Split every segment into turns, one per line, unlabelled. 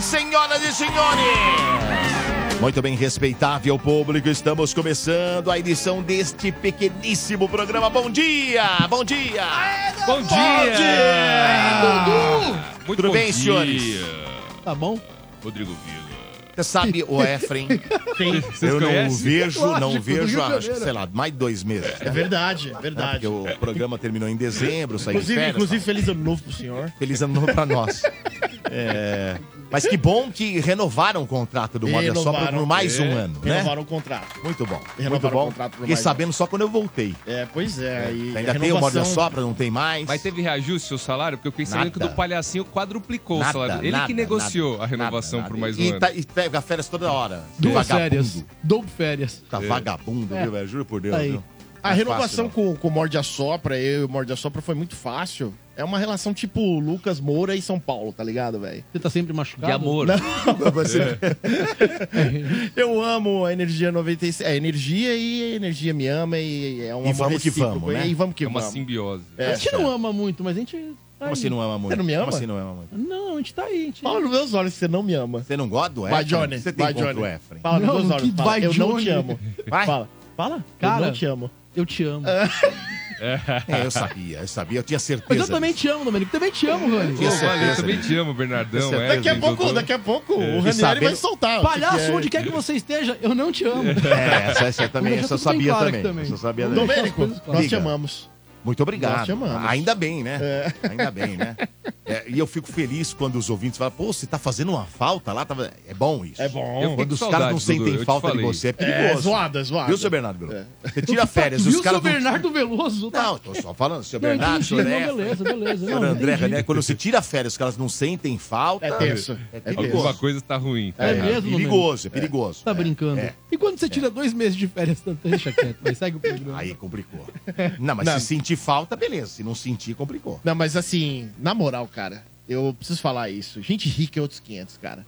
senhoras e senhores! Muito bem, respeitável público, estamos começando a edição deste pequeníssimo programa. Bom dia! Bom dia!
Bom dia! Bom dia!
Dudu! Muito Tudo bem, dia. senhores?
Tá bom?
Rodrigo Vigo.
Você sabe o Efren?
Sim,
eu não vejo, Lógico, não vejo, acho que, sei lá, mais de dois meses.
É verdade, é verdade.
É porque o programa terminou em dezembro, saiu
inclusive,
férias,
Inclusive, tá? feliz ano novo pro senhor.
Feliz ano novo pra nós. É, mas que bom que renovaram o contrato do Moda Sopra por mais é, um ano, né?
Renovaram o contrato.
Muito bom.
Renovaram
muito bom.
o contrato
por Fiquei sabendo um. só quando eu voltei.
É, pois é.
é. Ainda tem o Moda Sopra, não tem mais.
Mas teve reajuste seu salário? Porque eu fiquei sabendo nada. que o do Palhacinho quadruplicou nada, o salário. Ele nada, que negociou a renovação por mais um
e
ano.
Tá, e pega férias toda hora.
Dou férias. Dou férias.
Tá vagabundo, viu, é velho? Juro por Deus.
Aí. Viu? A renovação fácil,
né?
com, com o Morde a Sopra, eu e o Morde a Sopra foi muito fácil. É uma relação tipo Lucas Moura e São Paulo, tá ligado, velho?
Você tá sempre machucado.
De amor. eu amo a energia 96. É, energia e a energia me ama e é uma
E vamos que vamos, né?
E vamos que
é uma
vamos.
simbiose.
É, a gente não ama muito, mas a gente.
Tá Como assim não ama muito?
Você não me ama?
Como assim não ama muito?
Não, a gente tá aí. Gente... Fala nos meus olhos que você não me ama.
Você não gosta do
Efren? Vai, Johnny.
Você tem
vai,
contra o Efren?
Fala nos meus olhos. Fala,
eu
não te amo.
Vai.
Fala. Fala.
Cara,
eu não te amo.
Eu te amo.
É, eu sabia, eu sabia, eu tinha certeza. Mas
eu
disso.
também te amo, Domenico. Também te amo, Rani.
Eu,
eu também te amo, Bernardão. É,
daqui, a pouco, tô... daqui a pouco é. o Ranieri sabendo... vai soltar.
Palhaço, que Tá, onde quer que você esteja, eu não te amo.
É, essa, essa também, essa eu sabia também. também. Essa sabia também.
Domênico, nós te amamos.
Muito obrigado. Ainda bem, né? É. Ainda bem, né? É, e eu fico feliz quando os ouvintes falam, pô, você tá fazendo uma falta lá? Tá... É bom isso.
É bom.
Eu quando os caras não sentem Dudu, falta de você, é perigoso. É,
zoada, é zoada.
Viu, seu Bernardo Veloso? É. Você tira férias. Viu, os
cara seu Bernardo não... Veloso?
Tá? Não, tô só falando, seu não, Bernardo, né? seu André.
Beleza, beleza. Não,
não André, né? Quando você tira férias, os caras não sentem falta.
É tenso. É
perigoso. Alguma coisa tá ruim.
É, mesmo. Perigoso, é perigoso.
Tá brincando. E quando você tira dois meses de férias, tanto deixa quieto, mas segue o programa.
Aí complicou. Não, mas se sentir falta, beleza. Se não sentir, complicou.
Não, mas assim, na moral, cara, eu preciso falar isso. Gente rica é outros 500, cara.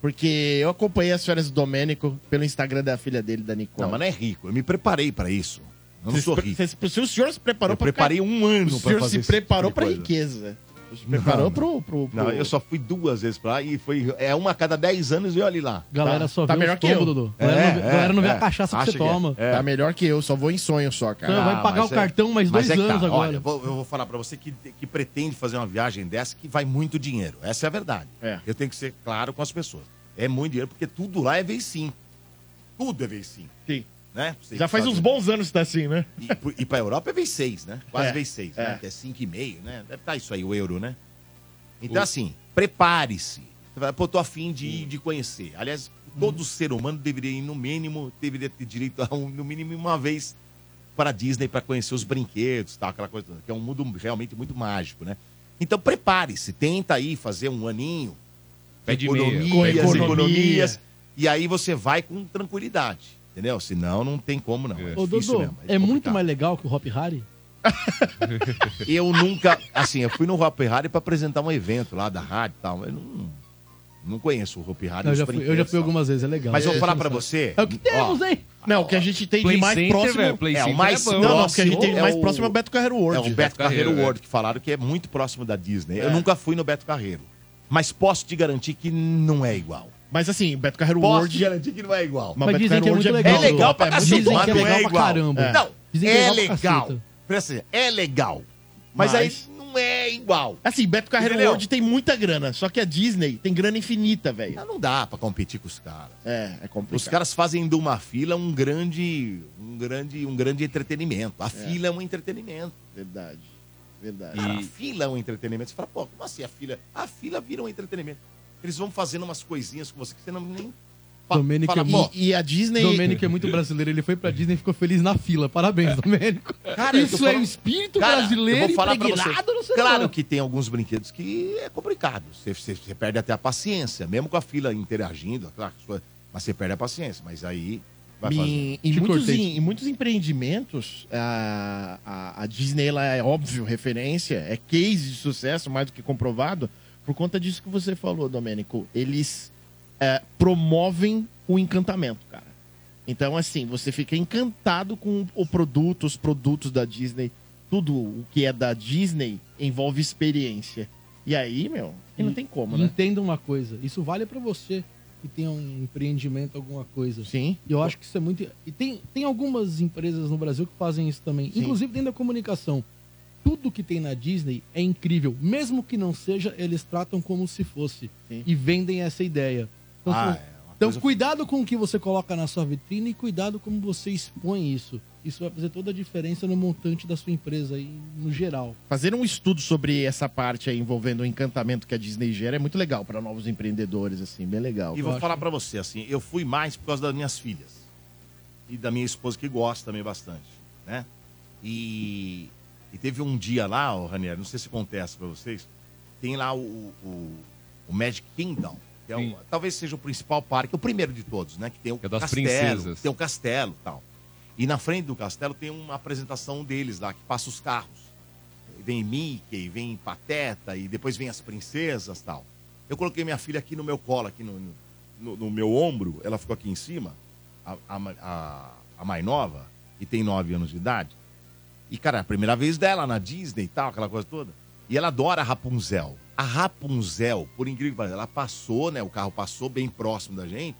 Porque eu acompanhei as férias do Domênico pelo Instagram da filha dele, da Nicole.
Não, mas não é rico. Eu me preparei para isso. Eu não
Cês
sou rico.
Cês, o senhor se preparou
eu pra preparei ficar... um ano
para fazer O senhor se preparou tipo pra coisa. riqueza. Se preparou não, pro, pro, pro,
Não, eu só fui duas vezes pra lá e foi. É uma a cada 10 anos e olhe lá.
Galera
tá,
só
tá
vê
melhor que eu.
Dudu. Galera, é, não, vê, é, galera não vê é, a cachaça que você toma.
Tá melhor que eu, só vou em sonho só, cara.
Não,
ah,
vai pagar o
é-
cartão mais dois anos
tá.
agora. Olha,
eu vou, eu vou falar pra você que, que pretende fazer uma viagem dessa que vai muito dinheiro. Essa é a verdade. Eu tenho que ser claro com as pessoas. É muito dinheiro, porque tudo lá é vez sim. Tudo é vez sim.
Sim.
Né?
Já faz uns bons anos que tá assim, né?
E, e pra Europa é vez 6, né? Quase é, vez 6, é. né? É 5,5, né? Deve estar tá isso aí, o euro, né? Então, o... assim, prepare-se. Pô, tô afim de, ir, de conhecer. Aliás, todo hum. ser humano deveria ir, no mínimo, deveria ter direito a, um, no mínimo, uma vez para Disney para conhecer os brinquedos, tal, aquela coisa, que é um mundo realmente muito mágico, né? Então, prepare-se. Tenta aí fazer um aninho.
Pede
economias,
meia.
economias. economias. E aí você vai com tranquilidade. Entendeu? Senão não tem como, não. É, Ô, Dodô, mesmo,
é, é muito mais legal que o Hop Harry?
eu nunca. Assim, eu fui no Hop Harry pra apresentar um evento lá da rádio e tal, mas não. Não conheço o Hop Harry.
Eu já, fui, eu já fui algumas vezes, é legal.
Mas
eu
vou falar pra você.
É o que temos, ó, hein?
Não, o que a gente tem Play de mais
Center,
próximo.
Véio, Play
é, o mais
é
próximo. Não,
não, o que a gente tem de mais é o... próximo é o Beto Carreiro World.
É o Beto Carreiro, Carreiro World, é. que falaram que é muito próximo da Disney. Eu nunca fui no Beto Carreiro. Mas posso te garantir que não é igual.
Mas assim, Beto Carreiro
Posso
World.
Te garantir que não é igual.
Mas, mas dizem Beto
que
é muito
legal. É legal pra
cacete,
dizem mas
que é
não é
legal pra
igual.
caramba.
É. Não,
dizem
é,
é
legal. Presta atenção, é legal. Mas, mas, aí não é igual.
Assim, Beto Carreiro Entendeu? World tem muita grana, só que a Disney tem grana infinita, velho.
Não, não dá pra competir com os caras.
É, é complicado.
Os caras fazem de uma fila um grande, um grande, um grande entretenimento. A é. fila é um entretenimento.
Verdade. Verdade.
Cara, a fila é um entretenimento. Você fala, pô, como assim a fila? A fila vira um entretenimento eles vão fazendo umas coisinhas com você que você não nem
Domênico
fala,
é
pô,
mu-
e, a Disney.
Domênico é muito brasileiro, ele foi pra Disney e ficou feliz na fila.
É.
Parabéns, Domênico.
Cara, eu tô
Isso é
falando-
o espírito
Cara,
brasileiro
eu vou falar pra
impregnado no
você.
ser
Claro
humano.
que tem alguns brinquedos que é complicado. Você, você- você perde até a paciência, mesmo com a fila interagindo, é aquela coisa, mas você perde a paciência. Mas aí vai fazer.
Em, em
Te
muitos,
cortei.
em- em muitos empreendimentos, a, a- a Disney ela é óbvio referência, é case de sucesso, mais do que comprovado, por conta disso que você falou, Domênico. Eles é, promovem o encantamento, cara. Então, assim, você fica encantado com o produto, os produtos da Disney. Tudo o que é da Disney envolve experiência. E aí, meu, e não tem como, né?
Entenda uma coisa, isso vale pra você que tem um empreendimento, alguma coisa.
Sim.
E eu acho que isso é muito. E tem, tem algumas empresas no Brasil que fazem isso também,
Sim.
inclusive dentro da comunicação. Tudo que tem na Disney é incrível, mesmo que não seja, eles tratam como se fosse
Sim.
e vendem essa ideia. Então,
Ah,
são-
é uma
então
coisa-
cuidado com o que você coloca na sua vitrine e cuidado como você expõe isso. Isso vai fazer toda a diferença no montante da sua empresa e no geral.
fazer um estudo sobre essa parte aí envolvendo o encantamento que a Disney gera é muito legal para novos empreendedores, assim, bem legal.
E vou
acho.
falar pra você, assim, eu fui mais por causa das minhas filhas. E da minha esposa, que gosta também bastante, né? E, e teve um dia lá, ô Ranieri, não sei se acontece pra vocês, tem lá o, o, o Magic Kingdom, que é o-
Sim.
talvez seja o principal parque, o primeiro de todos, né? Que tem o
É das
castelo,
princesas.
tem o castelo e tal. E na frente do castelo tem uma apresentação deles lá, que passa os carros vem Mickey, vem Pateta e depois vem as princesas tal. Eu coloquei minha filha aqui no meu colo, aqui no, no, no meu ombro, ela ficou aqui em cima, a, a, ma- a, a mais nova, que tem nove anos de idade. E, cara, é a primeira vez dela na Disney e tal, aquela coisa toda. E ela adora a Rapunzel. A Rapunzel, por incrível que pareça, ela passou, né? O carro passou bem próximo da gente.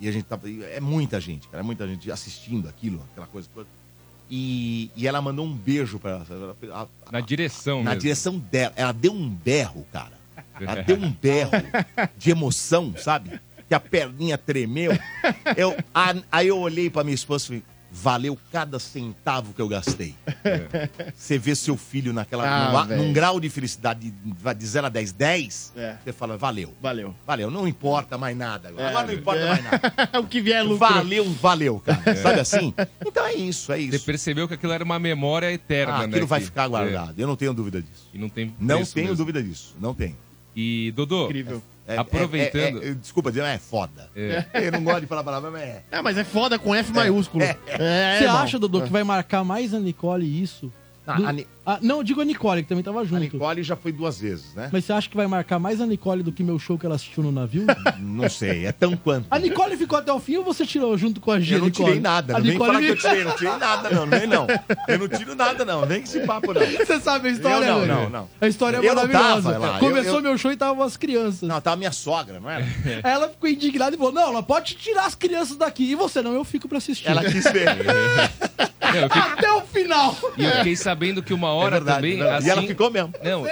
E a gente tava. e É muita gente, cara. É muita gente assistindo aquilo, aquela coisa toda. E, e ela mandou um beijo pra ela. ela- a-
Na direção
na
mesmo.
direção dela. Ela deu um berro, cara. Ela deu um berro de emoção, sabe? Que a perninha tremeu. Eu, a- aí eu olhei pra minha esposa e falei, valeu cada centavo que eu gastei.
É.
Você vê seu filho naquela,
Ah,
numa-
velho.
num grau de felicidade de, de 0 a 10, 10,
É.
você fala, valeu.
Valeu.
Valeu, não importa mais nada. Agora,
É,
Agora não importa mais nada.
o que vier é lucro.
Valeu, valeu, cara.
É.
Sabe assim? Então é isso, é
Você
isso.
percebeu que aquilo era uma memória eterna,
Ah,
né?
aquilo vai
que-
ficar guardado. Eu não tenho dúvida disso.
é, E não tem
Não
preço
tenho
mesmo.
dúvida disso. Não tenho.
E, Dodô,
Incrível.
É-
Aproveitando-
é- é- é- desculpa dizer, mas é foda. Eu não gosto de falar palavra, mas é.
É, mas é foda com F maiúsculo. É,
Você
irmão.
acha, Dodô, que vai marcar mais a Nicole isso?
Ah,
Do-
É. a Ni-
Ah, não, eu digo a Nicole, que também tava
A
junto.
Nicole já foi duas vezes, né?
Mas você acha que vai marcar mais a Nicole do que meu show que ela assistiu no navio?
Não sei, é tão quanto.
a Nicole ficou até o fim ou você tirou junto com a G,
Eu não
Nicole?
tirei nada,
A
não vem
Nicole...
falar que eu tirei, não tirei nada, não, não vem não. Eu não tiro nada, não, vem com esse papo, não.
Você sabe a história,
Eu não,
Lani?
não, não.
A história é
Eu não tava
maravilhosa.
lá,
Começou
eu- eu-
meu show e tava as crianças.
Não, tava minha sogra, não era?
Aí Ela ficou indignada e falou, não, ela pode tirar as crianças daqui. E você, não, eu fico pra assistir.
Ela quis ver.
Não, eu fiquei-
Até o final.
e eu fiquei sabendo que uma hora
É verdade,
também.
não.
assim-
E ela ficou mesmo.
Não,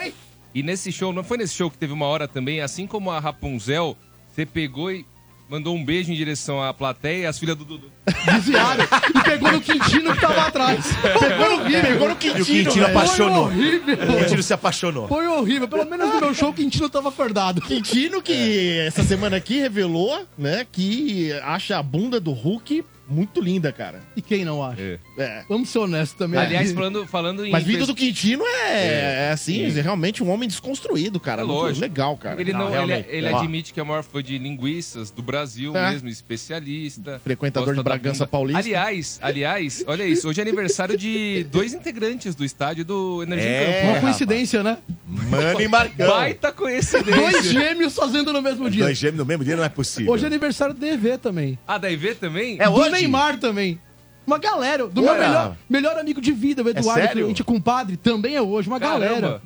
e nesse show, não foi nesse show que teve uma hora também, assim como a Rapunzel, você pegou e mandou um beijo em direção à plateia e as filhas do Dudu.
Desviaram e pegou no Quintino que tava atrás. Pegou no
Pegou no
E o
Quintino, né?
Quintino
velho.
apaixonou.
Foi horrível.
O Quintino se apaixonou.
Foi horrível. Pelo menos no meu show, o Quintino tava acordado.
Quintino que essa semana aqui revelou, né, que acha a bunda do Hulk muito linda, cara.
E quem não acha?
É.
É.
Vamos ser honestos também.
Aliás, falando, falando em.
Mas vindo do Quintino é, é assim, é realmente um homem desconstruído, cara.
É
Muito
lógico.
legal, cara.
Ele, não, ele,
realmente.
ele
Ó.
admite que é o maior fã de linguiças do Brasil
É.
mesmo, especialista.
Frequentador
gosta
de Bragança
da bunda.
Paulista.
Aliás, aliás, olha isso, hoje é aniversário de dois integrantes do estádio do Energia
É.
em Campo.
Uma coincidência, né?
Mano e Marcão.
Baita coincidência.
Dois gêmeos fazendo no mesmo dia.
Dois gêmeos no mesmo dia não é possível.
Hoje é aniversário do DV também.
Ah, da IV também?
É
do
hoje?
Neymar também. Uma galera. Do meu
Olha.
melhor, melhor amigo de vida, o Eduardo,
sério?
cliente compadre, também é hoje. Uma
Caramba.
galera.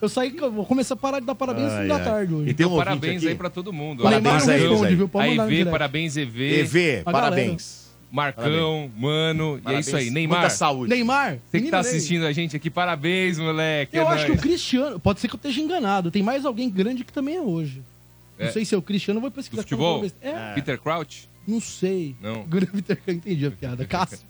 Eu saí, que eu vou começar a parar de dar parabéns às
Ai,
5 da
ai.
tarde hoje.
E tem um ouvinte
Então, Parabéns
aqui.
aí pra todo mundo.
O Neymar
parabéns
não
a eles aí.
responde, viu? Pode
Aí
mandar no
EV,
direct.
parabéns EV,
EV,
A
parabéns.
Marcão, Mano,
Parabéns.
e é isso aí.
Muita
Neymar, você
saúde.
Neymar,
que
menino
tá
Ney.
assistindo a gente aqui, parabéns, moleque.
Eu
é
acho que o
nóis.
Cristiano. Pode ser que eu esteja enganado. Tem mais alguém grande que também é hoje. Não
É.
sei se é o Cristiano, eu vou
Do
pesquisar.
futebol?
quando eu ver- É,
Peter Crouch?
não sei.
Não.
Grávida que eu entendi a piada. Cássio.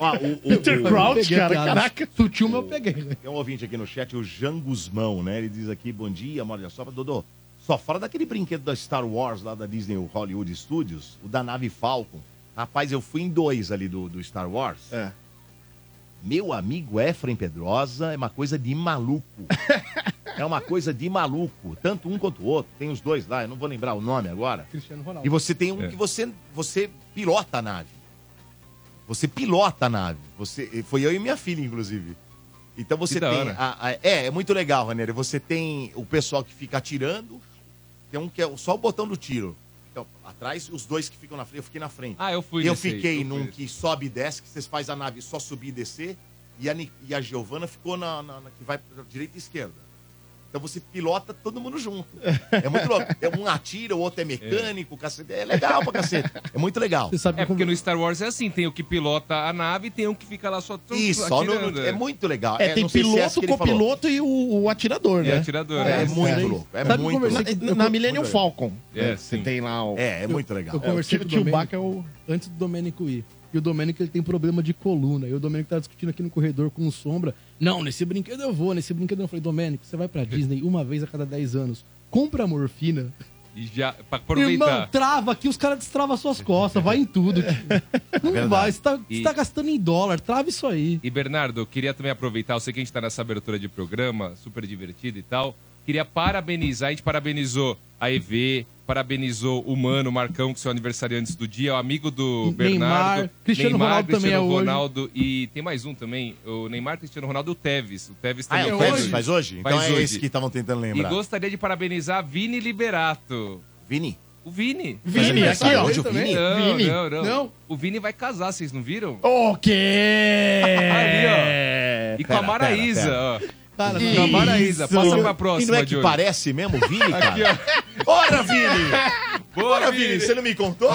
Ó, o- o- o-
Crouch,
Peguei a
cara,
piada.
caraca.
Sutil, mas eu peguei.
né? Tem um ouvinte aqui no chat, o Jean Guzmão, né? Ele diz aqui, bom dia, mora de sopra. Dodô, Só fala daquele brinquedo da Star Wars lá da Disney Hollywood Studios, o da nave Falcon. Rapaz, eu fui em dois ali do, do Star Wars.
É.
Meu amigo Efraim Pedrosa é uma coisa de maluco. é uma coisa de maluco. Tanto um quanto o outro. Tem os dois lá, eu não vou lembrar o nome agora.
Cristiano Ronaldo.
E você tem
É.
um que você, você pilota a nave. Você pilota a nave. Você, foi eu e minha filha, inclusive. Então você
da
tem.
hora.
a- a- é, é muito legal, Ranieri. Você tem o pessoal que fica atirando, tem um que é só o botão do tiro. Então, atrás, os dois que ficam na frente, eu fiquei na frente.
Ah, eu fui
Eu
nesse aí,
fiquei
eu fui
num
nesse.
que sobe e desce, que vocês fazem a nave só subir e descer, e a, Ni- e a Giovana ficou na, na- na que vai pra direita e esquerda. Então você pilota todo mundo junto. É muito louco. É Um atira, o outro é mecânico, cacete. É legal pra cacete. É muito legal.
Você sabe
É
como
porque no Star Wars é assim, tem o que pilota a nave e tem um que fica lá só tru-
Isso, só no-
atirando, né?
é muito legal.
É, tem
não sei se é essa
piloto,
que ele falou.
copiloto e o, o atirador,
É
né?
atirador.
É,
né?
muito
é.
louco. É
Sabe
muito
como eu
louco.
sei que-
Na, na Millennium Falcon.
É,
né, você
sim.
tem lá o.
É, é muito legal.
Eu conversei
É,
com
o
o
Tio-
Domênico
Chewbacca é o-
antes do Domênico ir. E o Domênico ele tem problema de coluna. E o Domênico tava discutindo aqui no corredor com o Sombra. Não, nesse brinquedo eu vou, nesse brinquedo eu não. Eu falei, Domênico, você vai pra Disney uma vez a cada 10 anos. Compra morfina.
E já, pra
Irmão,
aproveitar.
trava aqui, os caras destravam suas costas, vai em tudo. Não
É
vai, você tá, você
E-
tá gastando em dólar, trava isso aí.
E Bernardo, eu queria também aproveitar, eu sei que a gente tá nessa abertura de programa, super divertido e tal. Queria parabenizar, a gente parabenizou a EV, parabenizou o Mano, o Marcão, que é seu aniversariante do dia, o amigo do
Neymar,
Bernardo.
Cristiano Ronaldo também é
Cristiano
hoje.
Ronaldo e tem mais um também, o Neymar, Cristiano Ronaldo e o Teves. O Teves
Ah,
também
é,
é
o
hoje.
Tevez faz hoje? Então
Faz
é
hoje.
esse que estavam tentando
E
lembrar.
gostaria de parabenizar Vini Liberato.
Vini?
O Vini. É.
Vini,
Mas
aqui, ó.
hoje o Vini?
Não,
Vini?
não, não,
Não?
O Vini vai casar, vocês não viram?
O quê?
Ali,
é.
E com
Pera,
a Maraísa,
pera,
ó.
Cara,
Ih.
Com a Maraísa,
Isso.
passa pra
E não
próxima,
é que
Diogo.
parece mesmo o Vini, cara? Ora, Vini! Ora, Vini, você não me contou?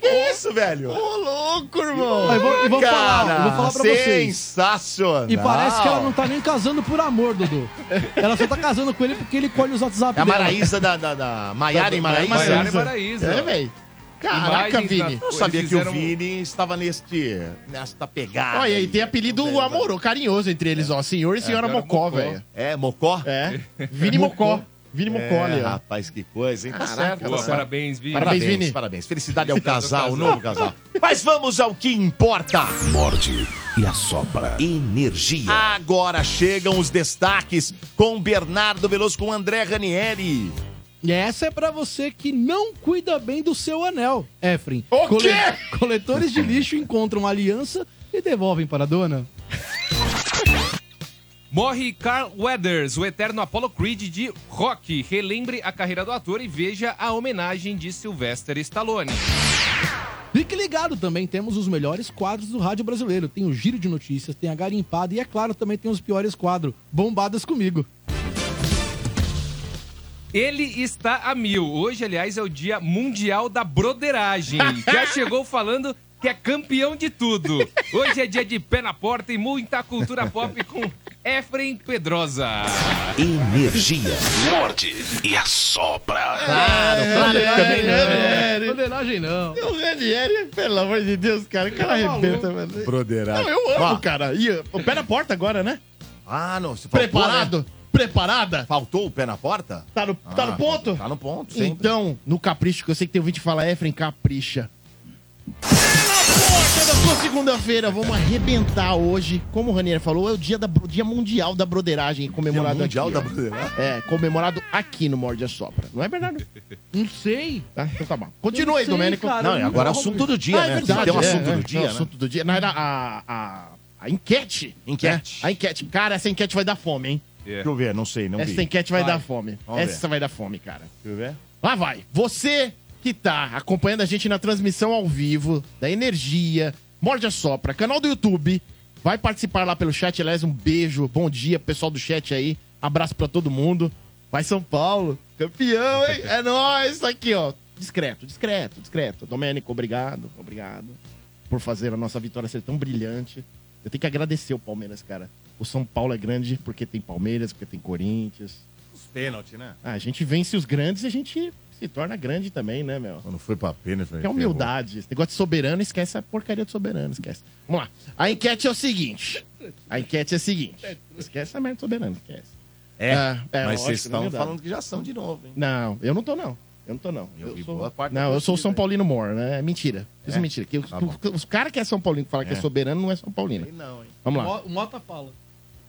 Que é isso, velho?
Ô, um louco, irmão.
eu vou, eu vou falar, eu vou falar pra vocês.
Sensacional. É
E parece que ela não tá nem casando por amor, Dudu. Ela só tá casando com ele porque ele colhe os WhatsApp
É a
dela.
Maraísa da, da, da Maiara e
Maiara
Maraísa.
e Maraísa.
É, velho. Caraca,
Imagens
Vini.
da-
Eu sabia
Eles
que o
fizeram- um
Vini estava neste, nesta pegada.
Olha,
aí.
e tem apelido amoroso, carinhoso entre eles, ó. Senhor e senhora
É,
Mocó,
Mocó.
velho.
É, Mocó?
É. Vini Mocó. Vini Mocó,
É,
ali, ó.
rapaz, que coisa, hein? Tá
Caraca,
certo, tá
Boa,
certo.
parabéns, Vini.
Parabéns,
Parabéns,
Vini.
parabéns. Felicidade ao casal,
ao
ao
casal.
novo casal. Mas vamos ao que importa.
Morde e assopra.
Energia. Agora chegam os destaques com Bernardo Veloso, com André Ranieri.
E essa é pra você que não cuida bem do seu anel, Efren.
O quê?
Coletores de lixo encontram aliança e devolvem para a dona.
Morre Carl Weathers, o eterno Apollo Creed de rock. Relembre a carreira do ator e veja a homenagem de Sylvester Stallone.
Fique ligado também, temos os melhores quadros do rádio brasileiro. Tem o Giro de Notícias, tem a Garimpada e, é claro, também tem os piores quadros. Bombadas comigo.
Ele está a mil. Hoje, aliás, é o dia mundial da broderagem. Já chegou falando que é campeão de tudo. Hoje é dia de pé na porta e muita cultura pop com Efren Pedrosa.
Energia.
Morde e assopra.
Claro, claro, também
Condenagem não.
O é Ranieri, pelo amor de Deus, cara, o cara arrebenta, velho. Não, eu amo, cara. E o pé na porta agora, né?
Ah, não. Você faltou, né?
Preparado? Preparada?
Faltou o pé na porta?
Tá no, tá
Ah,
no ponto?
Tá no ponto, sempre.
Então, no capricho, que eu sei que tem ouvinte que fala, Efren, capricha. Porta da sua segunda-feira, vamos arrebentar hoje. Como o Ranieri falou, é o dia, da, bro- dia mundial da broderagem comemorado
Dia mundial
aqui.
da
ó.
broderagem.
É, comemorado aqui no Morde a Sopra. Não é, Bernardo?
Não sei.
Tá? Então tá bom. Continua aí,
Eu não sei,
Domênico.
cara.
Não, e agora é o assunto do dia,
Ah,
né?
é verdade.
Tem um
é,
assunto do
é, é,
dia,
o
né?
assunto do dia. Não, era a, a, a enquete.
Enquete.
né? A enquete. Cara, essa enquete vai dar fome, hein?
É.
Deixa eu ver, não sei, não
Essa
vi.
enquete vai,
Vai.
dar fome.
um Vamos
essa vai dar fome, cara.
Deixa eu ver.
Lá vai. Você que tá acompanhando a gente na transmissão ao vivo, da Energia, Morde a Sopra, canal do YouTube, vai participar lá pelo chat. Aliás, um beijo, bom dia, pessoal do chat aí. Abraço pra todo mundo. Vai São Paulo, campeão, hein? É nóis, tá aqui, ó. Discreto, discreto, discreto. Domênico, obrigado, obrigado por fazer a nossa vitória ser tão brilhante. Eu tenho que agradecer o Palmeiras, cara. O São Paulo é grande porque tem Palmeiras, porque tem Corinthians.
Os pênaltis, né?
Ah, a gente vence os grandes e a gente se torna grande também, né, meu?
Quando foi pra pênalti...
Que é humildade. Esse negócio de soberano, esquece essa porcaria de soberano, esquece. Vamos lá. A enquete é o seguinte. A enquete é a seguinte. Esquece a merda de soberano, esquece.
É,
É,
mas
é, lógico,
vocês
é
estão
verdade.
falando que já são de novo, hein?
Não, eu não tô, não. Eu não tô, não.
Eu vi
sou...
boa parte da
Não, eu sou
torcida
São
aí.
Paulino More, né? É mentira. Isso é,
É?
mentira. Que os,
Tá bom.
os caras que é São Paulino que falam que é
É.
soberano não é São Paulino.
Aí Não, hein?
Vamos lá.
Mo- O Mota fala.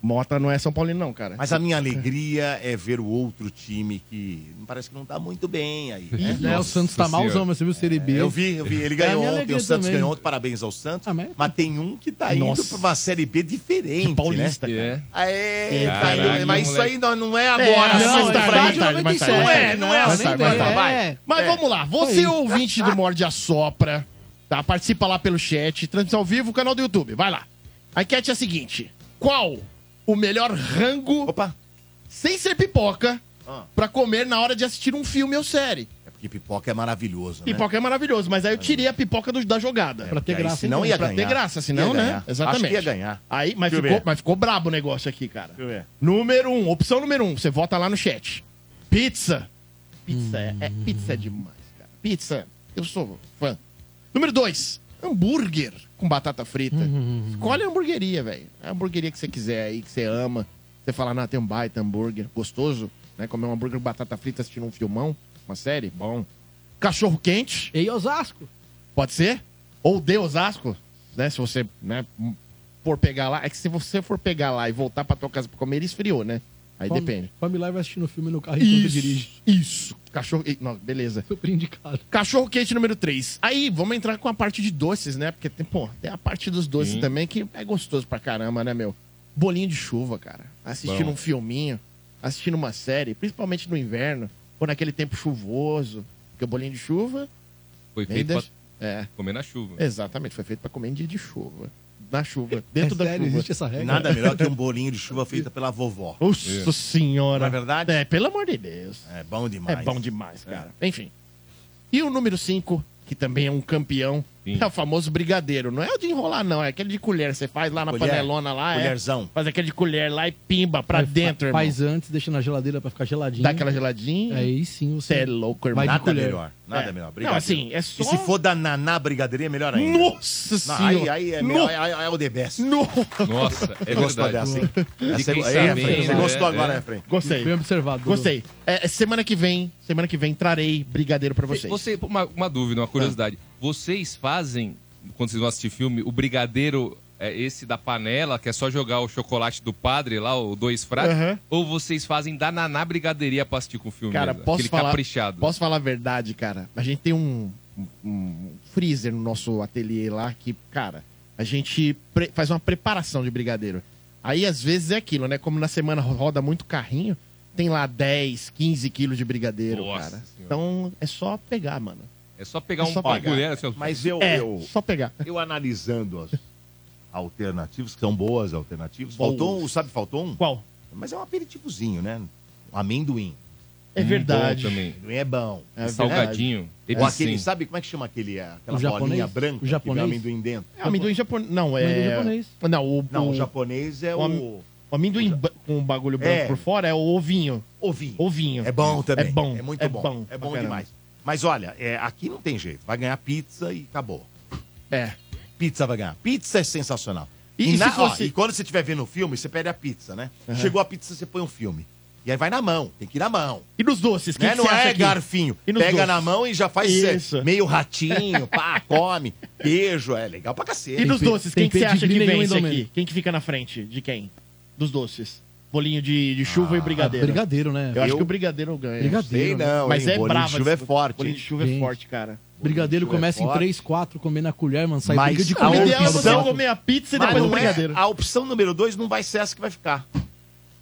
Mota não é São Paulino, não, cara.
Mas a minha alegria é ver o outro time que parece que não tá muito bem aí. né?
É, o Santos tá
Senhora.
malzão, mas você viu o Série B.
Eu vi, eu vi. Ele
É a
ganhou
minha
ontem,
alegria
o Santos
também.
ganhou ontem, parabéns ao Santos.
Ah, mas-
mas... tem um que tá
Nossa.
indo pra uma Série B diferente,
De paulista,
né?
É.
Aê, tá
Caralho,
indo, mas isso
moleque.
aí não, não é
É,
agora.
Ah,
não,
só
tá,
mais
pra
tarde,
ele.
mais tarde, mais tarde.
Não é, não é
Mais
assim,
tarde,
vai,
mais tarde.
vai.
Mas
É.
vamos lá, você ouvinte do Morde a Sopra, tá? Participa lá pelo chat, transmissão ao vivo, canal do YouTube, vai lá. A enquete é a seguinte: qual o melhor rango
Opa,
sem ser pipoca
Ah.
pra comer na hora de assistir um filme ou série?
é porque pipoca é maravilhoso, né?
Pipoca é maravilhoso, mas aí eu tirei a pipoca do- da jogada.
Pra ter
É, Porque aí,
graça.
senão
hein,
ia
pra
cara?
ter
ganhar.
graça, senão,
então, Ia
né?
ganhar.
Exatamente.
Acho que ia ganhar.
Aí, mas
Deixa eu
ficou,
ver.
mas ficou brabo o negócio aqui, cara.
Deixa eu ver.
Número um, opção número um, você vota lá no chat. Pizza. Pizza é, é- pizza é demais, cara. Pizza, eu sou fã. Número dois, hambúrguer com batata frita. Escolhe a hamburgueria, velho. É A hamburgueria que você quiser aí, que você ama. Você fala, não, tem um baita hambúrguer gostoso, né? Comer um hambúrguer com batata frita assistindo um filmão, uma série, bom. Cachorro quente,
Ei, Osasco.
pode ser? Ou de Osasco, né? Se você, né, for pegar lá. É que se você for pegar lá e voltar pra tua casa pra comer, esfriou, né? Aí
Come-
depende.
Come lá e vai assistindo o filme no carro enquanto dirige.
Isso, isso. Cachorro. e- Não, beleza.
Super indicado.
Cachorro quente número 3. Aí, vamos entrar com a parte de doces, né? Porque tem, pô, tem a parte dos doces também que é gostoso pra caramba, né, meu? Bolinho de chuva, cara. Assistindo um filminho, assistindo uma série, principalmente no inverno, ou naquele tempo chuvoso. Porque o bolinho de chuva.
Foi
vem
feito
da-
pra
É,
comer na chuva.
exatamente. Foi feito pra comer em dia de chuva. Na chuva. Dentro
é
da
sério,
chuva.
existe essa regra.
Nada melhor que um bolinho de chuva feito pela vovó.
Nossa senhora.
Não é verdade?
É, pelo amor de Deus.
É bom
É
demais. É.
bom demais, cara. Enfim. E o número 5, que também é um campeão,
Sim.
é o famoso brigadeiro. Não é o de enrolar, não. É aquele de colher. Você faz lá na
Colher.
panelona lá. é.
Colherzão.
faz aquele de colher lá e pimba pra
Vai-
dentro, irmão.
É, Faz antes, deixa na geladeira pra ficar geladinho. É,
Dá aquela geladinha.
Aí sim
Você
você...
é louco, irmão.
Vai de
Nada
colher.
melhor. Nada
É.
melhor.
Não, assim, é só...
E se for da Naná Brigadeirinha, é melhor ainda.
Nossa
Não,
senhora!
aí, aí é, melhor, aí, aí é o the best.
No-
Nossa, é
Você gostou
verdade.
dessa, hein? Essa é-
quem
é, Efraim,
sabe, hein,
Você
né?
gostou
É.
agora, Efraim?
Gostei.
Bem observado. Dudu.
Gostei. É, é semana que vem, semana que vem, trarei brigadeiro pra vocês.
Você, uma, uma dúvida, uma curiosidade. Vocês fazem, quando vocês vão assistir filme, o brigadeiro é esse da panela, que é só jogar o chocolate do padre lá, o dois fracos?
Aham.
Ou vocês fazem da naná brigadeiria pra assistir com o filme?
Cara,
mesmo?
posso
Aquele
falar,
caprichado.
posso falar a verdade, cara? A gente tem um, um freezer no nosso ateliê lá que, cara, a gente pre- faz uma preparação de brigadeiro. Aí, às vezes, é aquilo, né? Como na semana ro- roda muito carrinho, tem lá 10, 15 quilos de brigadeiro,
Nossa
cara.
Senhora.
Então, é só pegar, mano.
É só pegar
É
um
só
uma
pegar.
colher, assim, ó.
Mas eu,
É,
eu,
só pegar.
eu analisando as alternativas, que são boas alternativas.
Boas.
Faltou um, sabe, faltou um?
Qual?
Mas é um aperitivozinho, né? Um amendoim.
É verdade.
Bom também.
Amendoim é bom.
É
Salgadinho.
Ou
Ele
aquele,
sim.
sabe como é que chama aquele, aquela
O japonês?
bolinha branca
O japonês?
que vem amendoim dentro?
É, amendoim japonês. Não, é.
Amendoim japonês.
Não, o,
Não,
o,
o japonês é
o am-
o
o amendoim ba- com o bagulho branco
É.
por fora é o ovinho.
ovinho.
Ovinho.
É bom também.
É bom.
É muito
é
bom.
bom
É
pra
bom
caramba.
demais. Mas olha, é, aqui não tem jeito. Vai ganhar pizza e acabou.
É.
Pizza vai ganhar. Pizza é sensacional.
E
E,
se
na- ó,
fosse-
e quando você estiver vendo o filme, você pede a pizza, né? Chegou a pizza, você põe um filme. E aí vai na mão. Tem que ir na mão.
E nos doces, que,
né?
que
não
você acha
é
aqui?
garfinho.
E
Pega
nos doces?
na mão e já faz é,
Isso.
meio ratinho, pá, come. Queijo, é legal pra
E
cacete.
dos
pe-
doces,
tem
quem que você acha
pedigree
que
nenhum
vence
ainda,
aqui?
Domênico.
Quem que fica na frente? De quem? Dos doces. Bolinho de, de chuva e brigadeiro.
Brigadeiro, né?
é Eu acho
Ah, Eu-
que o brigadeiro ganha.
Brigadeiro. né?
Sei não,
Mas
hein?
é
Bolinho de
brava.
chuva é
esse-
forte.
Bolinho de chuva é
Gente.
forte, cara.
Brigadeiro
Bolinho
começa
é
em
forte.
3, 4, comer na colher, mano. Sai
Mas
briga de
a
O
colher.
ideal é
no
você
final do
opção-
prato.
comer a pizza e
Mas
depois o
não é,
brigadeiro.
a opção número dois não vai ser essa que vai ficar.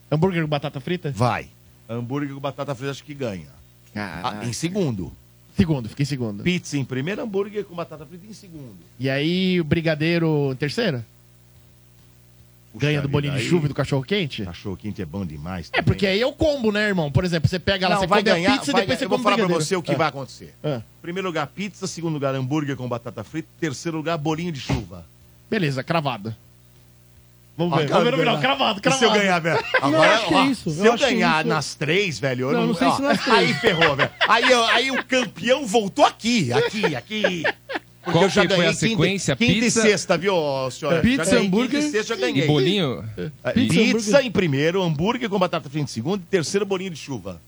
Hambúrguer com batata frita?
Vai. Hambúrguer com batata frita acho que ganha. Ah, em segundo.
Segundo, fiquei em segundo.
Pizza em primeiro, hambúrguer com batata frita em segundo.
E aí o brigadeiro em terceiro? Ganha do bolinho de chuva e do cachorro quente?
Cachorro quente é bom demais.
É, porque aí é o combo, né, irmão? Por exemplo, você pega lá,
ela
você
vai
come
ganhar.
a pizza e
vai ganhar.
depois você
Eu vou
come o
falar pra
brigadeiro.
você o que
Ah.
vai acontecer.
Ah.
Primeiro lugar, pizza. Segundo lugar, hambúrguer com batata frita. Terceiro lugar, bolinho de chuva.
Beleza, cravado. Vamos
Ah,
ver. Vamos ver no
cara,
final. Cravado,
E se eu
cravado.
ganhar, velho?
Não, eu acho que é
ó,
isso,
Se
eu
eu,
acho que é
ganhar
isso.
nas três, velho, eu
Não,
não,
não sei
ó,
se nas três.
Aí ferrou, velho. Aí, eu- aí o campeão voltou aqui, aqui, aqui. Porque
Qual
eu já
que foi
ganhei
a sequência?
quinta, quinta
Pizza?
e sexta, viu, ó, senhora?
Pizza,
Já ganhei
hambúrguer
Quinta e sexta, já
E
ganhei.
bolinho?
Ah,
Pizza,
Pizza,
hambúrguer.
em primeiro, hambúrguer com batata frita em segundo, e terceiro bolinho de chuva.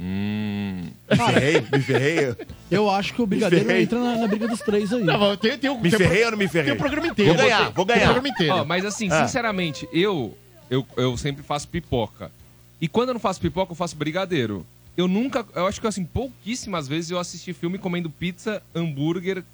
Hum.
Me ferrei, me ferrei.
Eu acho que o Brigadeiro
Ferrei.
entra na, na briga dos três aí.
Não, mas tem, tem, o-
Me
tem o-
ferrei ou não me
tem
ferrei?
o programa inteiro.
Vou ganhar,
Tem
vou
O
ganhar.
programa inteiro.
Ó, mas assim,
Ah.
sinceramente, eu, eu eu sempre faço pipoca. E quando eu não faço pipoca, eu faço brigadeiro. Eu nunca, eu acho que assim, pouquíssimas vezes eu assisti filme comendo pizza, hambúrguer,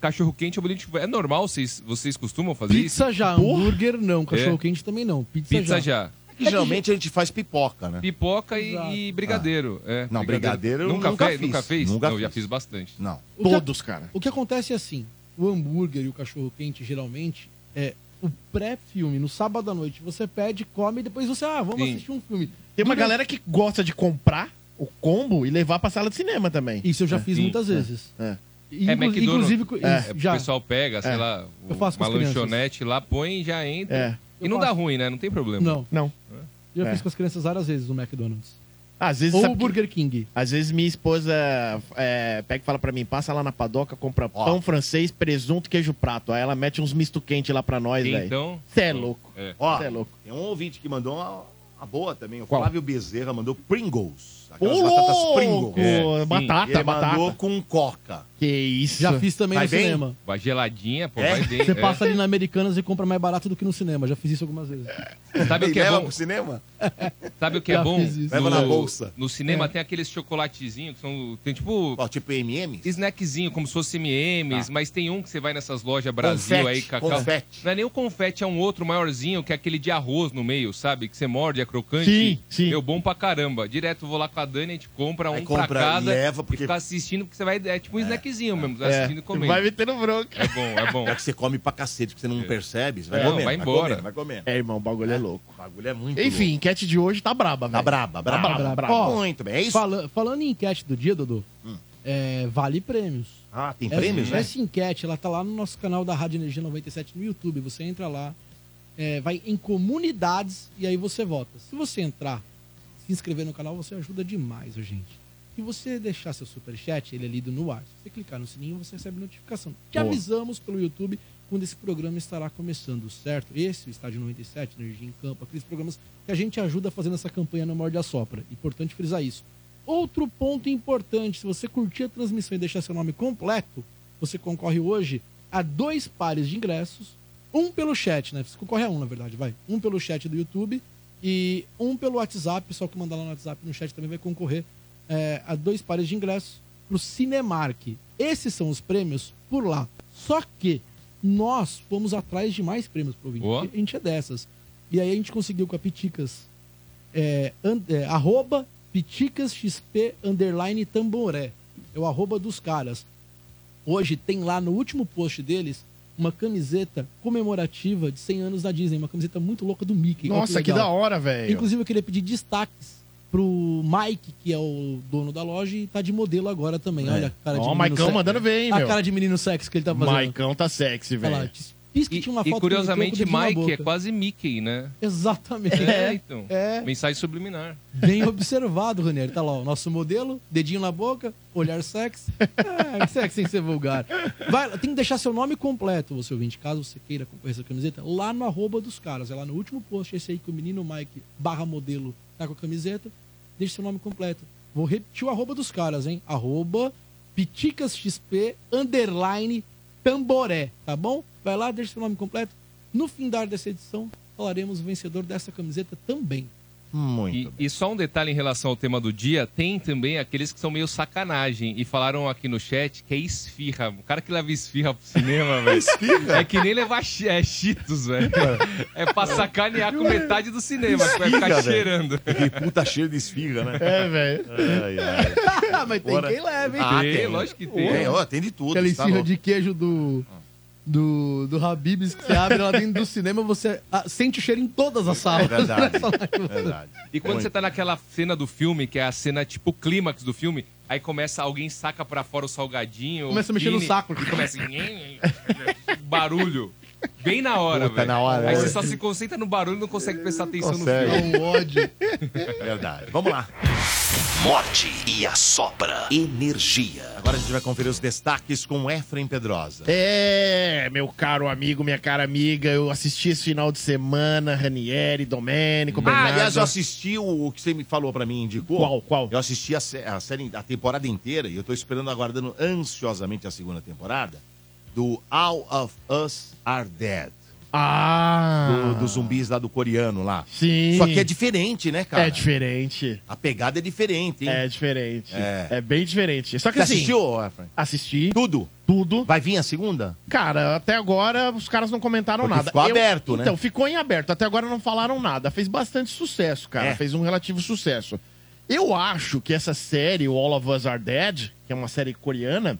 cachorro quente ou bolinho de chuva. É normal vocês vocês costumam fazer isso?
Pizza já, hambúrguer não, cachorro quente também não. Pizza,
É. Pizza já.
Que geralmente a gente faz pipoca, né?
Pipoca e,
Exato. Ah.
e brigadeiro. é,
Não, brigadeiro eu
nunca,
nunca
fe-
fiz.
nunca fez?
Nunca
não, eu já
fiz.
fiz bastante.
Não.
O que,
Todos, cara.
o que acontece é assim, o hambúrguer e o cachorro quente geralmente é o pré-filme, no sábado à noite você pede, come e depois você, ah, vamos
Sim.
assistir um filme.
Tem uma
Durante-
galera que gosta de comprar o combo e levar pra sala de cinema também.
Isso eu já fiz
sim,
muitas vezes.
é.
Inclu-
É, McDonald's.
Inclusive, co-
É,
É,
isso, já.
O pessoal pega, sei
É.
lá,
Eu faço com
uma
as crianças.
lanchonete lá, põe e já entra.
É.
E não
Eu
dá
faço.
ruim, né? Não tem problema.
Não,
Não.
eu já
É.
fiz com as crianças várias vezes no McDonald's.
Às vezes,
Ou
sabe
o
que-
Burger King.
às vezes minha esposa é, pega e fala pra mim, passa lá na padoca, compra
Ó.
pão francês, presunto, queijo prato. Aí ela mete uns misto quente lá pra nós, velho.
Então.
Cê é louco.
É.
Ó,
Cê é louco.
tem um ouvinte que mandou uma, uma boa também. O
Qual?
Flávio Bezerra mandou Pringles.
Ô,
Aquelas é batatas
louco!
Pringles. É.
É, sim.
Batata,
E ele
batata.
mandou com coca.
Que isso.
Já fiz também
Vai
no
bem?
cinema.
Vai geladinha, pô,
É?
vai bem.
Você
é.
passa ali na Americanas e compra mais barato do que no cinema. Já fiz isso algumas vezes.
Sabe o
Ele
que é
leva
bom?
pro cinema?
Sabe o que é
Já
bom?
fiz isso. É.
Leva na bolsa.
No cinema tem aqueles chocolatezinhos que são. Tem tipo.
Ó, tipo M&M?
Snackzinho, como se fosse MMs, mas tem um que você vai nessas lojas Brasil
Ah. Confete,
aí, Cacau.
confete.
Não é nem o confete, é um outro maiorzinho, que é aquele de arroz no meio, sabe? Que você morde, é crocante.
Sim, sim.
Meu, bom pra caramba. Direto vou lá com a Dani, a gente compra um
Aí
pra
compra,
cada
leva, porque-
e fica assistindo, porque você vai. É tipo um snackzinho mesmo,
tá
você vai
É.
assistindo e comendo.
Vai metendo bronca.
É bom, é bom.
Já que você come pra cacete, que você não percebe, você vai
É, não,
comendo.
vai embora.
comendo, vai comendo.
É, irmão, o bagulho é louco.
O bagulho é muito
Enfim, enquete de hoje tá braba,
louco. Tá
velho.
braba, braba,
Tá braba.
braba.
Ó,
Muito bem, é isso?
Fala- falando em enquete do dia, Dodô, é, vale prêmios.
Ah, tem
Essa-
prêmios, né?
Essa enquete, ela tá lá no nosso canal da Rádio Energia 97 no YouTube. Você entra lá, é, vai em comunidades e aí você vota. Se você entrar, se inscrever no canal, você ajuda demais a gente. Se você deixar seu superchat, ele é lido no ar. Se você clicar no sininho, você recebe notificação. Te
Boa.
avisamos pelo YouTube quando esse programa estará começando, certo? Esse, o Estádio 97, Energia em Campo, aqueles programas que a gente ajuda fazendo essa campanha no Morde a Sopra. Importante frisar isso. Outro ponto importante, se você curtir a transmissão e deixar seu nome completo, você concorre hoje a dois pares de ingressos, um pelo chat, né? Você concorre a um, na verdade, vai. Um pelo chat do YouTube e um pelo WhatsApp, pessoal que mandar lá no WhatsApp no chat também vai concorrer é, a dois pares de ingressos pro Cinemark. Esses são os prêmios por lá. Só que nós fomos atrás de mais prêmios pro ouvinte.
Ó.
A gente é dessas. E aí a gente conseguiu com a Piticas é, an- é, arroba piticasxp underline tamboré. É o arroba dos caras. Hoje tem lá no último post deles uma camiseta comemorativa de 100 anos da Disney. Uma camiseta muito louca do Mickey. Olha
Nossa, que
legal.
da hora, velho.
Inclusive, eu queria pedir destaques pro Mike, que é o dono da loja e tá de modelo agora também.
É.
Olha a cara
Ó,
de
o
menino
Maicão
sexy.
mandando ver, hein,
A
meu.
cara de menino sexy que ele tá fazendo.
Maicão tá sexy,
Olha lá,
velho.
diz- diz que
E,
tinha uma
e
foto dele no tronco,
curiosamente,
dedinho na
Mike é
boca.
quase Mickey, né?
Exatamente.
É, então.
É.
Mensagem subliminar.
Bem observado, Ranieri. Tá lá, o nosso modelo, dedinho na boca, olhar sexy. É, sexy sem ser vulgar. Vai, lá, tem que deixar seu nome completo, você ouvinte, caso você queira concorrer essa camiseta, lá no arroba dos caras. É lá no último post, esse aí que o menino Mike barra modelo tá com a camiseta. Deixa seu nome completo. Vou repetir o arroba dos caras, hein? Arroba piticasxp underline tamboré, tá bom? Vai lá, deixa seu nome completo. No findar dessa edição, falaremos o vencedor dessa camiseta também.
E,
Muito bem.
e só um detalhe em relação ao tema do dia, tem também aqueles que são meio sacanagem e falaram aqui no chat que é esfirra. O cara que leva esfirra pro cinema, velho. É que nem levar chi- é, cheetos, velho. É pra sacanear com metade do cinema, que vai ficar
Esfirra, velho.
cheirando.
Que puta cheiro de esfirra, né?
É, velho.
Ai, ai.
Ah, mas tem
Bora.
quem leva, hein?
Ah,
tem,
tem.
lógico que tem.
Tem, ó, tem de tudo.
Aquela
tá
esfirra
louco.
de queijo do. Do, do Habibs que você abre lá dentro do cinema, você ah, sente o cheiro em todas as
É
salas.
verdade. É verdade.
E quando você tá naquela cena do filme, que é a cena tipo clímax do filme, aí começa, alguém saca pra fora o salgadinho. o
Começa a mexer no
pine,
saco.
E começa. barulho. Bem na hora,
Puta,
velho.
na hora,
Aí
é.
né?
você só se concentra no barulho e não consegue prestar atenção
Consegue.
no filme.
É um ódio.
Verdade. Vamos lá.
Morde e assopra.
energia,
Agora a gente vai conferir os destaques com Efraim Pedrosa.
É, meu caro amigo, minha cara amiga, eu assisti esse final de semana, Ranieri, Domênico,
Ah,
Bernardo.
aliás, eu assisti o, o que você me falou pra mim, indicou.
Qual, qual?
Eu assisti a, sé- a série, a temporada inteira e eu tô esperando, aguardando ansiosamente a segunda temporada do All of Us Are Dead.
Ah,
do- dos zumbis lá do coreano lá.
sim.
Só que é diferente, né, cara?
É diferente.
A pegada é diferente, hein?
É diferente.
É.
É. bem diferente. Só que
Você
assim,
assistiu, Efraim?
assisti
Tudo?
tudo.
Vai vir a segunda?
Cara, até agora os caras não comentaram
Porque
nada.
ficou aberto, né?
Então, ficou em aberto. Até agora não falaram nada. Fez bastante sucesso, cara.
É.
Fez um relativo sucesso. Eu acho que essa série, o All of Us Are Dead, que é uma série coreana,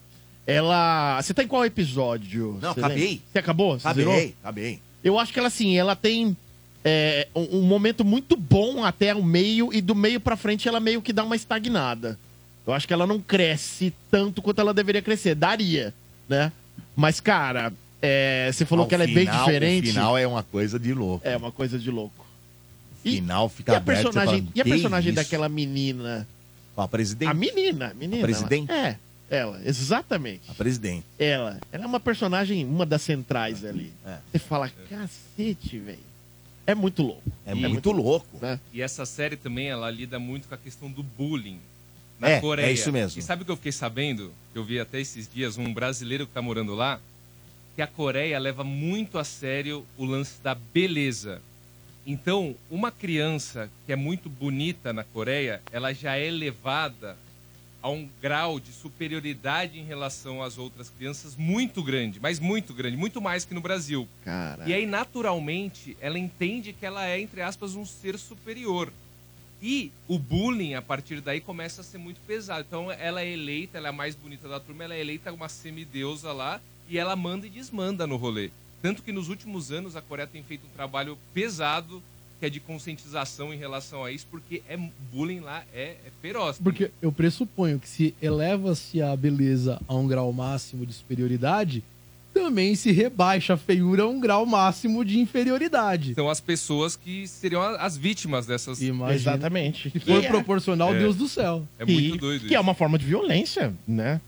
ela. Você tá em qual episódio?
Não,
Você
acabei.
lembra? Você acabou? Você
Tá
zerou?
bem, tá bem.
Eu acho que ela, assim, ela tem é, um, um momento muito bom até o meio, e do meio pra frente ela meio que dá uma estagnada. Eu acho que ela não cresce tanto quanto ela deveria crescer. Daria, né? Mas, cara, é, você falou
Ah, o
que ela é bem
final- O
diferente.
final é uma coisa de louco.
É uma coisa de louco.
O
E-
final fica
E a
aberto, você
personagem,
fala,
e a
"Que
personagem
isso?"
daquela menina?
Ó, A presidente.
A menina, a menina.
A presidente?
ela- é, ela, exatamente.
A presidente.
Ela. Ela é uma personagem, uma das centrais ali.
É.
Você fala, cacete, velho. É muito louco.
É,
E-
muito louco.
né?
E essa série também, ela lida muito com a questão do bullying na
É,
Coreia.
é isso mesmo.
E sabe o que eu fiquei sabendo? Eu vi até esses dias um brasileiro que tá morando lá, que a Coreia leva muito a sério o lance da beleza. Então, uma criança que é muito bonita na Coreia, ela já é levada a um grau de superioridade em relação às outras crianças muito grande, mas muito grande, muito mais que no Brasil.
Cara.
E aí, naturalmente, ela entende que ela é, entre aspas, um ser superior. E o bullying, a partir daí, começa a ser muito pesado. Então, ela é eleita, ela é a mais bonita da turma, ela é eleita uma semideusa lá e ela manda e desmanda no rolê. Tanto que nos últimos anos a Coreia tem feito um trabalho pesado, que é de conscientização em relação a isso, porque é bullying lá é, é feroz.
Porque eu pressuponho que se eleva-se a beleza a um grau máximo de superioridade, também se rebaixa a feiura a um grau máximo de inferioridade.
São as pessoas que seriam a- as vítimas dessas.
Imagina.
Exatamente.
Se for
Que é-
proporcional,
Então, É.
Deus do céu.
É
que-
muito doido
Que é
isso.
uma forma de violência, né?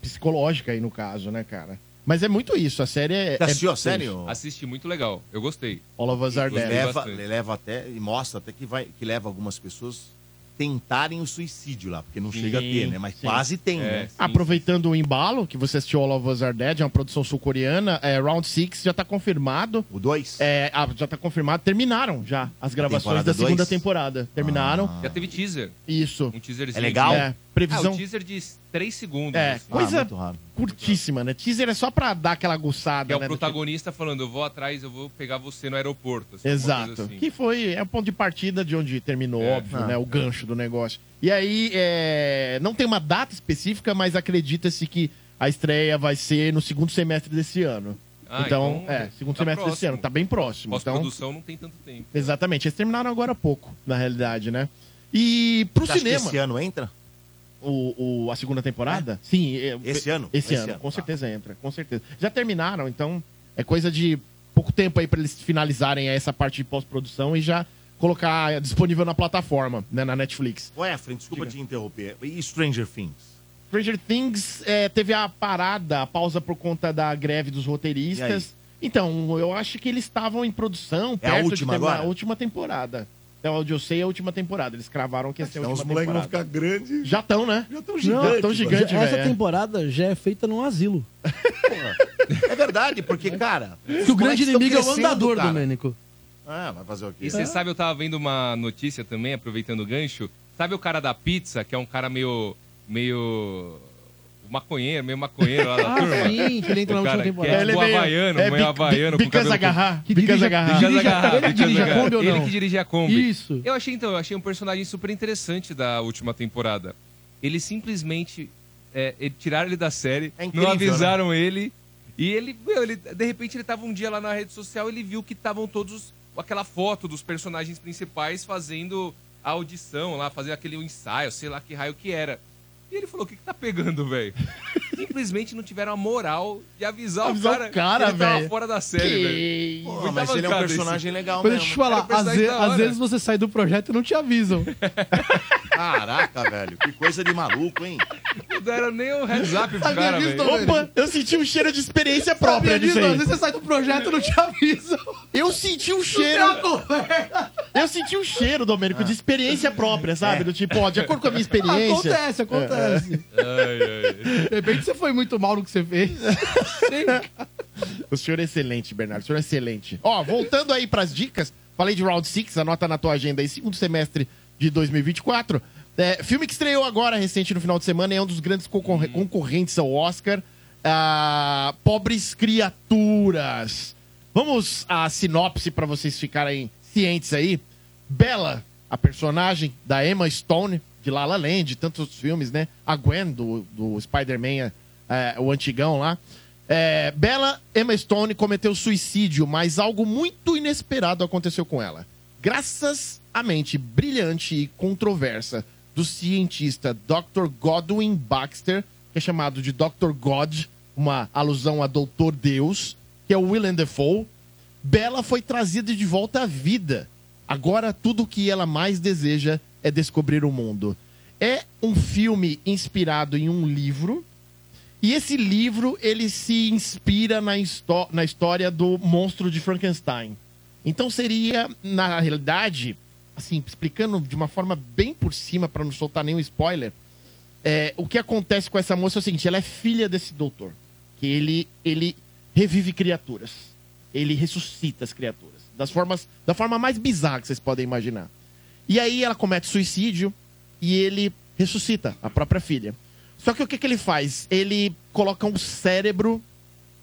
Psicológica aí no caso, né, cara? Mas é muito isso. A série é.
Você assistiu
é
a série? ô? é.
Assisti, muito legal. Eu gostei.
All of Us Are
assim, Ele
Dead.
Inclusive-
leva,
bastante.
ele leva até e mostra até que vai que leva algumas pessoas tentarem o suicídio lá, porque não
Sim,
chega a ter, né? Mas
sim.
quase tem,
É.
né?
Aproveitando o embalo, que você assistiu All of Us Are Dead, é uma produção sul-coreana, é, Round Six já tá confirmado.
O 2.
É, ah, já tá confirmado, terminaram já as gravações
Temporada
da segunda
dois? Ah.
temporada. Terminaram.
Já teve teaser.
Isso.
Um teaserzinho.
É legal?
de-
É,
Ah,
previsão
o teaser de 3 segundos.
É,
assim.
coisa-
Ah, muito rápido.
curtíssima, né? Teaser é só pra dar aquela aguçada,
Que é o
né? do
protagonista falando, eu vou atrás, eu vou pegar você no aeroporto. assim, alguma coisa
Exato.
assim.
Que foi é o ponto de partida de onde terminou,
É.
óbvio,
Ah.
né? O gancho do negócio. E aí, é, não tem uma data específica, mas acredita-se que a estreia vai ser no segundo semestre desse ano.
Ah,
então,
então,
é, segundo
tá
semestre desse
próximo.
ano, tá bem próximo. Então,
Pós-produção não tem tanto tempo.
exatamente. Eles terminaram agora há pouco, na realidade, né? E pro
Você acha que
cinema,
esse ano entra?
o, o- a segunda temporada? Sim, é,
Esse ano?
esse, ano, com
tá.
certeza entra, com certeza. Já terminaram, então é coisa de pouco tempo aí pra eles finalizarem essa parte de pós-produção e já colocar disponível na plataforma, né, na Netflix.
Ô, Efraim, desculpa te interromper. E Stranger Things?
Stranger Things é, teve a parada, a pausa por conta da greve dos
E aí?
roteiristas. Então, eu acho que eles estavam em produção
É a última
de terminar
agora?
a última temporada. Então, onde eu sei, é a última temporada. Eles cravaram
Ah,
que ia
então
ser a última temporada.
grandes.
Já estão, né?
Já estão
gigantes, tão gigantes. Grande,
Essa
velho, é.
temporada já é feita num asilo.
É verdade, porque, cara.
Que o grande inimigo é o andador,
do
Domênico.
Ah, vai fazer o quê?
E você sabe, eu tava vendo uma notícia também, aproveitando o gancho. Sabe o cara da pizza, que é um cara meio. meio. maconheiro, meio maconheiro lá da
Ah,
turma?
sim, que ele entra na
O
última
cara que é-
temporada.
Ele- tipo havaiano, meio
é bi-
havaiano,
bi-
com
Bicas
cabelo
agarrar.
Que
Bicas
dirige-
agarrar.
dirige-
agarrar,
ele
Bicas
dirige a
agarrar.
Kombi ou
Ele
não?
que dirige a Kombi.
Isso.
Eu achei então, eu achei um personagem super interessante da última temporada. Eles simplesmente é, ele- tiraram ele da série,
É incrível,
né?
não avisaram ele. E ele, meu, ele, de repente, ele tava um dia lá na rede social ele viu que estavam todos. aquela foto dos personagens principais fazendo a audição lá, fazendo aquele ensaio, sei lá que raio que era. E ele falou: o que, que tá pegando, velho? Simplesmente não tiveram a moral de avisar,
Avisar o
o cara.
cara,
que ele tava
velho.
fora da
Que
série, velho.
isso.
Pô,
Muito
mas ele é um
avancado
personagem legal
tipo. Mas
mesmo.
deixa eu te
Era
falar,
um
às,
personagem
ve-
da
às
hora.
vezes você sai do projeto e não te avisam.
Caraca, velho. Que coisa de maluco, hein?
Não deram nem o heads up pro cara,
disso,
velho.
Domênico?
Opa, eu senti um cheiro de experiência própria
Sabia disso?
disso
Às
aí.
vezes você sai do projeto e não te avisa.
Eu senti um
Não
cheiro,
conversa. Ah. É.
eu senti um cheiro, Domênico, de experiência própria, sabe? Do tipo, ó, de acordo com a minha experiência. É.
Acontece, acontece.
Ai, ai.
De repente você foi muito mal no que você fez.
O senhor é excelente, Bernardo. O senhor é excelente. Ó, voltando aí pras dicas, falei de Round 6, anota na tua agenda aí, segundo semestre de 2024. É, filme que estreou agora recente no final de semana e é um dos grandes concorre- concorrentes ao Oscar. Ah, Pobres Criaturas. Vamos à sinopse pra vocês ficarem cientes aí. Bella, a personagem da Emma Stone, de La La Land, tantos filmes, né? A Gwen, do, do Spider-Man, é, o antigão lá. É, Bella Emma Stone cometeu suicídio, mas algo muito inesperado aconteceu com ela. Graças à mente brilhante e controversa do cientista Dr. Godwin Baxter, que é chamado de Dr. God, uma alusão a Doutor Deus, que é o Willem Dafoe, Bella foi trazida de volta à vida. Agora tudo o que ela mais deseja é descobrir o mundo. É um filme inspirado em um livro e esse livro, ele se inspira na, histó- na história do monstro de Frankenstein. Então seria, na realidade, assim, explicando de uma forma bem por cima, para não soltar nenhum spoiler, é, o que acontece com essa moça é o seguinte, ela é filha desse doutor, que ele, ele revive criaturas. Ele ressuscita as criaturas, das formas, da forma mais bizarra que vocês podem imaginar. E aí ela comete suicídio e ele ressuscita a própria filha. Só que o que, que ele faz? Ele coloca um cérebro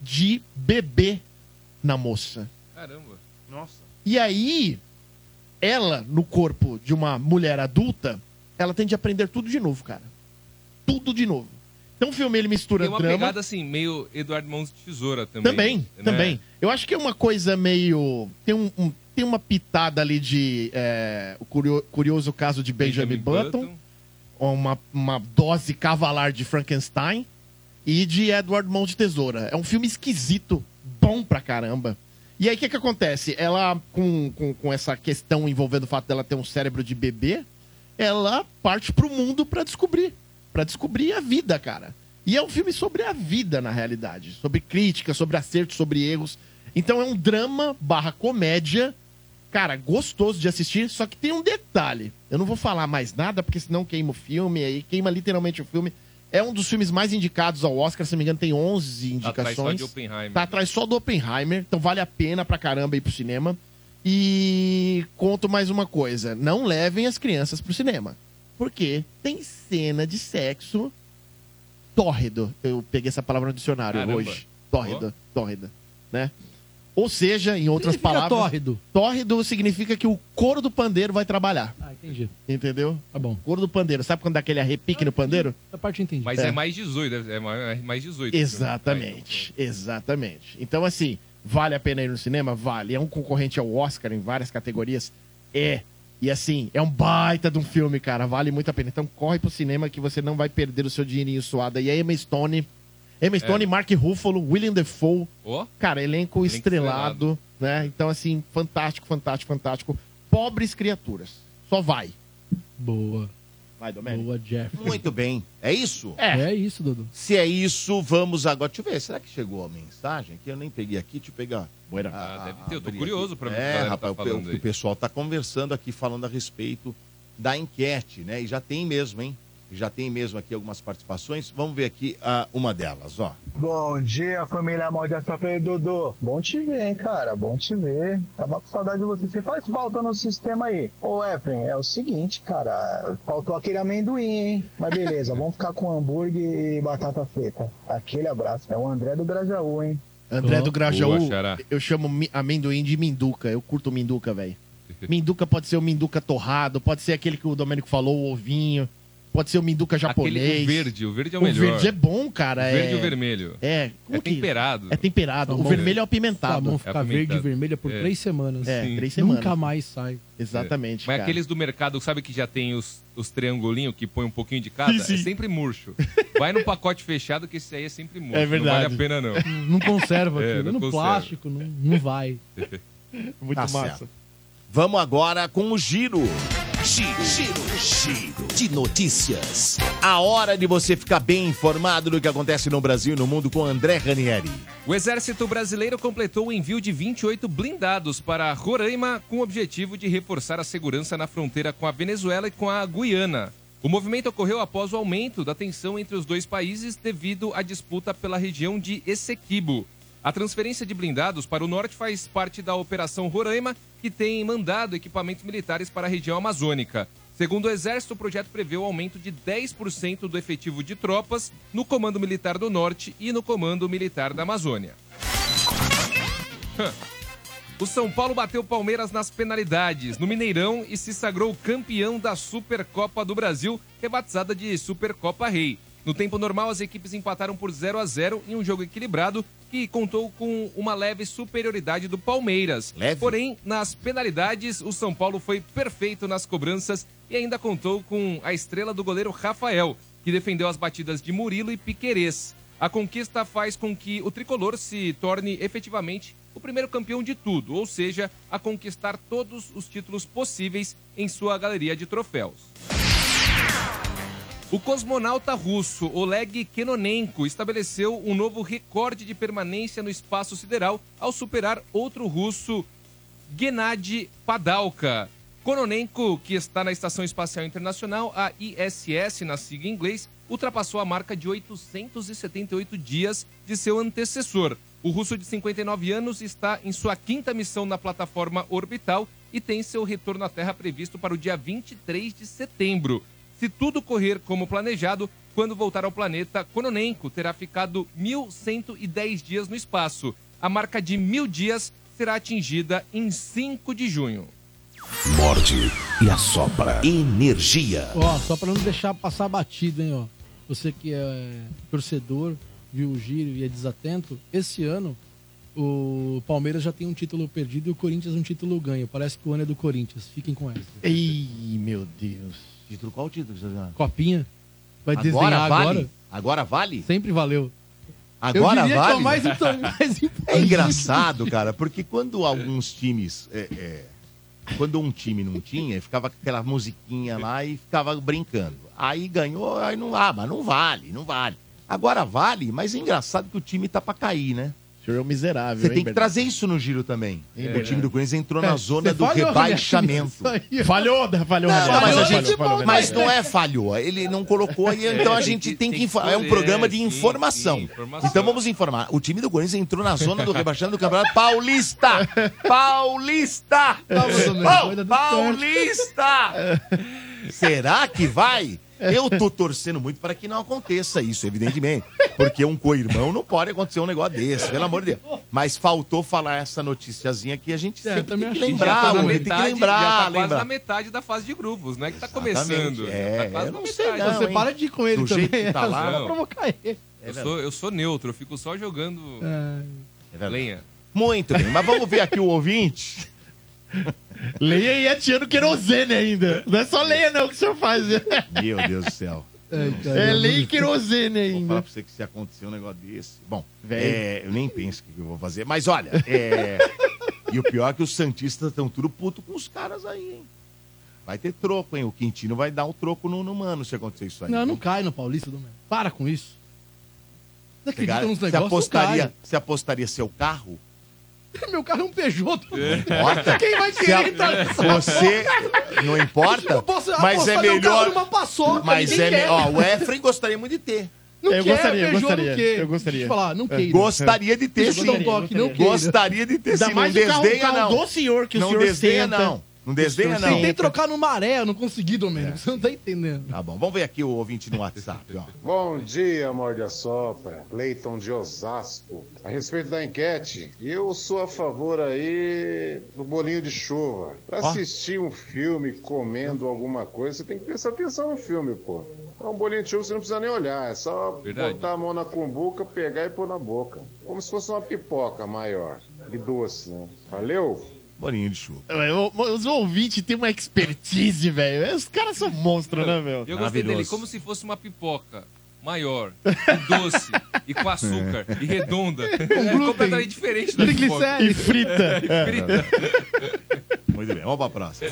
de bebê na moça.
Caramba.
Nossa.
E aí, ela, no corpo de uma mulher adulta, ela tem de aprender tudo de novo, cara. Tudo de novo. Então o filme ele mistura
Tem uma
drama.
pegada assim, meio Eduardo Mãos de Tesoura também.
Também,
né?
também. Eu acho que é uma coisa meio. Tem, um, um- tem uma pitada ali de. é, o curio- curioso caso de Benjamin, Button, Uma, uma dose cavalar de Frankenstein e de Edward Mão de Tesoura. É um filme esquisito, bom pra caramba. E aí o que, que acontece? Ela, com, com, com essa questão envolvendo o fato dela ter um cérebro de bebê, ela parte pro mundo pra descobrir. Pra descobrir a vida, cara. E é um filme sobre a vida, na realidade. Sobre crítica, sobre acertos, sobre erros. Então é um drama barra comédia. Cara, gostoso de assistir, só que tem um detalhe. Eu não vou falar mais nada, porque senão queima o filme, aí queima literalmente o filme. É um dos filmes mais indicados ao Oscar, se não me engano, tem 11
Tá atrás só
indicações.
de Oppenheimer.
Tá atrás só do Oppenheimer, então vale a pena pra caramba ir pro cinema. E conto mais uma coisa: não levem as crianças pro cinema. Porque tem cena de sexo tórrido. Eu peguei essa palavra no dicionário
Caramba.
hoje. Tórrido, tórrida, né? Ou seja, em outras
Significa
palavras, tórrido.
Tórrido.
significa que o couro do pandeiro vai trabalhar,
Ah, entendi.
entendeu?
Tá bom.
Couro do pandeiro, sabe quando dá aquele arrepique né? no pandeiro?
Essa parte eu entendi.
Mas
É.
é. mais 18, é mais- é mais 18.
Exatamente, exatamente. Então, assim, vale a pena ir no cinema? Vale. É um concorrente ao Oscar em várias categorias? É. E assim, é um baita de um filme, cara. Vale muito a pena. Então corre pro cinema que você não vai perder o seu dinheirinho suado. E a Emma Stone, Emma Stone, Mark Ruffalo, William Defoe,
Então, Ó,
cara, É. elenco,
Elenco
estrelado, né? Então, assim, fantástico, fantástico, fantástico. Pobres criaturas. Só vai.
Boa.
Vai,
É.
Domênico.
Boa, Jeff.
Muito bem. É isso?
É.
É isso, Dudu.
Se é isso, vamos agora. Deixa eu ver, será que chegou a mensagem? Que eu nem peguei aqui, deixa eu pegar.
Buena.
ah,
Ah,
deve ter. Eu tô
abri
curioso pra ver o que a
É,
galera
rapaz,
tá
o, pe-
falando
o
aí.
pessoal tá conversando aqui, falando a respeito da enquete, né? E já tem mesmo, hein? Já tem mesmo aqui algumas participações. Vamos ver aqui ah, uma delas, ó.
Bom dia, família Maldias pra frente, Dudu. Bom te ver, hein, cara. Bom te ver. Tava com saudade de você. Você faz falta no sistema aí. Ô, Efren, é o seguinte, cara. Faltou aquele amendoim, hein? Mas beleza, vamos ficar com hambúrguer e batata frita. Aquele abraço. É o André do Grajaú, hein?
André
Ó.
do Grajaú,
Boa, Xará.
eu chamo mi- amendoim de minduca. Eu curto minduca, velho. Minduca pode ser o minduca torrado, pode ser aquele que o Domênico falou, o ovinho, pode ser o minduca japonês.
Aquele, o verde, o verde é o
O
melhor.
verde é bom, cara.
O verde e o
é...
vermelho.
É,
É
como que-
temperado.
É temperado. O
Salmão.
vermelho é
Tá bom
apimentado.
É
ficar verde e
apimentado.
vermelha por
É.
três semanas.
É,
Sim.
três semanas.
Nunca mais sai.
Exatamente,
Mas
cara.
aqueles do mercado, sabe que já tem os, os triangulinhos que põe um pouquinho de cada?
Sim, sim.
É sempre murcho. Vai no pacote fechado que esse aí é sempre murcho.
É
Não vale
verdade.
a pena, não.
Não conserva
É,
aquilo.
não
no
conserva.
plástico, não, não vai.
Muito
Tá
massa.
certo. Vamos agora com o giro. Giro, giro, giro de notícias. A hora de você ficar bem informado do que acontece no Brasil e no mundo com André Ranieri.
O Exército Brasileiro completou o envio de 28 blindados para Roraima com o objetivo de reforçar a segurança na fronteira com a Venezuela e com a Guiana. O movimento ocorreu após o aumento da tensão entre os dois países devido à disputa pela região de Essequibo. A transferência de blindados para o norte faz parte da Operação Roraima, que tem mandado equipamentos militares para a região amazônica. Segundo o Exército, o projeto prevê o aumento de 10% do efetivo de tropas no Comando Militar do Norte e no Comando Militar da Amazônia. Hã. O São Paulo bateu o Palmeiras nas penalidades no Mineirão e se sagrou campeão da Supercopa do Brasil, rebatizada de Supercopa Rei. No tempo normal, as equipes empataram por 0 a 0 em um jogo equilibrado que contou com uma leve superioridade do Palmeiras.
Leve?
Porém, nas penalidades, o São Paulo foi perfeito nas cobranças e ainda contou com a estrela do goleiro Rafael, que defendeu as batidas de Murilo e Piquerez. A conquista faz com que o tricolor se torne efetivamente o primeiro campeão de tudo, ou seja, a conquistar todos os títulos possíveis em sua galeria de troféus. O cosmonauta russo Oleg Kenonenko estabeleceu um novo recorde de permanência no espaço sideral ao superar outro russo, Gennady Padalka. Kononenko, que está na Estação Espacial Internacional, a ISS, na sigla em inglês, ultrapassou a marca de 878 dias de seu antecessor. O russo de 59 anos está em sua quinta missão na plataforma orbital e tem seu retorno à Terra previsto para o dia 23 de setembro. Se tudo correr como planejado, quando voltar ao planeta, Kononenko terá ficado 1.110 dias no espaço. A marca de 1.000 dias será atingida em 5 de junho.
Morde e assopra.
Energia.
Ó, só pra não deixar passar batido, hein, ó. Você que é torcedor, viu o giro e é desatento, esse ano o Palmeiras já tem um título perdido e o Corinthians um título ganho. Parece que o ano é do Corinthians. Fiquem com essa.
Ei, meu Deus.
Título, qual o título? Suzana?
Copinha. Vai
Agora
desenhar
vale?
agora.
Agora vale?
Sempre valeu.
Agora
Eu diria que é
vale?
o mais, impor- mais importante.
É engraçado, cara, porque quando alguns times. é, é, quando um time não tinha, ficava com aquela musiquinha lá e ficava brincando. Aí ganhou, aí não ah, mas não vale, não vale. Agora vale, mas é engraçado que o time tá pra cair, né?
O senhor é um miserável,
Você
hein,
tem que
Bernardo?
trazer isso no giro também.
Hein,
o time
Bernardo?
do Corinthians entrou na zona
Você
do
né?
falhou,
rebaixamento.
né? Isso aí, ó.
Falhou, da- falhou,
Não,
Bernardo,
mas a gente-
falhou,
Mas
Bernardo.
não é falhou, ele não colocou, e então a gente tem que. info- É um
escolher,
programa de
sim,
informação.
sim, informação.
Então vamos informar. O time do Corinthians entrou na zona do rebaixamento do Campeonato Paulista! Paulista! Pau- Paulista! Será que vai? Eu tô torcendo muito para que não aconteça isso, evidentemente. Porque um co-irmão não pode acontecer um negócio desse, pelo amor de Deus. Mas faltou falar essa noticiazinha que a gente
É, eu
sempre
também
tem que
já
achei.
lembrar,
tá na
homem, tem que
metade- já tá
lembrar,
quase na
lembrar.
metade da fase de grupos, não é que tá
Exatamente,
começando. já
é,
tá quase
eu
na
não sei
metade.
não,
Então, Você
hein?
para de ir com ele
Do
também.
jeito que tá
é
lá.
só pra
Não.
provocar ele.
Eu sou, eu sou neutro, eu fico só jogando
É.
É verdade.
lenha.
Muito bem, mas vamos ver aqui o ouvinte.
Leia e atirando querosene ainda. Não é só leia, não, que o senhor faz.
Meu Deus do céu.
Ai,
É
caramba.
leia e querosene
né?
Vou falar
ainda.
pra você que se acontecer um negócio desse. Bom,
Velho.
é, eu nem penso o que eu vou fazer. Mas olha, é, e o pior é que os Santistas estão tudo puto com os caras aí, hein? Vai ter troco, hein? O Quintino vai dar um troco no, no mano se acontecer isso aí.
Não, não
Hein?
cai no Paulista, Domênico. Para com isso. Você acredita
Pegaram-
nos
Você
negócios?
apostaria, você apostaria seu carro?
Não cai. Meu carro é um Peugeot.
Importa?
Quem vai
Você,
querer entrar nessa
você não importa,
Eu posso
mas é
apostar meu carro
melhor.
numa paçoca,
Mas
ninguém
é, me-
quer.
ó, o Efraim gostaria muito de ter.
Não
Eu
quer,
gostaria, eu
Peugeot
gostaria,
não quer.
eu gostaria. É.
Deixa eu falar, não queira.
Gostaria de ter,
Deixa eu dar um
sim.
toque, não queira.
Gostaria de ter,
Ainda
sim. Não
mais o carro, o
desdenha,
carro
não.
do senhor que o
Não
senhor
desdenha,
senta.
não. Não desdenha,
senhor
não.
Tentei
senta.
trocar no maré, eu não consegui,
É.
Domênico. Você não tá entendendo.
Tá bom, vamos ver aqui o ouvinte no WhatsApp, ó.
Bom dia, Morde a Sopra, Leiton de Osasco. A respeito da enquete, eu sou a favor aí do bolinho de chuva. Pra
Ó.
assistir um filme comendo alguma coisa, você tem que prestar atenção no filme, pô. Então, um bolinho de chuva você não precisa nem olhar, é só
Verdade.
botar a mão na cumbuca, pegar e pôr na boca. Como se fosse uma pipoca maior e doce, né? Valeu?
Bolinho de chuva.
Ué, o- o- Os ouvintes têm uma expertise, velho. Os caras são monstros, né, meu?
Eu gostei dele
Maravilhoso.
como se fosse uma pipoca maior, e doce, e com açúcar, e
Um
redonda. É completamente diferente da pipoca.
E frita. É.
Muito muito bem. Vamos pra próxima.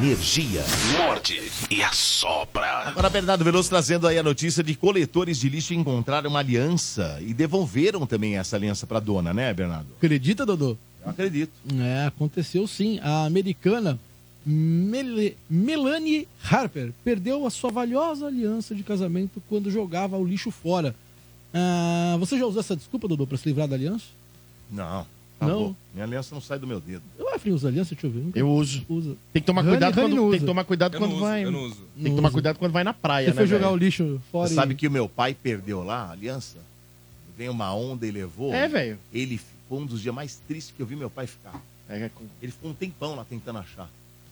Energia. Morde e assopra.
Agora, Bernardo Veloso trazendo aí a notícia de coletores de lixo encontraram uma aliança e devolveram também essa aliança pra dona, né, Bernardo?
Acredita, Dodô?
Eu acredito.
É, aconteceu sim. A americana Mele- Melanie Harper perdeu a sua valiosa aliança de casamento quando jogava o lixo fora. Ah, você já usou essa desculpa, Dodô, pra se livrar da aliança?
Não.
Não?
Minha aliança não sai do meu dedo.
Eu acho que usa aliança, deixa eu ver. Nunca
Eu uso.
usa.
Tem que tomar
Honey,
cuidado
honey não
quando, tem
usa.
que tomar cuidado
Eu não
quando
uso,
vai.
eu não uso.
Tem que
Não
tomar
usa.
cuidado quando vai na praia,
Você
né?
foi jogar
velho?
o lixo fora
Você
e-
sabe que o meu pai perdeu lá a aliança? Veio uma onda e levou.
É, velho.
Ele ficou um dos dias mais tristes que eu vi meu pai ficar.
É, é,
Ele ficou um tempão lá tentando achar.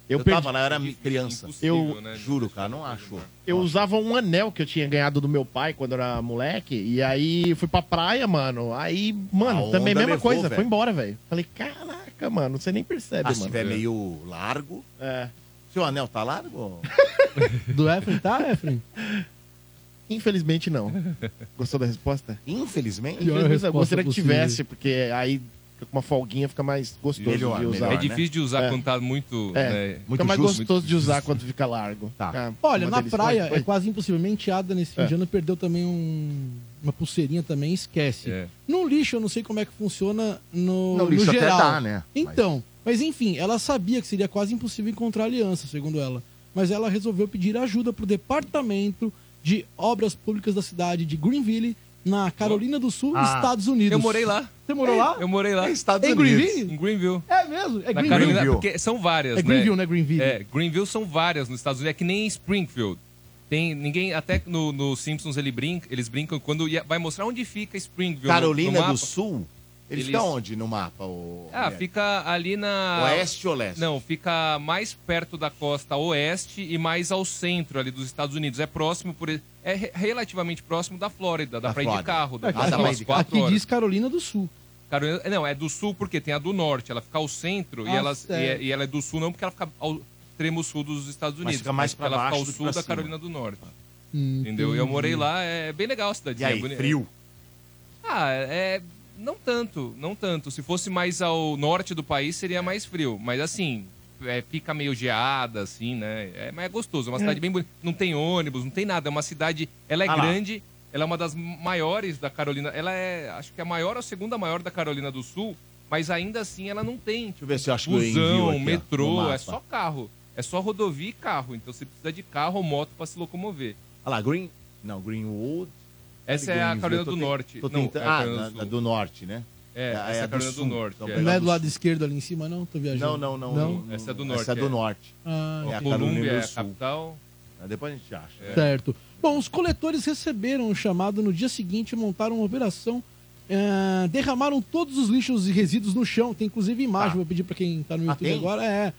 Eu,
Eu,
perdi-
tava lá, eu era criança.
Impossível,
Eu
né, de
Juro,
deixar
cara,
no
não achou.
né?
eu usava um anel que eu tinha ganhado do meu pai quando era moleque. E aí fui pra praia, mano. Aí,
A
mano,
onda
também mesma
levou,
coisa.
velho.
Foi embora, velho. Falei, caraca, mano, você nem percebe,
Ah, se
mano.
É.
tiver meio largo.
É.
Seu anel tá largo?
Do Efren, tá, Efren?
Infelizmente não. Gostou da resposta?
Infelizmente.
Pior
Infelizmente,
resposta
eu gostaria que
possível.
tivesse, porque aí fica com uma folguinha fica mais gostoso
Melhor,
de usar.
melhor,
É
né?
difícil de usar
É.
quando tá muito.
É,
né,
fica
Muito
mais
justo,
gostoso de usar quando fica largo.
Tá.
Fica
Olha,
uma
na
delícia.
praia
Pode-
é quase impossivelmente. A Ada, nesse fim
É.
de ano, perdeu também um- uma pulseirinha também, esquece.
É.
No lixo, eu não sei como é que funciona no,
No
no
lixo até
geral.
dá, né?
Então, mas... enfim, ela sabia que seria quase impossível encontrar aliança, segundo ela. Mas ela resolveu pedir ajuda pro Departamento de Obras Públicas da cidade de Greenville, na Carolina do Sul, Estados Unidos.
Ah. Eu morei lá.
Você morou lá?
Eu morei lá.
É Estados
Em
Unidos.
Greenville?
Em Greenville.
É mesmo? É
Na
Greenville.
Carolina,
Greenville.
porque são várias, né?
É Greenville, né? Greenville.
É, Greenville são várias nos Estados Unidos, é que nem Springfield. Tem ninguém, até no, no Simpsons ele brinca, eles brincam quando ia- vai mostrar onde fica Springfield. no- no
Carolina
mapa.
do Sul? Ele
Eles-
fica onde no mapa? O...
Ah, fica ali na.
Oeste ou leste?
Não, fica mais perto da costa oeste e mais ao centro ali dos Estados Unidos. É próximo por. É re- relativamente próximo da Flórida. Dá
Da
pra ir de
Flórida.
carro, dá
Ah,
pra ir
dá pra ir
umas
de carro.
quatro
Aqui
horas.
diz Carolina do Sul.
Carolina, não, é do sul porque tem a do norte, ela fica ao centro e,
Ah,
ela, e, é-
certo.
e ela é do sul não porque ela fica ao extremo sul dos Estados Unidos.
fica mais pra
ela
baixo
fica ao
do que
sul
pra
da
cima. Ah,
Carolina do Norte.
Hum,
Entendeu? Eu morei lá, é bem legal a
E
cidadezinha.
aí,
boni- é
frio?
Ah, é. Não tanto, não tanto. Se fosse mais ao norte do país, seria mais frio. Mas assim, é, fica meio geada, assim, né? É, mas é gostoso, é uma cidade bem bonita. Não tem ônibus, não tem nada. É uma cidade. Ela é
Ah lá.
grande, ela é uma das maiores da Carolina. Ela é, acho que é a maior ou a segunda maior da Carolina do Sul, mas ainda assim ela não tem.
Deixa eu
tipo,
ver se eu acho que eu envio
Busão,
aqui, ó, no
metrô,
mapa.
é só carro. É só rodovia e carro. Então você precisa de carro ou moto pra se locomover.
Olha lá, Green... Não, Greenwood.
Essa é a
Greenville,
Carolina
tô
do
ten-
Norte.
Tô
Não,
tentando...
é a
ah,
Carolina
na-
do
na
Sul.
do Norte, né?
É,
É,
essa é
é
a
do
Carolina do,
Sul.
Norte.
Então,
é.
Não é do lado esquerdo ali em cima, não? Tô viajando.
Não, não, não,
Não?
não.
Essa é do
Essa é
norte,
do
é.
norte.
Ah,
É a
Colômbia
Carolina
é
do
a
Sul.
capital.
Ah, Depois a gente acha.
É.
né?
Certo. Bom, os coletores receberam um chamado no dia seguinte e montaram uma operação. ah, derramaram todos os lixos e resíduos no chão. Tem inclusive imagem,
Ah.
vou pedir pra quem tá no YouTube
tem?
agora. É.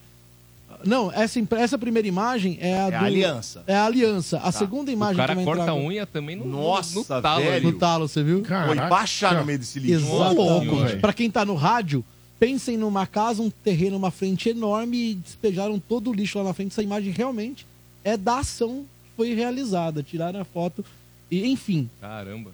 Não, essa, impre- essa primeira imagem é a
É
do.
a aliança. Tá.
É a aliança. A segunda
O
imagem
cara
que vai
corta um
entrar
a unha também no,
Nossa,
no talo
velho.
ali.
no talo, você viu?
Pô, e
Caraca.
baixar no meio desse lixo.
Exato.
louco, velho.
Pra quem tá no rádio, pensem numa casa, um terreno, uma frente enorme e despejaram todo o lixo lá na frente. Essa imagem realmente é da ação que foi realizada. Tiraram a foto e, enfim,
Caramba.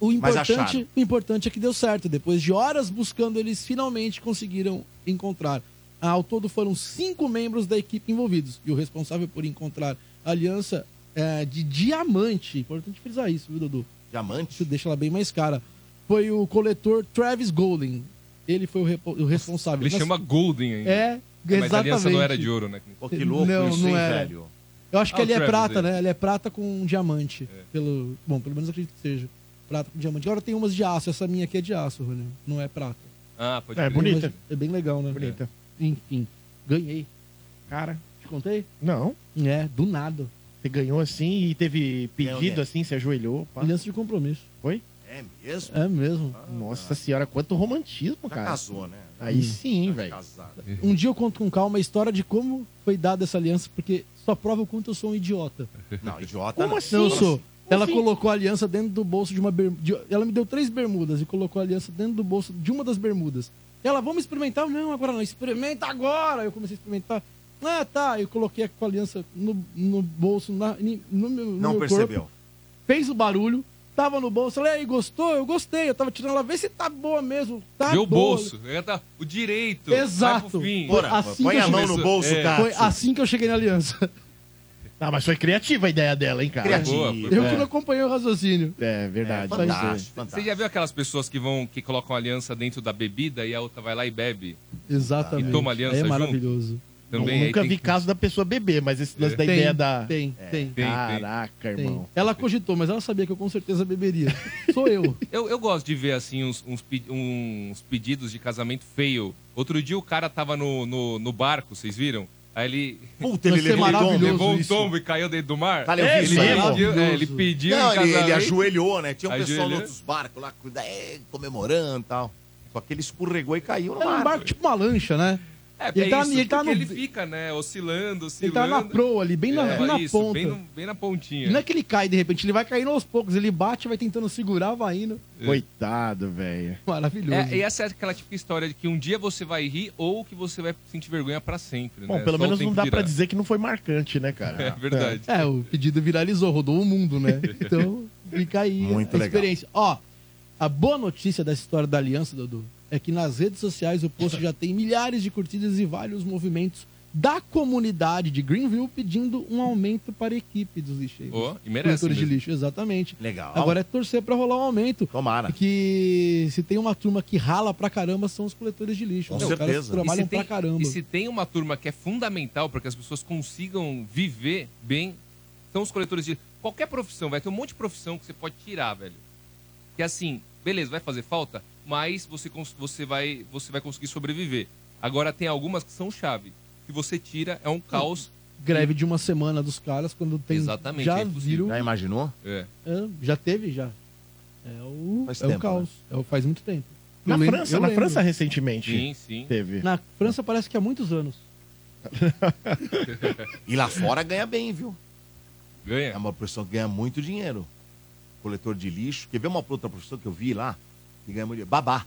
o
Mas
importante,
acharam.
o importante é que deu certo. Depois de horas buscando, eles finalmente conseguiram encontrar. Ao todo foram cinco membros da equipe envolvidos. E o responsável por encontrar a aliança é, de diamante. Importante frisar isso, viu, Dudu? Isso
Diamante?
deixa ela bem mais cara. Foi o coletor Travis Golden. Ele foi o, repo- o responsável.
Ele
Nas-
chama Golden ainda.
É,
né? mas
exatamente.
a aliança não era de ouro, né?
Pô, que louco
Não,
isso,
não é.
hein,
era.
velho?
Eu acho que
Ah, o
ele é
Travis, É.
prata,
ele.
né? Ele é prata com diamante. Pelo... Bom, pelo menos eu acredito que seja. Prata com diamante. Agora tem umas de aço. Essa minha aqui é de aço, Rony. Não é prata.
Ah, pode
É,
crer.
bonito. Bonita.
Mas É bem legal, né?
Bonita.
Enfim, ganhei.
Cara,
Te contei?
não.
É, do nada.
Você ganhou assim e teve
Ganhou,
pedido
né?
assim, se ajoelhou. pá.
Aliança de compromisso.
É mesmo?
É mesmo.
Nossa senhora, quanto romantismo,
Já
cara.
casou, né?
Hum.
Aí sim,
Já
velho.
Casado.
Um dia eu conto com calma a história de como foi dada essa aliança, porque só prova o quanto eu sou um idiota.
Não, idiota
Como
não.
assim?
Não, eu sou. Ela
assim?
colocou a aliança dentro do bolso de uma bermuda. Ela me deu três bermudas e colocou a aliança dentro do bolso de uma das bermudas. Ela, vamos experimentar? Eu, Não, agora não. Experimenta agora! Eu comecei a experimentar. Ah, tá. Eu coloquei a com a aliança no, no bolso, na, ni- no meu, no
Não
meu corpo.
percebeu.
Fez o barulho. Tava no bolso, falei, aí, gostou? Eu gostei, eu tava tirando ela, vê se tá boa mesmo. Tá
Meu
boa.
bolso. Ela tá- O direito. Vai
Exato.
pro fim.
Foi assim que eu cheguei-
É.
Foi assim que eu cheguei na aliança.
Ah, mas foi criativa a ideia dela, hein,
é
cara?
Criativa. Boa,
É
foi
Eu
boa.
que não acompanhei o raciocínio.
É verdade.
Você- Você já viu aquelas pessoas que vão que colocam aliança dentro da bebida e a outra vai lá e bebe?
Exatamente.
E toma aliança
é
junto?
maravilhoso.
Também
Eu
aí
nunca
tem
vi caso da pessoa beber, mas esse lance da
Tem,
ideia da. É.
Tem, tem.
tem,
Caraca,
Tem.
irmão.
Ela cogitou, mas ela sabia que eu com certeza beberia. Sou eu.
Eu, eu gosto de ver, assim, uns, uns pe- uns pedidos de casamento feio. Outro dia o cara tava no, no, no barco, vocês viram? Aí ele.
Puta, ele Nossa, é levou um tombo. maravilhoso
Levou um
isso.
tombo e caiu dentro do mar.
Cara, eu vi
ele,
isso aí.
pediu, é, ele pediu.
Não,
em
ele, ele
casamento.
ajoelhou, né? Tinha um pessoal
Ajoelhou.
nos outros barcos lá cuida- é, comemorando e tal. Só que ele escorregou e caiu no
Era um
mar.
barco tipo uma lancha, né?
É,
ele,
é
tá,
isso,
ele tá
porque
no.
ele fica, né? Oscilando,
ele
oscilando.
tá na proa ali, bem na,
É,
bem na
isso,
ponta.
Bem, no- bem na pontinha.
Não é que ele cai de repente, ele vai caindo aos poucos. Ele bate, vai tentando segurar, vai indo.
Coitado, velho.
Maravilhoso.
É, e essa é aquela típica história de que um dia você vai rir ou que você vai sentir vergonha pra sempre,
Bom,
né?
pelo
Só o
menos não
tempo
dá pra
dirá.
dizer que não foi marcante, né, cara?
É verdade.
É, o pedido viralizou, rodou o mundo, né? Então, fica aí
Muito
a
legal.
experiência. Ó, a boa notícia dessa história da aliança, Dudu, é que nas redes sociais o post já tem milhares de curtidas e vários movimentos da comunidade de Greenville pedindo um aumento para a equipe dos lixeiros.
Ó, e merece
Coletores É. de
mesmo.
lixo, exatamente.
Legal.
Agora é torcer para rolar um aumento.
Tomara.
Que se tem uma turma que rala pra caramba são os coletores de lixo. né? Os caras
E
trabalham
se tem-
pra caramba.
E se tem uma turma que é fundamental para que as pessoas consigam viver bem, são os coletores de. Qualquer profissão, vai ter um monte de profissão que você pode tirar, velho. Que assim, beleza, vai fazer falta, mas você, cons- você, vai, você vai conseguir sobreviver. Agora, tem algumas que são chave. Que você tira, é um caos.
Greve de uma semana dos caras quando tem.
Exatamente,
Já
é
viram.
Já imaginou?
É.
É, já teve, já. É o,
Faz
é
tempo,
o caos. É o- faz muito tempo.
né? Na
Eu lembro-
França,
eu
na
lembro.
França é- recentemente.
Sim, sim.
Teve.
Na França parece que há muitos anos.
E lá fora ganha bem, viu?
Ganha.
É uma profissão que ganha muito dinheiro. Coletor de lixo. Quer ver uma outra profissão que eu vi lá? Que ganha muito dinheiro? Babá.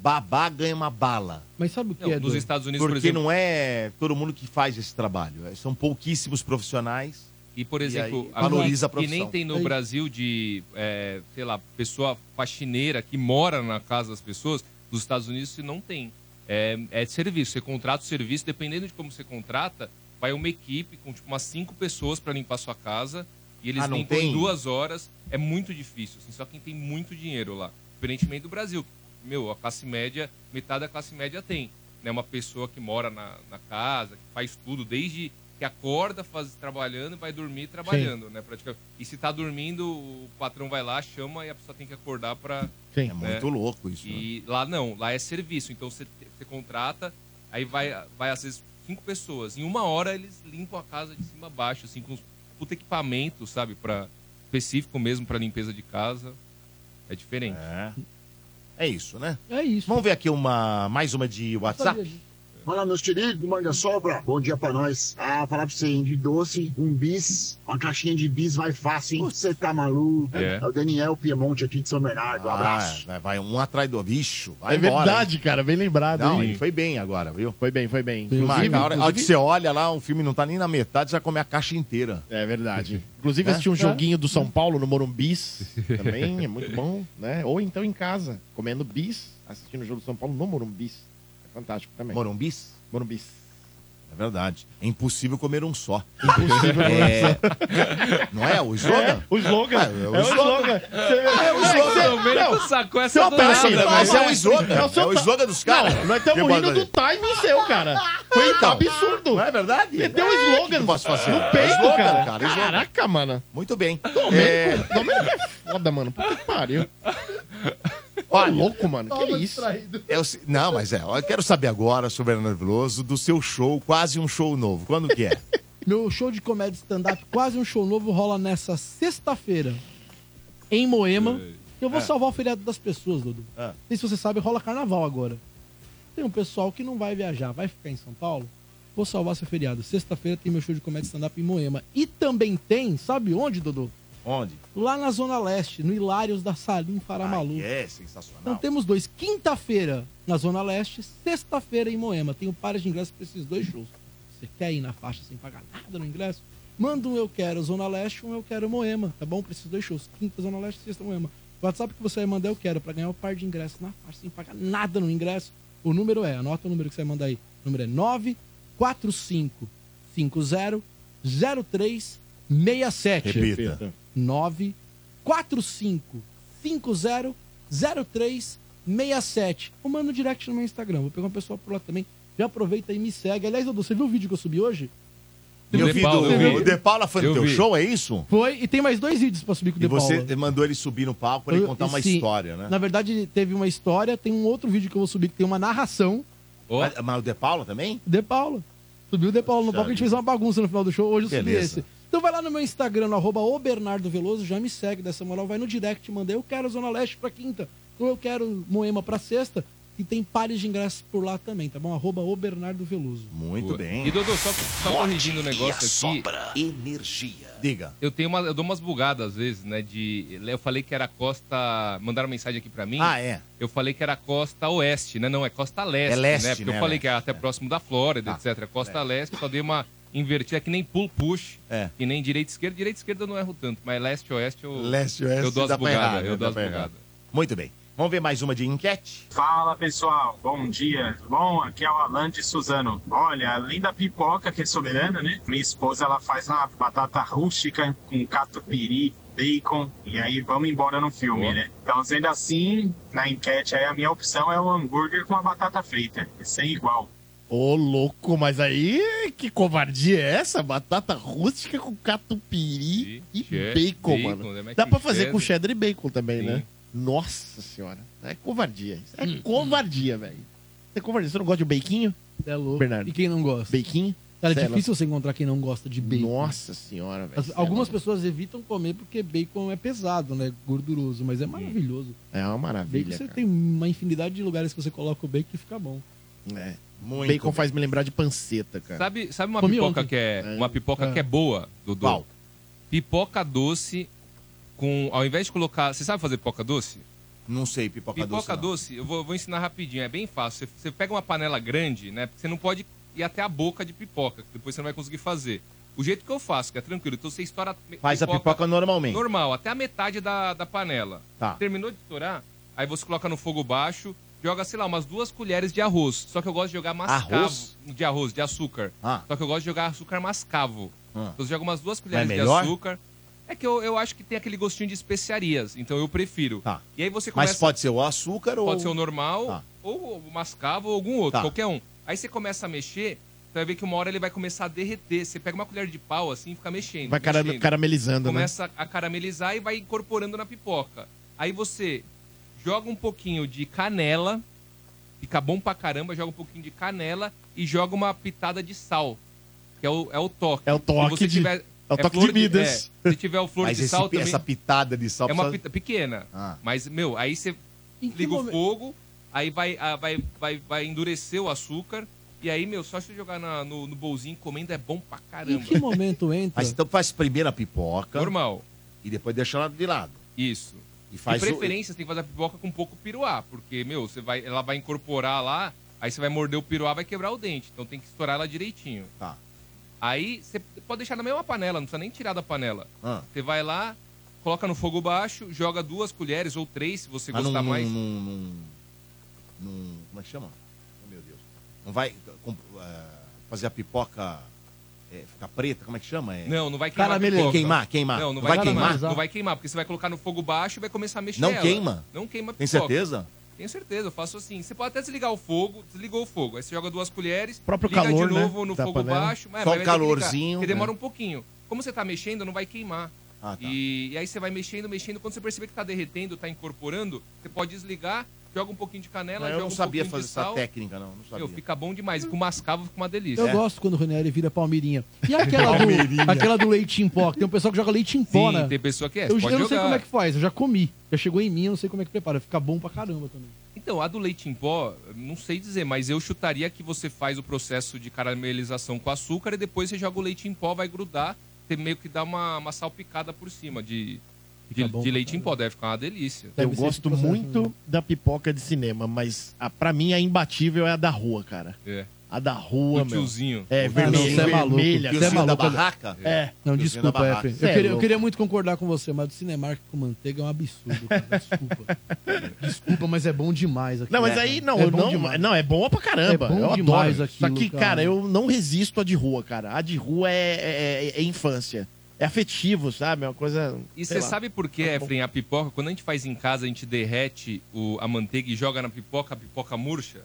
Babá ganha uma bala.
Mas sabe o que
Não,
é?
nos
Edu?
Estados Unidos, por
Porque
exemplo.
não é todo mundo que faz esse trabalho. É, São pouquíssimos profissionais.
E, por exemplo,
aí valoriza a
que
profissão. É
nem tem no
Aí.
Brasil de, é, sei lá, pessoa faxineira que mora na casa das pessoas, nos Estados Unidos isso não tem. É, é de serviço, você contrata o serviço, dependendo de como você contrata, vai uma equipe com tipo umas cinco pessoas para limpar sua casa e eles
Ah, não
limpam
tem?
em duas horas. É muito difícil, assim, só quem tem muito dinheiro lá. Diferentemente do Brasil, que, meu, a classe média, metade da classe média tem. Né? Uma pessoa que mora na, na casa, que faz tudo, desde que acorda faz, trabalhando e vai dormir trabalhando, né? Praticamente. E se tá dormindo, o patrão vai lá, chama e a pessoa tem que acordar para
Sim.
É muito louco isso,
E lá não, lá é serviço. Então você, te- você contrata, aí vai, vai às vezes cinco pessoas. Em uma hora eles limpam a casa de cima a baixo, assim, com uns puta equipamento, sabe? Pra, específico mesmo para limpeza de casa. É diferente.
É. É isso, né?
É isso.
Vamos ver aqui uma, mais uma de WhatsApp?
Fala, meus queridos do Manga Sobra. Bom dia pra nós. Ah, falar pra você, hein? De doce, um bis, uma caixinha de bis vai fácil, hein? Você tá maluco?
É.
É, o Daniel Piemonte aqui de São Bernardo. Um abraço.
Ah, vai- vai um atrás do bicho. Vai
é
embora,
verdade, cara. Bem lembrado.
Não,
hein?
ele foi bem agora, viu?
Foi bem, foi bem.
Mas
Inclusive-
na hora, a hora que
inclusive-
você olha lá, o filme não tá nem na metade, já come a caixa inteira.
É verdade. Inclusive,
Né?
assisti um
É.
joguinho do São Paulo no Morumbis. Também é muito bom, né? Ou então em casa, comendo bis, assistindo o jogo do São Paulo no Morumbis. É fantástico também.
Morumbis?
Morumbis.
É verdade. É impossível comer um só.
Impossível
é...
comer
Não é o slogan?
É, o slogan.
Ah,
É o slogan.
É o slogan.
Também não sacou essa né?
Não, peraí,
do nada,
mas
velho.
é o slogan.
É o
É
seu
o
ta-
slogan dos caras.
Não, nós estamos
Que
rindo do
bagulho.
timing seu, cara. Foi
Então,
absurdo.
Não é verdade?
Você deu um slogan
que posso fazer?
no peito,
Slogan,
cara.
cara, slogan.
Caraca, mano.
Muito bem. É,
Domênico, Domênico é foda, mano. Puta que pariu. Olha, louco, mano. Que isso?
é o se- não, mas é. Eu quero saber agora sobre Ana Veloso do seu show, quase um show novo. Quando que é?
Meu show de comédia stand-up, quase um show novo, rola nessa sexta-feira em Moema. Eu vou
É.
salvar o feriado das pessoas, Dudu.
É.
Não sei se você sabe, rola carnaval agora. Tem um pessoal que não vai viajar, vai ficar em São Paulo. Vou salvar seu feriado. Sexta-feira tem meu show de comédia stand-up em Moema. E também tem, sabe onde, Dudu?
Onde?
Lá na Zona Leste, no Hilários da Salim Paramalu.
Ai, é
Então
sensacional.
temos dois. Quinta-feira na Zona Leste, sexta-feira em Moema. Tem um par de ingressos para esses dois shows. Você quer ir na faixa sem pagar nada no ingresso? Manda um Eu Quero Zona Leste, um Eu Quero Moema, tá bom? Preciso dois shows. Quinta Zona Leste, sexta Moema. O WhatsApp que você vai mandar Eu Quero pra ganhar um par de ingressos na faixa, sem pagar nada no ingresso. O número é, anota o número que você vai mandar aí. O número é 94550 0367.
Repita.
94550 0367. Ou manda um direct no meu Instagram. Vou pegar uma pessoa por lá também. Já aproveita e me segue. Aliás, Dudu, você viu o vídeo que eu subi hoje?
Eu vi,
Paula,
do,
eu vi.
o De Paula foi no
Eu
teu
vi.
show, é isso?
Foi, e tem mais dois vídeos pra subir com o
E
De
você
Paula.
mandou ele subir no palco pra ele
Eu-
contar uma
sim.
história, né?
Na verdade, teve uma história, tem um outro vídeo que eu vou subir que tem uma narração.
Mas, mas o De Paula também?
De Paula. Subiu o De Paula no
Puxa
palco, a gente
vida.
fez uma bagunça no final do show, hoje eu subi
Beleza.
esse. Então vai lá no meu Instagram, no arroba o Bernardo Veloso, já me segue dessa moral, vai no direct, mandei, eu quero Zona Leste pra quinta, ou eu quero Moema pra sexta, e tem pares de ingressos por lá também, tá bom? Arroba o Bernardo Veloso.
Muito bem.
E Dodô, só, só corrigindo o negócio aqui.
energia.
Diga.
Eu tenho uma, eu dou umas bugadas às vezes, né? De, eu falei que era costa. Mandaram mensagem aqui pra mim.
Ah, é.
Eu falei que era costa oeste, né? Não, é costa leste.
É leste,
né? Porque
né, Tá.
eu falei
leste,
que era até próximo da Flórida, etc. É Costa leste, só dei uma invertida é que nem pull push.
É.
E nem direita e esquerda. Direita e esquerda eu não erro tanto, mas leste oeste eu.
Leste Oeste.
Eu dou as
dá pra errar,
bugadas.
né?
Eu
Dá
dou as
pra errar.
bugadas.
Muito bem. Vamos ver mais uma de enquete?
Fala pessoal, bom dia. Tudo Bom, aqui é o Alan de Suzano. Olha, além da pipoca que é soberana, né? Minha esposa ela faz uma batata rústica com catupiry, bacon e aí vamos embora no filme, né? Então sendo assim, na enquete aí a minha opção é o hambúrguer com a batata frita, É sem igual.
Ô, louco, mas aí que covardia é essa? Batata rústica com catupiry e
che- bacon,
bacon,
né?
mano.
Mas
Dá
com
pra fazer com
cheddar.
cheddar e bacon também,
Sim.
né? Nossa senhora. É covardia. Isso é covardia, velho. Isso é covardia. Você não gosta de baquinho?
É louco.
Bernardo.
E quem não gosta?
Baquinho?
Cara,
Sei
é
lá.
difícil você encontrar quem não gosta de bacon.
Nossa é senhora, velho.
As- algumas pessoas evitam comer porque bacon é pesado, né? Gorduroso, mas é maravilhoso.
É uma
Bacon
maravilha,
você
cara.
tem uma infinidade de lugares que você coloca o bacon que fica bom.
É.
Muito
bacon
bem.
faz me lembrar de panceta,
É.
cara.
Sabe, sabe uma
Comi
pipoca
ontem.
que é uma pipoca
Ah.
que é boa, Dudu?
Qual?
Pipoca doce com ao invés de colocar, você sabe fazer pipoca doce?
Não sei, pipoca,
Pipoca
doce.
doce, eu vou, eu vou ensinar rapidinho, é bem fácil. Você, você pega uma panela grande, né? Porque você não pode ir até a boca de pipoca, que depois você não vai conseguir fazer. O jeito que eu faço, que é tranquilo, então você estoura. me-
Faz a pipoca normalmente.
Normal, até a metade da, da panela.
Tá.
Terminou de estourar, aí você coloca no fogo baixo, joga, sei lá, umas duas colheres de arroz. Só que eu gosto de jogar mascavo.
Arroz?
De arroz, de açúcar.
Ah.
Só que eu gosto de jogar açúcar mascavo.
Ah.
Então você joga umas duas colheres de
melhor?
açúcar. É que eu, eu acho que tem aquele gostinho de especiarias, então eu prefiro. E aí você começa
Tá. Mas pode ser o açúcar ou...
Pode ser o normal,
Tá.
ou o mascavo, ou algum outro,
Tá.
qualquer um. Aí você começa a mexer, você vai ver que uma hora ele vai começar a derreter. Você pega uma colher de pau assim e fica mexendo.
Vai cara-
mexendo.
caramelizando, né?
Começa a caramelizar e vai incorporando na pipoca. Aí você joga um pouquinho de canela, fica bom pra caramba, joga um pouquinho de canela e joga uma pitada de sal. Que é o, é o toque.
É o toque de- é o toque de
flor
Midas.
é, se tiver o flor
Mas
de
esse
sal
pi-
também.
essa pitada de sal...
É uma
precisa- Ah.
pita pequena. Mas, meu, aí você liga o fogo, aí vai, ah, vai, vai, vai endurecer o açúcar. E aí, meu, só se você jogar na- no, no bolzinho comendo é bom pra caramba.
Que momento entra?
Mas então faz primeiro a pipoca.
É. Normal.
E depois deixa ela de lado.
Isso.
E
De
faz o-
preferência, você tem que fazer a pipoca com um pouco piruá, porque, meu, você vai, ela vai incorporar lá, aí você vai morder o piruá, vai quebrar o dente. Então tem que estourar ela direitinho.
Tá.
Aí você pode deixar na mesma panela, não precisa nem tirar da panela.
Ah.
Você vai lá, coloca no fogo baixo, joga duas colheres ou três, se você
Mas
gostar
Ah, não-
mais.
Não, não- não- como é que chama? Oh, meu Deus. Não vai com- ah, fazer a pipoca é, ficar preta? Como é que chama? É-
Não, não vai queimar. a
Caramelo-
pipoca.
Queimar,
Ah,
queimar.
Não, não vai, queimar. Não vai queimar, porque você vai colocar no fogo baixo e vai começar a mexer
Não
ela.
queima?
Não queima a
Tem
pipoca.
certeza?
Tenho certeza, eu faço assim. Você pode até desligar o fogo, desligou o fogo. Aí você joga duas colheres,
Próprio
liga
calor,
de
né,
novo no
da
fogo
panela.
baixo. É, mas
Só
vai
o
ter que ligar,
calorzinho,
Porque demora
né?
um pouquinho. Como você tá mexendo, não vai queimar.
Ah, tá.
e, e aí você vai mexendo, mexendo. Quando você perceber que tá derretendo, tá incorporando, você pode desligar, joga um pouquinho de canela,
Não, É, eu
joga
não
um
sabia
pouquinho de
fazer essa
sal.
técnica, não. Não sabia. É.
Meu, fica bom demais. E com mascavo fica uma delícia.
Eu gosto quando o Ranieri vira Palmeirinha. E aquela do,
É. Palmeirinha.
aquela do leite em pó? que Tem um pessoal que joga leite em pó,
Sim,
né?
tem pessoa que é,
Eu,
pode
eu não sei
jogar.
como é que faz, eu já comi. Já chegou em mim, eu não sei como é que prepara. Fica bom pra caramba também.
Então, a do leite em pó, não sei dizer, mas eu chutaria que você faz o processo de caramelização com açúcar e depois você joga o leite em pó, vai grudar, você meio que dá uma, uma salpicada por cima de, de, de leite em pó. Deve ficar uma delícia.
Eu gosto muito da pipoca de cinema, mas a, pra mim a imbatível é a da rua, cara.
É.
A da rua,
O
meu.
tiozinho.
É,
O
vermelha,
tiozinho.
vermelha.
Tiozinho
Cê é
da
maluco.
barraca?
É. Tiozinho da
Não, desculpa,
barraca.
Efraim.
Cê
Eu,
é
queria- eu
louco.
queria muito concordar com você, mas o Cinemark com manteiga é um absurdo, cara. Desculpa. Desculpa, mas é bom demais aqui.
Não, mas aí, não,
é
eu
bom
não,
demais.
não, é boa pra caramba.
É bom
eu
demais
adoro.
aquilo,
Só que, cara,
cara.
eu não resisto à de rua, cara. A de rua é, é- é- é infância. É afetivo, sabe? É uma coisa.
E você
sei lá. Tá
sabe por que, Efren, a pipoca, quando a gente faz em casa, a gente derrete o- a manteiga e joga na pipoca, a pipoca murcha?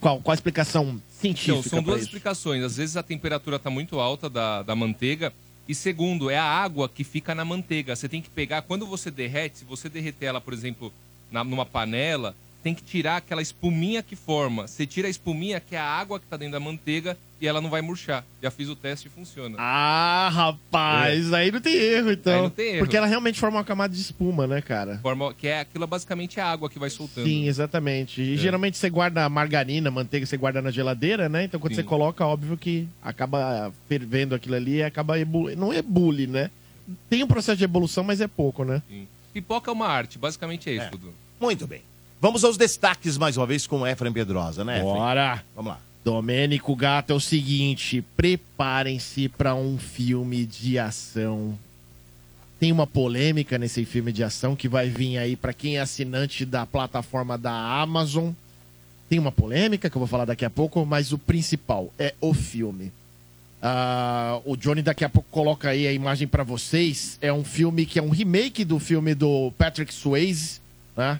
Qual, qual a explicação científica?
Então, são
pra
duas
isso?
explicações. Às vezes a temperatura está muito alta da, da manteiga. E segundo, é a água que fica na manteiga. Você tem que pegar, quando você derrete, se você derreter ela, por exemplo, na- numa panela, tem que tirar aquela espuminha que forma. Você tira a espuminha, que é a água que está dentro da manteiga, e ela não vai murchar. Já fiz o teste e funciona.
Ah, rapaz, aí não tem erro, então.
É. Aí não tem erro.
Porque ela realmente forma uma camada de espuma, né, cara?
Forma, que é aquilo basicamente é a água que vai soltando.
Sim, exatamente. E geralmente você guarda margarina, manteiga, você guarda na geladeira, né? Então quando
Sim.
você coloca, óbvio que acaba fervendo aquilo ali e acaba. Ebu... Não é bullying, né? Tem um processo de evolução, mas é pouco, né?
Pipoca é uma arte, basicamente é isso, Dudu.
Muito bem. Vamos aos destaques mais uma vez com o Efraim Pedrosa, né? Efraim?
Bora!
Vamos lá.
Domênico Gato é o seguinte: preparem-se para um filme de ação. Tem uma polêmica nesse filme de ação que vai vir aí para quem é assinante da plataforma da Amazon. Tem uma polêmica que eu vou falar daqui a pouco, mas o principal é o filme. Ah, o Johnny daqui a pouco coloca aí a imagem pra vocês. É um filme que é um remake do filme do Patrick Swayze, né?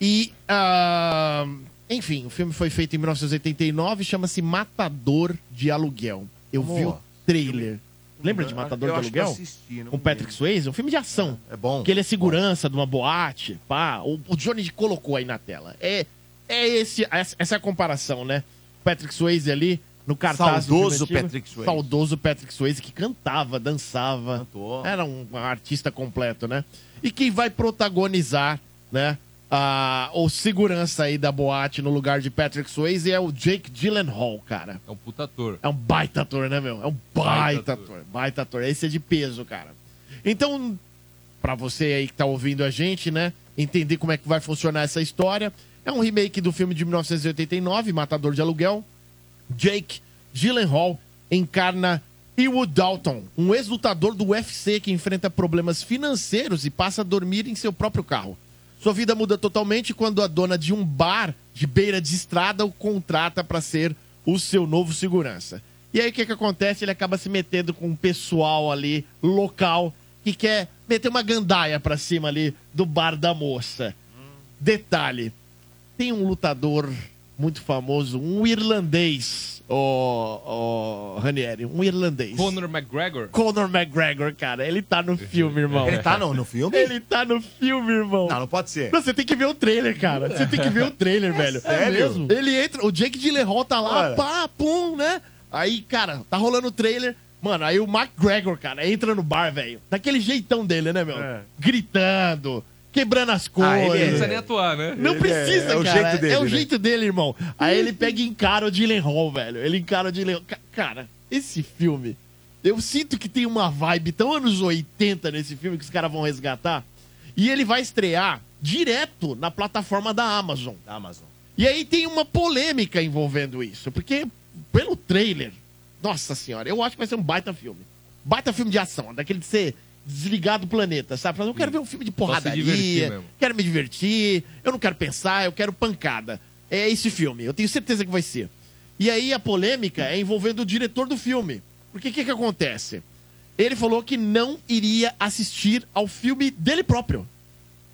E, ah, enfim, o filme foi feito em 1989, chama-se Matador de Aluguel. Eu vi
Amor.
o trailer. Lembra de Matador
Eu
de
acho que eu
Aluguel?
assisti, não
Com
me
Patrick
lembro.
Swayze, um filme de ação.
É bom.
Que ele é segurança de uma boate, pá. O, o Johnny colocou aí na tela. É, é esse, essa- essa é a comparação, né? Patrick Swayze ali no cartaz do
Saudoso
filme antigo.
Patrick Swayze.
Saudoso Patrick Swayze que cantava, dançava. Era um artista completo, né? E quem vai protagonizar, né? A, o segurança aí da boate no lugar de Patrick Swayze é o Jake Gyllenhaal, cara.
É um puta ator.
É um baita ator, né, meu? É um baita ator. Baita ator. Esse é de peso, cara. Então, pra você aí que tá ouvindo a gente, né, entender como é que vai funcionar essa história, é um remake do filme de 1989, Matador de Aluguel. Jake Gyllenhaal encarna Ewood Dalton, um ex-lutador do UFC que enfrenta problemas financeiros e passa a dormir em seu próprio carro. Sua vida muda totalmente quando a dona de um bar de beira de estrada o contrata para ser o seu novo segurança. E aí o que, que acontece? Ele acaba se metendo com um pessoal ali, local, que quer meter uma gandaia pra cima ali do bar da moça. Detalhe: tem um lutador muito famoso, um irlandês, o Ranieri, um irlandês.
Conor McGregor.
Conor McGregor, cara, ele tá no filme, irmão.
Ele tá no- no filme?
Ele tá no filme, irmão.
Não, não pode ser.
Não, você tem que ver o trailer, cara. Você tem que ver o trailer, velho. É
sério?
mesmo? Ele entra, o Jake Gyllenhaal tá lá,
Olha.
pá, pum, né? Aí, cara, tá rolando o trailer. Mano, aí o McGregor, cara, entra no bar, velho. Daquele jeitão dele, né, meu? Gritando, quebrando as
Ah, ele
coisas.
não precisa nem atuar, né?
É. Não
Ele
precisa,
é- é o
cara.
jeito dele,
é o
né?
jeito dele, irmão. Aí ele pega e encara o Gyllenhaal, velho. Ele encara o Gyllenhaal. Ca- Cara, esse filme... Eu sinto que tem uma vibe tão anos 80 nesse filme que os caras vão resgatar. E ele vai estrear direto na plataforma da Amazon.
Tá, Amazon.
E aí tem uma polêmica envolvendo isso, porque pelo trailer, nossa senhora, eu acho que vai ser um baita filme. Baita filme de ação, daquele de ser desligado do planeta, sabe? Falando, Eu quero ver um filme de
divertir
porradaria,
mesmo.
quero me divertir, eu não quero pensar, eu quero pancada. É esse filme, eu tenho certeza que vai ser. E aí a polêmica é envolvendo o diretor do filme. Porque o que, que acontece? Ele falou que não iria assistir ao filme dele próprio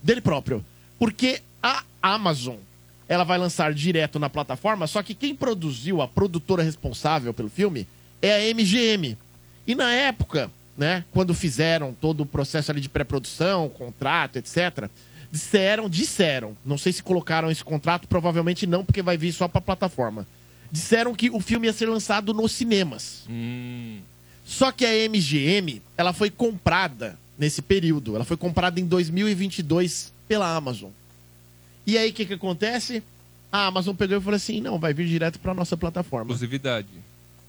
dele próprio. Porque a Amazon, ela vai lançar direto na plataforma, só que quem produziu, a produtora responsável pelo filme, é a MGM. E na época, né, quando fizeram todo o processo ali de pré-produção, contrato, etc., disseram, disseram, não sei se colocaram esse contrato, provavelmente não, porque vai vir só pra plataforma. Disseram que o filme ia ser lançado nos cinemas. Só que a MGM, ela foi comprada nesse período. Ela foi comprada em 2022 pela Amazon. E aí, o que que acontece? A Amazon pegou e falou assim, não, vai vir direto pra nossa plataforma.
Exclusividade.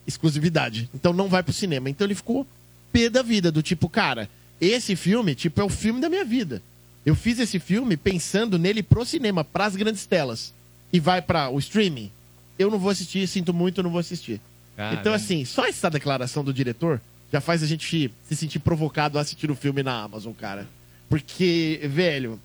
Exclusividade. Então não vai pro cinema. Então ele ficou pé da vida, do tipo, cara, esse filme, tipo, é o filme da minha vida. Eu fiz esse filme pensando nele pro cinema, pras grandes telas. E vai pra o streaming? eu não vou assistir, sinto muito, eu não vou assistir.
Caramba.
Então, assim, só essa declaração do diretor já faz a gente se sentir provocado a assistir o filme na Amazon, cara. Porque, velho,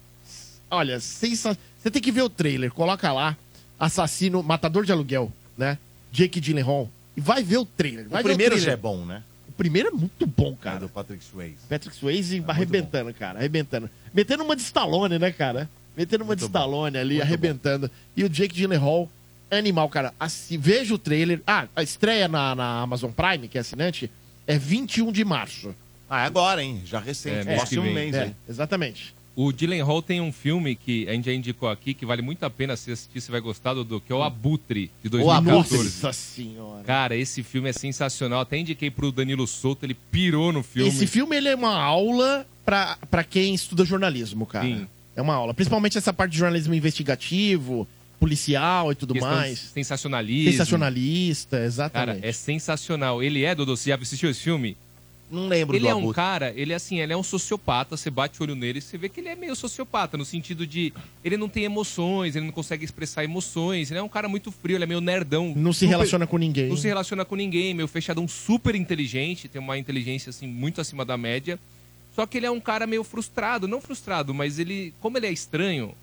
olha, sensa... você tem que ver o trailer, coloca lá, assassino, matador de aluguel, né? Jake Gyllenhaal, e vai ver o trailer. Vai
o
ver
primeiro
trailer.
já é bom, né?
O primeiro é muito bom, cara.
Do Patrick Swayze.
Patrick
É
Swayze arrebentando, cara, arrebentando. Metendo uma de Stallone, né, cara? Metendo uma de Stallone ali, arrebentando. E o Jake Gyllenhaal, animal, cara. Assim, veja o trailer. Ah, a estreia na, na Amazon Prime, que é assinante, é 21 de março.
Ah, é agora, hein? Já recente.
É, mês
Posso
que
um
vem.
mês,
É.
hein?
Exatamente.
O Dylan Hall tem um filme que a gente já indicou aqui que vale muito a pena se assistir, você vai gostar, Dudu, que é o Abutre, de
Ô, amor,
2014.
Nossa senhora.
Cara, esse filme é sensacional. Até indiquei pro Danilo Souto, ele pirou no filme.
Esse filme, ele é uma aula pra, pra quem estuda jornalismo, cara. É uma aula. Principalmente essa parte de jornalismo investigativo, policial e tudo
Questão
é mais.
Sensacionalismo.
Sensacionalista,
Cara,
exatamente.
é sensacional. Ele é, Dodô, você já assistiu esse filme?
Não lembro
Ele
do
é um
Abutre.
cara, ele é assim, ele é um sociopata, você bate o olho nele e você vê que ele é meio sociopata, no sentido de ele não tem emoções, ele não consegue expressar emoções, ele é um cara muito frio, ele é meio nerdão.
Não se relaciona com ninguém.
Não se relaciona com ninguém, meio fechadão, super inteligente, tem uma inteligência assim muito acima da média. Só que ele é um cara meio frustrado, não frustrado, mas ele, como ele é estranho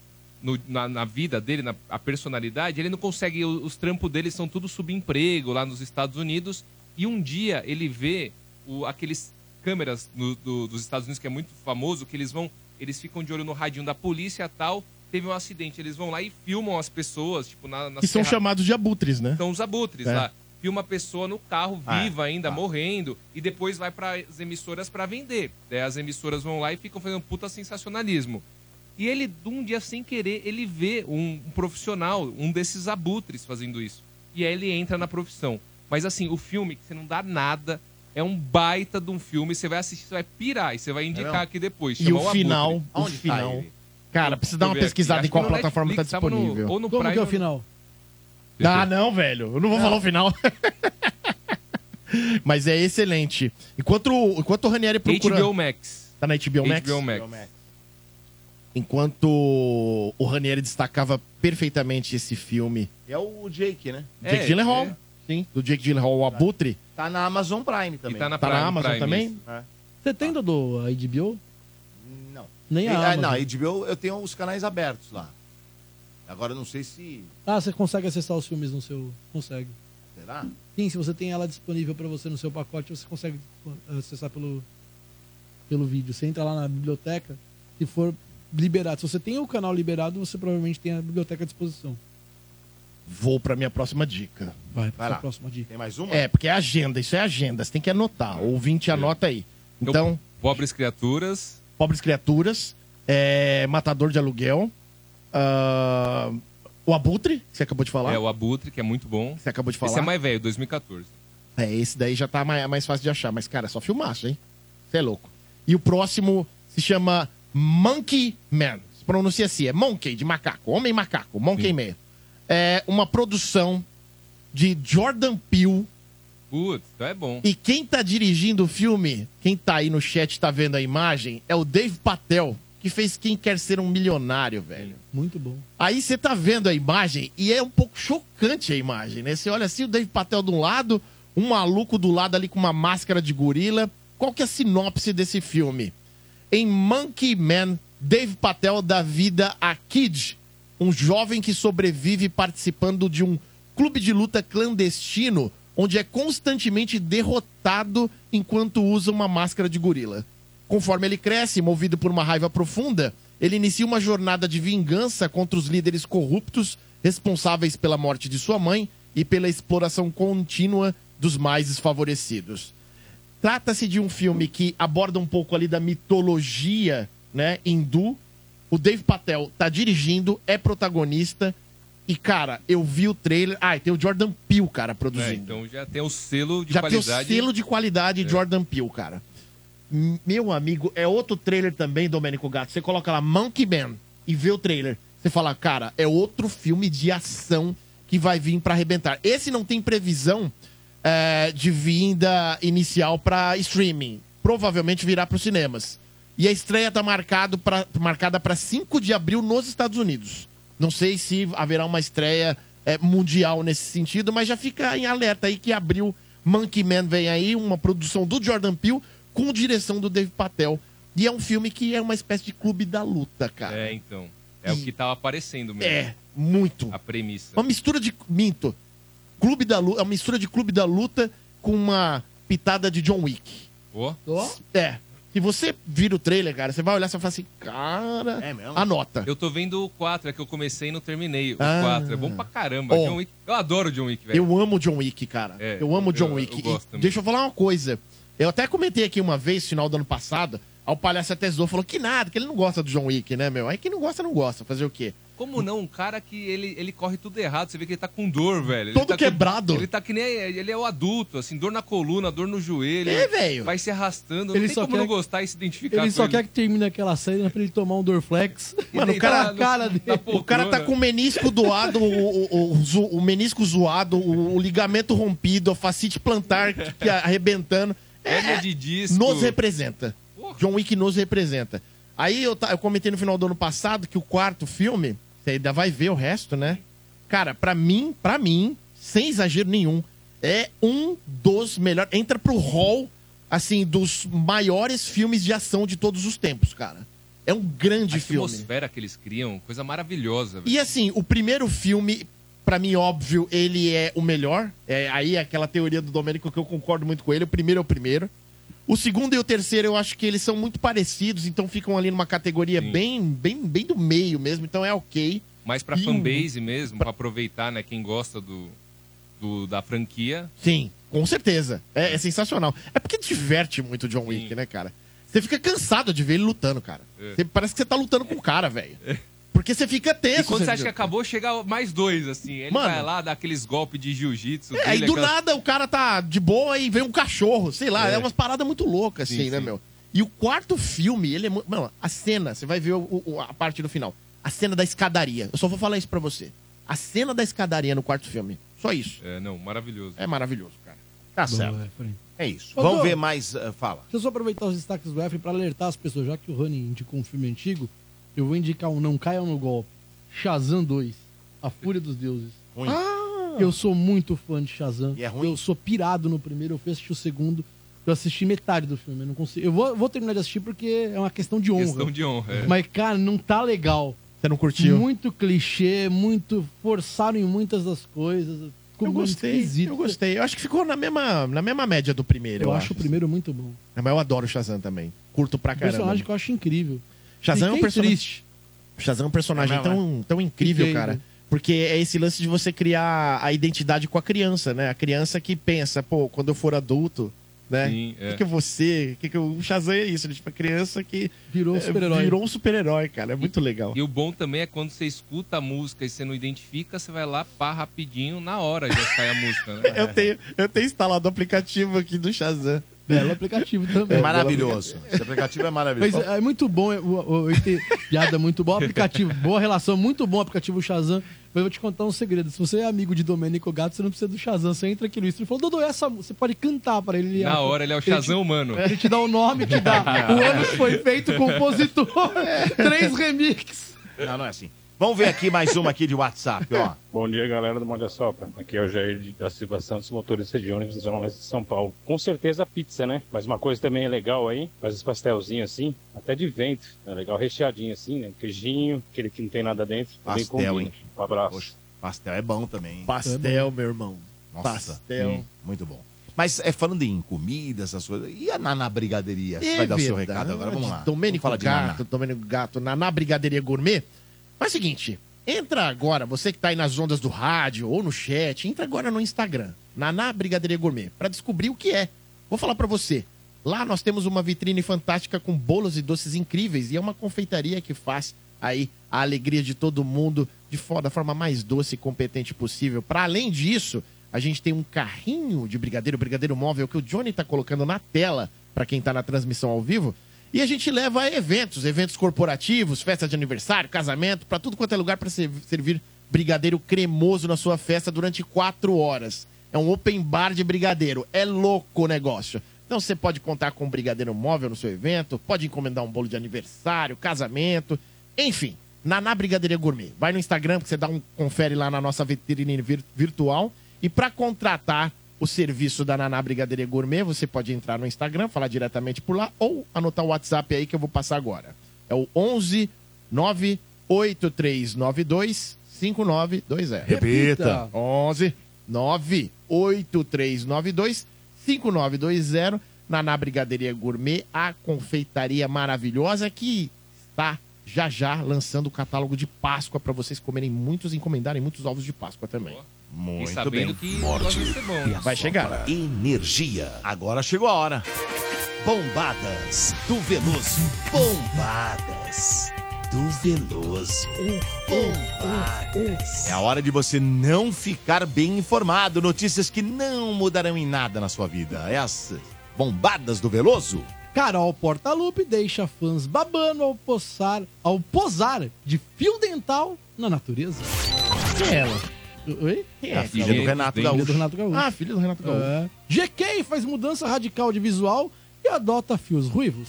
no- na, na vida dele, na a personalidade, ele não consegue. o- Os, trampos dele são tudo subemprego lá nos Estados Unidos. E um dia ele vê o, aqueles câmeras no- do- dos Estados Unidos que é muito famoso, que eles vão, eles ficam de olho no radinho da polícia tal. Teve um acidente, eles vão lá e filmam as pessoas, tipo, na, nas
que são
ferra-
chamados de abutres, né?
são os abutres
É.
lá. E uma pessoa no carro,
Ah,
viva ainda, morrendo, e depois vai para as emissoras para vender. Daí as emissoras vão lá e ficam fazendo um puta sensacionalismo. E ele, de um dia sem querer, ele vê um, um profissional, um desses abutres fazendo isso. E aí ele entra na profissão. Mas assim, o filme, que você não dá nada, é um baita de um filme, você vai assistir, você vai pirar, e você vai indicar
É mesmo?
aqui depois.
E
chama
o
Abutre.
final, o
Aonde tá
final.
ele?
Cara, precisa dar uma
Deixa eu ver
pesquisada
aqui.
em qual
Acho que no
plataforma tá
Netflix, tava no-
disponível.
ou no
Como que é o
Prime,
final?
Ah, não, velho. Eu não vou falar o final. Mas é excelente. Enquanto, o- enquanto o Ranieri procura...
HBO Max.
Tá na HBO Max?
HBO Max.
Enquanto o Ranieri destacava perfeitamente esse filme.
É o Jake, né?
É,
Jake Gyllenhaal. Sim. Do Jake Gyllenhaal, o Abutre.
Tá na Amazon Prime também.
tá na Tá na Prime, Amazon Prime, também? isso.
É.
Você tem,
Tá.
Dodô, a HBO?
Não.
Nem a
Ah,
Amazon.
Não, HBO, eu tenho os canais abertos lá. Agora eu não sei se...
Ah, você consegue acessar os filmes no seu... Consegue.
Será?
Sim, se você tem ela disponível pra você no seu pacote, você consegue uh, acessar pelo, pelo vídeo. Você entra lá na biblioteca, se for liberado. Se você tem o canal liberado, você provavelmente tem a biblioteca à disposição.
Vou pra minha próxima dica.
Vai,
Vai lá.
Próxima dica.
Tem mais uma?
É, porque é agenda. Isso é agenda. Você tem que anotar. O ouvinte anota aí. Então...
Pobres Criaturas.
Pobres Criaturas, é, Matador de Aluguel, ah, O Abutre, que você acabou de falar.
É o Abutre, que é muito bom.
Você acabou de falar.
Esse é mais velho, 2014.
É, esse daí já tá mais, mais fácil de achar, mas, cara, é só filmaço, hein? Você é louco. E o próximo se chama Monkey Man. Se pronuncia assim, é Monkey, de macaco, homem macaco, Monkey Man. É uma produção de Jordan Peele.
Putz, então é bom.
E quem tá dirigindo o filme, quem tá aí no chat tá vendo a imagem, é o Dave Patel, que fez Quem Quer Ser Um Milionário, velho.
Muito bom.
Aí você tá vendo a imagem e é um pouco chocante a imagem, né? Você olha assim o Dave Patel de um lado, um maluco do lado ali com uma máscara de gorila. Qual que é a sinopse desse filme? Em Monkey Man, Dave Patel dá vida a Kid, um jovem que sobrevive participando de um clube de luta clandestino, onde é constantemente derrotado enquanto usa uma máscara de gorila. Conforme ele cresce, movido por uma raiva profunda, ele inicia uma jornada de vingança contra os líderes corruptos responsáveis pela morte de sua mãe e pela exploração contínua dos mais desfavorecidos. Trata-se de um filme que aborda um pouco ali da mitologia, né, hindu. O Dave Patel tá dirigindo, é protagonista. E, cara, eu vi o trailer. Ah, e tem o Jordan Peele, cara,
É,
produzindo
então já tem o selo de
já
qualidade. É.
tem o selo de qualidade Jordan Peele, cara. M- Meu amigo, é outro trailer também, Domênico Gato. Você coloca lá Monkey Man e vê o trailer. Você fala, cara, é outro filme de ação que vai vir pra arrebentar. Esse não tem previsão é, de vinda inicial pra streaming. Provavelmente virá pros cinemas. E a estreia tá marcado pra, marcada para 5 de abril nos Estados Unidos. Não sei se haverá uma estreia é, mundial nesse sentido, mas já fica em alerta aí que abriu Monkey Man vem aí, uma produção do Jordan Peele com direção do Dave Patel. E é um filme que é uma espécie de clube da luta, cara.
É, então. É o que tava aparecendo mesmo.
É, muito. É
A premissa.
Uma mistura de. Minto. Clube da luta. É uma mistura de clube da luta com uma pitada de John Wick.
Ó.
É. Se você vira o trailer, cara, você vai olhar e você vai falar assim, cara,
É mesmo?
anota.
Eu tô vendo o 4, é que eu comecei e não terminei. O
Ah.
4 é bom pra caramba.
Ó.
John Wick- eu adoro John Wick, velho.
Eu amo John Wick, cara.
É,
eu amo John
eu-
Wick.
eu
E
gosto também.
deixa eu falar uma coisa. Eu até comentei aqui uma vez, final do ano passado, ao palhaço até zoou, falou que nada, que ele não gosta do John Wick, né, meu? Aí quem não gosta, não gosta. Fazer o quê?
Como não? Um cara que ele, ele corre tudo errado. Você vê que ele tá com dor, velho. Ele
Todo
tá com-
quebrado.
ele tá que nem. Ele é o adulto, assim, dor na coluna, dor no joelho.
É, velho.
Vai se arrastando. Não
Ele
tem
só
como
quer-
não gostar e se identificar
Ele
com
só quer que termine aquela cena pra ele tomar um Dorflex.
Mano, o cara,
cara dele.
o cara
né?
tá com o menisco doado, o, o- o zo- o menisco zoado, o, o ligamento rompido, a facite plantar que, que arrebentando.
Hérnia de disco.
É. Nos representa. John Wick nos representa. Aí eu, ta- eu comentei no final do ano passado que o quarto filme, você ainda vai ver o resto, né? Cara, pra mim, pra mim, sem exagero nenhum, é um dos melhores. Entra pro hall, assim, dos maiores filmes de ação de todos os tempos, cara. É um grande
A
filme.
atmosfera que eles criam, coisa maravilhosa, velho.
E assim, o primeiro filme, pra mim, óbvio, ele é o melhor. É, aí é aquela teoria do Domênico que eu concordo muito com ele. O primeiro é o primeiro. O segundo e o terceiro, eu acho que eles são muito parecidos, então ficam ali numa categoria bem, bem, bem do meio mesmo, então é ok.
Mais pra
E o-
fanbase mesmo, pra aproveitar, né? Quem gosta do, do- da franquia.
Sim, com certeza. É, é sensacional. É porque diverte muito o John Wick, né, cara? Você fica cansado de ver ele lutando, cara.
É.
Você- parece que você tá lutando com o cara, velho. Porque você fica tenso.
E quando você
você
acha que acabou, chega mais dois, assim. Ele
Mano.
vai lá, dá aqueles golpes de jiu-jitsu.
É, aí
dele,
do
aquelas-
nada o cara tá de boa e vem um cachorro, sei lá, é,
É.
umas paradas muito loucas, assim,
Sim,
né,
sim.
meu? E o quarto filme, ele é muito. Mano, a cena, você vai ver o- o- a parte do final. A cena da escadaria. Eu só vou falar isso pra você. A cena da escadaria no quarto filme. Só isso.
É, não, maravilhoso.
É maravilhoso, cara. Tá
Boa,
certo.
Efraim.
É isso.
Ô,
Vamos
Dom.
ver mais. ah, fala.
Deixa eu só aproveitar os destaques do Efraim pra alertar as pessoas. Já que o Rani indicou um filme antigo, eu vou indicar um Não Caiam no Golpe. Shazam 2. A Fúria dos Deuses.
Ruim.
Ah!
Eu sou muito fã de Shazam.
E é ruim?
Eu sou pirado no primeiro, eu fui assistir o segundo. Eu assisti metade do filme. Eu, não consigo, eu vou, vou terminar de assistir porque é uma questão de honra.
Questão de honra. é.
Mas, cara, não tá legal.
Você não curtiu?
Muito clichê, muito. Forçaram em muitas das coisas. Ficou
Eu
muito
gostei.
esquisito.
Eu gostei. Eu acho que ficou na mesma, na mesma média do primeiro. assim.
Eu, acho o primeiro muito bom.
Mas eu adoro o Shazam também. Curto pra
Um
caramba.
personagem né? que eu acho incrível.
Shazam é um
Fiquei
personagem.
triste.
Shazam é um personagem
É mesmo,
tão, tão incrível,
Incrível.
cara. Porque é esse lance de você criar a identidade com a criança, né? A criança que pensa, pô, quando eu for adulto, né?
Sim,
O
é.
que, que eu vou ser? O Que que eu... O Shazam é isso, né? Tipo, a criança que.
Virou um
eh,
super-herói.
Virou um super-herói, cara. É muito legal.
E o bom também é quando você escuta a música e você não identifica, você vai lá, pá, rapidinho, na hora já sai a música, né?
Eu, tenho, eu tenho instalado o aplicativo aqui do Shazam.
É, Belo aplicativo também.
É maravilhoso. Esse aplicativo é
Mas
maravilhoso.
é muito bom, é, o- o- eu te- piada muito bom, aplicativo, boa relação, muito bom aplicativo Shazam. Mas eu vou te contar um segredo, se você é amigo de Domênico Gato, você não precisa do Shazam, você entra aqui no Instagram e fala, Dodô, é essa, mu-" você pode cantar pra ele. ele
Na
acha-
hora ele é o
te-
Shazam humano.
Ele te dá o nome, te dá o ano que foi feito, o compositor, três remixes.
Não, não é assim. Vamos ver aqui mais uma aqui de WhatsApp, ó.
Bom dia, galera do Manda Sopra. Aqui é o Jair de- da Silva Santos, motorista de ônibus da Zona Leste de São Paulo. Com certeza a pizza, né? Mas uma coisa também é legal aí, faz os pastelzinhos assim, até de vento. É legal recheadinho assim, né? Queijinho, aquele que não tem nada dentro. também
Pastel,
combina.
hein?
Um abraço.
Pastel é bom também. hein?
Pastel, meu irmão.
Nossa.
Pastel.
Hum, muito bom. Mas é falando em comida, essas coisas. E a Naná Brigadeiria? Você vai dar o seu recado agora? Vamos lá.
Domênico
Vamos falar
Gato, Domênico Gato, na, na Brigadeiria Gourmet. Faz é o seguinte, entra agora, você que tá aí nas ondas do rádio ou no chat, entra agora no Instagram, na, na Brigadeiria Gourmet, pra descobrir o que é. Vou falar pra você. Lá nós temos uma vitrine fantástica com bolos e doces incríveis e é uma confeitaria que faz aí a alegria de todo mundo de fo- da forma mais doce e competente possível. Pra além disso, a gente tem um carrinho de brigadeiro, brigadeiro móvel que o Johnny tá colocando na tela pra quem tá na transmissão ao vivo. E a gente leva a eventos, eventos corporativos, festa de aniversário, casamento, pra tudo quanto é lugar para servir brigadeiro cremoso na sua festa durante quatro horas. É um open bar de brigadeiro. É louco o negócio. Então você pode contar com um brigadeiro móvel no seu evento, pode encomendar um bolo de aniversário, casamento, enfim. Naná Brigadeira Gourmet. Vai no Instagram, que você dá um confere lá na nossa vitrine vir- virtual. E para contratar o serviço da Naná Brigadeira Gourmet, você pode entrar no Instagram, falar diretamente por lá, ou anotar o WhatsApp aí que eu vou passar agora. É o 11 98392 5920.
Repita.
11 98392 5920 na Na Brigadeiria Gourmet, a confeitaria maravilhosa que está já já lançando o catálogo de Páscoa para vocês comerem muitos e encomendarem muitos ovos de Páscoa também.
Muito
sabendo
bem.
que Morte pode ser bom, né? vai chegar.
Energia. Agora chegou a hora. Bombadas do Veloso. Bombadas do Veloso. Bombadas. É a hora de você não ficar bem informado. Notícias que não mudarão em nada na sua vida. Essas bombadas do Veloso.
Carol Portalupe deixa fãs babando ao posar, ao posar de fio dental na natureza. Quem é ela? Oi?
Quem é? A filha do Renato
Filha
Gaúcho.
do Renato Gaúcho.
Ah, filha do Renato Gaúcho.
É. GK faz mudança radical de visual e adota fios ruivos.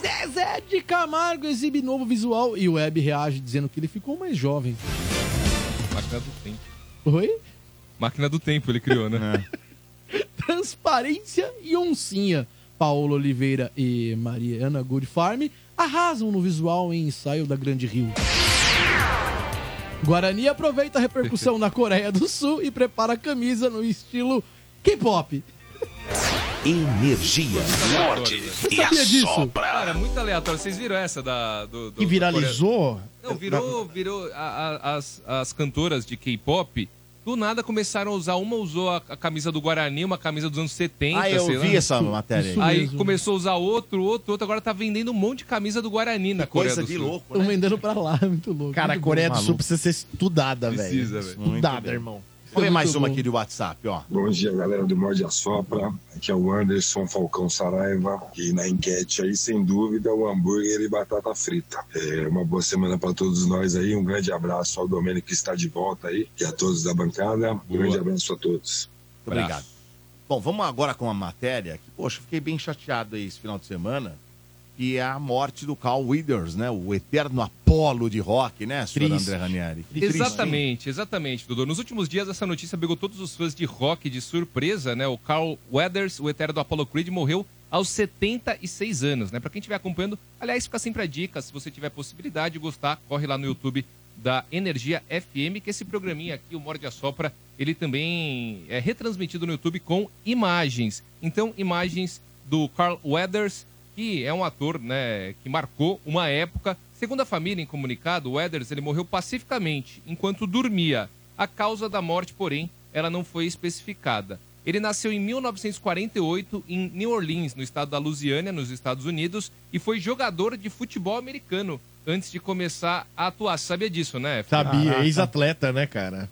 Zezé de Camargo exibe novo visual e o Web reage dizendo que ele ficou mais jovem.
Máquina do tempo.
Oi?
Máquina do tempo ele criou, né?
Transparência e oncinha. Paola Oliveira e Mariana Goodfarm arrasam no visual em ensaio da Grande Rio. Guarani aproveita a repercussão na Coreia do Sul e prepara a camisa no estilo K-pop.
Energia.
Morte
e
né?
assopra.
Cara, muito aleatório. Vocês viram essa da... Do, do-
E viralizou?
Não, virou, virou a- a- as, as cantoras de K-pop. Do nada começaram a usar, uma usou a, a camisa do Guarani, uma camisa dos anos 70,
Ah, eu
sei lá.
vi essa matéria aí.
aí.
Isso mesmo.
começou a usar outro, outro, outro, agora tá vendendo um monte de camisa do Guarani na Coreia
coisa
do
de
Sul.
louco,
Estão vendendo pra lá, é muito louco.
Cara, a
muito
Coreia
bom.
do Sul precisa ser estudada, velho.
Precisa, velho. Muito
Estudada,
bem.
irmão.
Vamos ver mais
Muito
uma
bom.
aqui do WhatsApp, ó.
Bom dia, galera do Morde a Sopra. Aqui é o Anderson Falcão Saraiva. E na enquete aí, sem dúvida, o hambúrguer e batata frita. É, uma boa semana para todos nós aí. Um grande abraço ao Domênico que está de volta aí. E a todos da bancada. Um grande abraço a todos.
Muito obrigado. Bom, vamos agora com a matéria que, poxa, fiquei bem chateado aí esse final de semana, que é a morte do Carl Withers, né? O eterno Apolo de rock, né, senhor
Triste.
André Ranieri?
Exatamente, exatamente, Dudu. Nos últimos dias, essa notícia pegou todos os fãs de rock de surpresa, né? O Carl Weathers, o eterno do Apollo Creed, morreu aos 76 anos, né? Pra quem estiver acompanhando, aliás, fica sempre a dica, se você tiver possibilidade e gostar, corre lá no YouTube da Energia FM, que esse programinha aqui, o Morde a Sopra, ele também é retransmitido no YouTube com imagens. Então, imagens do Carl Weathers, que é um ator né, que marcou uma época. Segundo a família, em comunicado, o Weathers ele morreu pacificamente enquanto dormia. A causa da morte, porém, ela não foi especificada. Ele nasceu em 1948 em New Orleans, no estado da Louisiana, nos Estados Unidos, e foi jogador de futebol americano antes de começar a atuar. Sabia disso, né? Fê?
Sabia, ex-atleta, né, cara?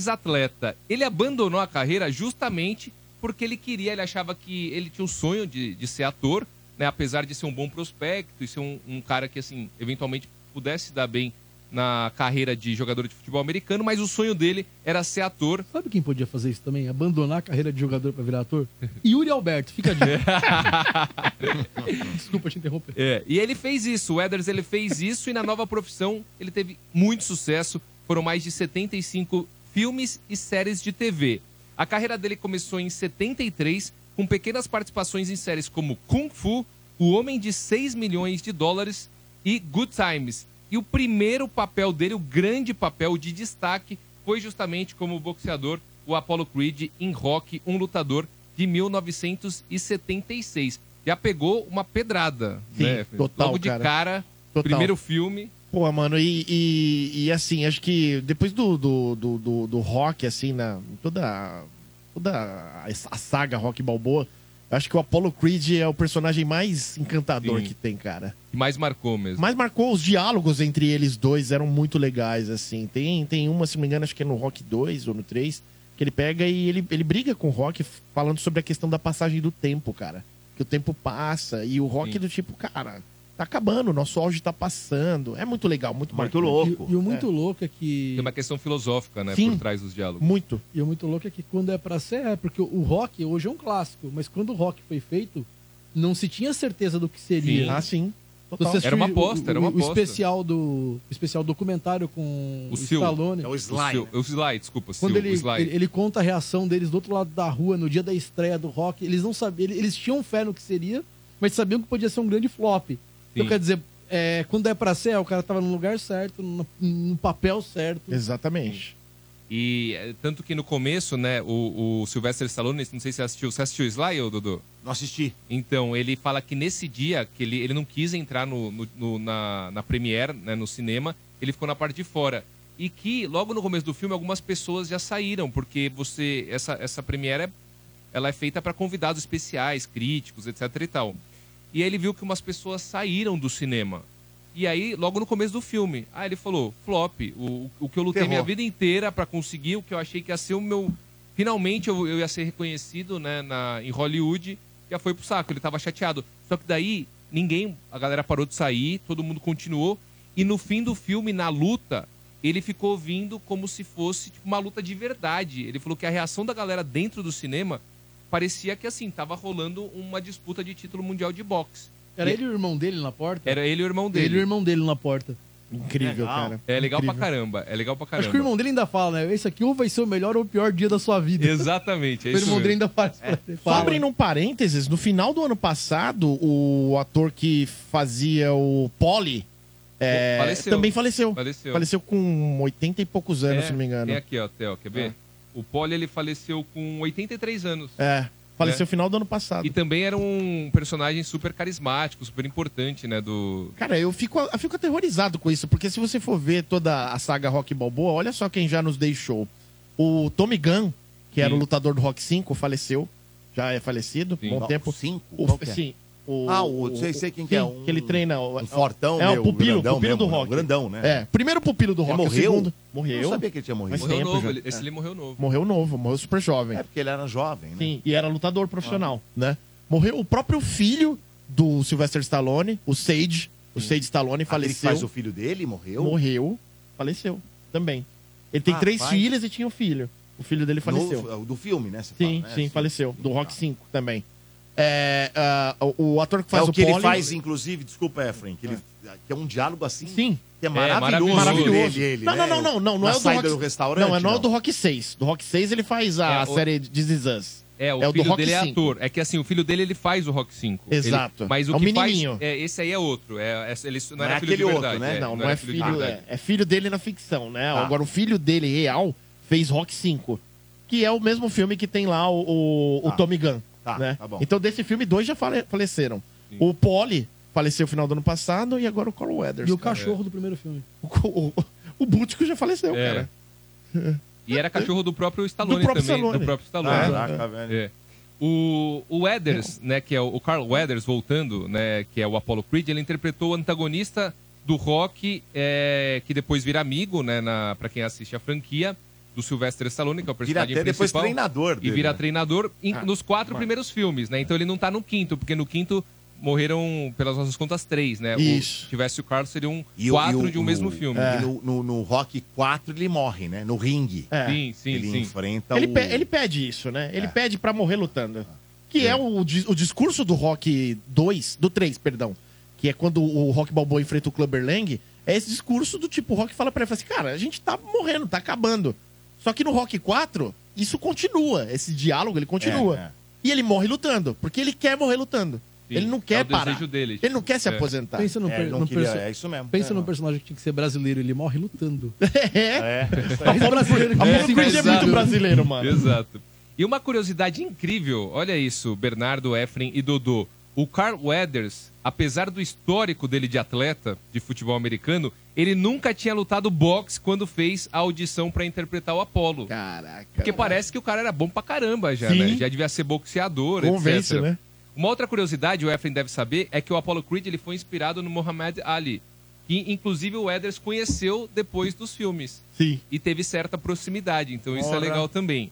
ex-atleta. Ele abandonou a carreira justamente porque ele queria, ele achava que ele tinha o sonho de, de ser ator, né? Apesar de ser um bom prospecto e ser um, um cara que, assim, eventualmente pudesse dar bem na carreira de jogador de futebol americano, mas o sonho dele era ser ator.
Sabe quem podia fazer isso também? Abandonar a carreira de jogador pra virar ator? Yuri Alberto, fica a dica. Desculpa te interromper.
É, e ele fez isso, o Eders ele fez isso e na nova profissão ele teve muito sucesso. Foram mais de 75 filmes e séries de TV. A carreira dele começou em 73 com pequenas participações em séries como Kung Fu, O Homem de 6 milhões de dólares e Good Times. E o primeiro papel dele, o grande papel de destaque, foi justamente como boxeador, o Apollo Creed em Rock, um lutador de 1976. Já pegou uma pedrada,
Sim,
né?
total,
Logo de
cara.
cara,
Total.
primeiro filme.
Pô, mano, e, e- e, assim, acho que depois do, do, do, do- do rock, assim, na toda, a- toda a a saga rock balboa, acho que o Apollo Creed é o personagem mais encantador
Sim.
que tem, cara.
que mais marcou mesmo.
Mas marcou os diálogos entre eles dois, eram muito legais, assim. Tem, tem uma, se não me engano, acho que é no Rock 2 ou no 3, que ele pega e ele, ele briga com o Rock f- falando sobre a questão da passagem do tempo, cara. Que o tempo passa e o Rock é do tipo, cara, tá acabando, o nosso auge tá passando. É muito legal, muito marcante.
E, e o muito louco é que.
Tem uma questão filosófica, né?
Sim.
Por trás dos diálogos.
Muito.
E o muito louco é que quando é pra ser, é, porque o rock hoje é um clássico, mas quando o rock foi feito, não se tinha certeza do que seria.
Sim. Ah, sim.
Se você assistir
Era uma
o-
aposta, era uma
o-
aposta.
O especial, do, o especial documentário com o,
O Sil.
Stallone.
É o Sly. O Sly, desculpa, Sil,
Quando ele,
o Sly.
ele, ele conta a reação deles do outro lado da rua, no dia da estreia do rock, eles não sabiam, eles tinham fé no que seria, mas sabiam que podia ser um grande flop. Então,
Sim.
quer dizer, é, quando é pra ser, o cara tava no lugar certo, no, no papel certo.
Exatamente.
E eh, tanto que no começo, né, o, o Sylvester Stallone, não sei se você assistiu, você assistiu o Sly, ô, Dudu?
Não assisti.
Então, ele fala que nesse dia, que ele, ele não quis entrar no, no- no- na, na premiere, né, no cinema, ele ficou na parte de fora. E que logo no começo do filme, algumas pessoas já saíram, porque você, essa, essa premiere é, ela é feita para convidados especiais, críticos, etc e tal. E aí ele viu que umas pessoas saíram do cinema. E aí, logo no começo do filme, ah, ele falou, flop, o, o que eu lutei
Ferrou.
minha vida inteira pra conseguir, o que eu achei que ia ser o meu... Finalmente eu, eu ia ser reconhecido, né, na, em Hollywood, já foi pro saco, ele tava chateado. Só que daí, ninguém, a galera parou de sair, todo mundo continuou, e no fim do filme, na luta, ele ficou vindo como se fosse tipo, uma luta de verdade. Ele falou que a reação da galera dentro do cinema parecia que, assim, tava rolando uma disputa de título mundial de boxe.
Era
E-
ele e o irmão dele na porta?
Era ele e o irmão dele.
Ele e o irmão dele na porta. Incrível, cara.
É legal
Incrível.
pra caramba. É legal pra
Acho que o
caramba.
irmão dele ainda fala, né? Esse aqui ou vai ser o melhor ou o pior dia da sua vida.
tá-
Exatamente, é
o
isso
irmão dele
mesmo. É.
ainda fala. pra-
Só
fala.
abrindo um parênteses, no final do ano passado, o ator que fazia o Polly é,
Faleceu.
também faleceu.
Faleceu.
com 80 e poucos anos,
É,
se não me engano.
Tem aqui, ó, Theo, quer ver? O Poli, ele faleceu com 83 anos.
É, faleceu
É.
no final do ano passado.
E também era um personagem super carismático, super importante, né, do...
Cara, eu fico, eu fico aterrorizado com isso, porque se você for ver toda a saga Rock Balboa, olha só quem já nos deixou. O Tommy Gunn, que era
Sim.
o lutador do Rock 5, faleceu. Já é falecido, bom
Rock
tempo.
5?
O,
Qual que é?
Sim.
Ah, o- sei- sei quem que é, um-
que ele treina. o-
um fortão,
É,
né,
o
o
pupilo,
grandão
pupilo do
mesmo, né, o
Rock.
grandão, né?
É, primeiro pupilo do
Ele
Rock. o
morreu?
segundo-
Eu não
Morreu.
sabia que ele tinha morrido.
Faz
Morreu
tempo
novo,
já.
ele- esse É. ele morreu novo.
Morreu novo, morreu super jovem.
É porque ele era jovem, né?
Sim, e era lutador profissional, né? Morreu o próprio filho do Sylvester Stallone, o Sage. O Sage Stallone
Aquele que
faleceu.
faz o filho dele morreu?
Morreu, faleceu também. Ele tem três
Rapaz.
filhas e tinha um filho. O filho dele faleceu.
No- do filme, né? você fala,
sim,
né? Tá.
sim, faleceu. Do Rock 5 também. É, ah, o, o ator que
É
faz
o que ele
Polly-
faz, inclusive, desculpa, Efraim, que, ele, que é um diálogo assim.
Sim.
Que é maravilhoso.
maravilhoso.
Ele, ele,
não,
né?
não, não, não, não, não
Na
é o do
saída
Rock...
do restaurante.
Não, é não, é o do Rock 6. Do Rock 6 ele faz a
É, o-
série This Is Us.
É, o
É o do
filho
Rock
dele é
5.
ator. É que assim, o filho dele ele faz o Rock 5.
Exato.
Ele- mas o
É um
que
menininho.
faz. É, esse aí é outro. É, é- ele não, era
é
filho de verdade. é,
Não, não,
era
é
de
filho.
verdade.
É, é filho dele na ficção, né?
Tá.
Agora, o filho dele real fez Rock 5, que é o mesmo filme que tem lá o, o, o
Tá.
Tommy Gunn.
Tá,
né?
tá bom.
Então, desse filme, dois já fale- faleceram. O Polly faleceu no final do ano passado e agora o Carl Weathers.
E o
cara.
cachorro do primeiro filme.
O, o, o Buttico já faleceu,
É.
cara.
E era cachorro do próprio Stallone
Do próprio
também.
Stallone.
Do próprio Stallone.
Caraca,
É.
velho.
É. O, o Weathers, né, que é o, o Carl Weathers, voltando, né, que é o Apollo Creed, ele interpretou o antagonista do Rock, é, que depois vira amigo, né, na, pra quem assiste a franquia, do Sylvester Stallone, que é o personagem
até depois
principal.
treinador
E
dele,
vira
né?
treinador em-
Ah,
nos quatro
mano.
primeiros filmes, né, então ele não tá no quinto, porque no quinto morreram, pelas nossas contas, três, né.
Isso.
O, tivesse o Carl, seria um
E o-
quatro
e o-
de um mesmo
o- É.
filme.
e no, no, no Rock 4 ele morre, né? No ringue.
É.
Sim, sim,
ele
sim.
enfrenta
ele,
o...
pe- ele pede isso, né? Ele pede pra morrer lutando. Que é, o, di- o discurso do Rock 2, do 3, perdão. Que é quando o Rock Balboa enfrenta o Clubber Lang. É esse discurso do tipo, o Rock fala pra ele, fala assim, cara, a gente tá morrendo, tá acabando. Só que no Rock 4, isso continua. Esse diálogo, ele continua.
É, é.
E ele morre lutando, porque ele quer morrer lutando. Ele não quer
é o
parar.
desejo dele,
ele
tipo,
não quer se
é.
aposentar.
Pensa no, per- no perso-
é
Pensa
no
num personagem que tinha que ser brasileiro, ele morre lutando.
É.
Mas
Apolo
brasileiro que
Creed-
é
Apolo Creed é muito
impensável.
brasileiro, mano.
Exato. E uma curiosidade incrível, olha isso, Bernardo, Efren e Dodô. O Carl Weathers, apesar do histórico dele de atleta de futebol americano, ele nunca tinha lutado boxe quando fez a audição pra interpretar o Apollo.
Caraca.
Porque parece que o cara era bom pra caramba já,
Sim.
né? Já devia ser boxeador,
Convence,
etc.
né?
Uma outra curiosidade, o Efren deve saber, é que o Apollo Creed ele foi inspirado no Muhammad Ali, que inclusive o Weathers conheceu depois dos filmes.
Sim.
E teve certa proximidade, então isso
Ora.
é legal também.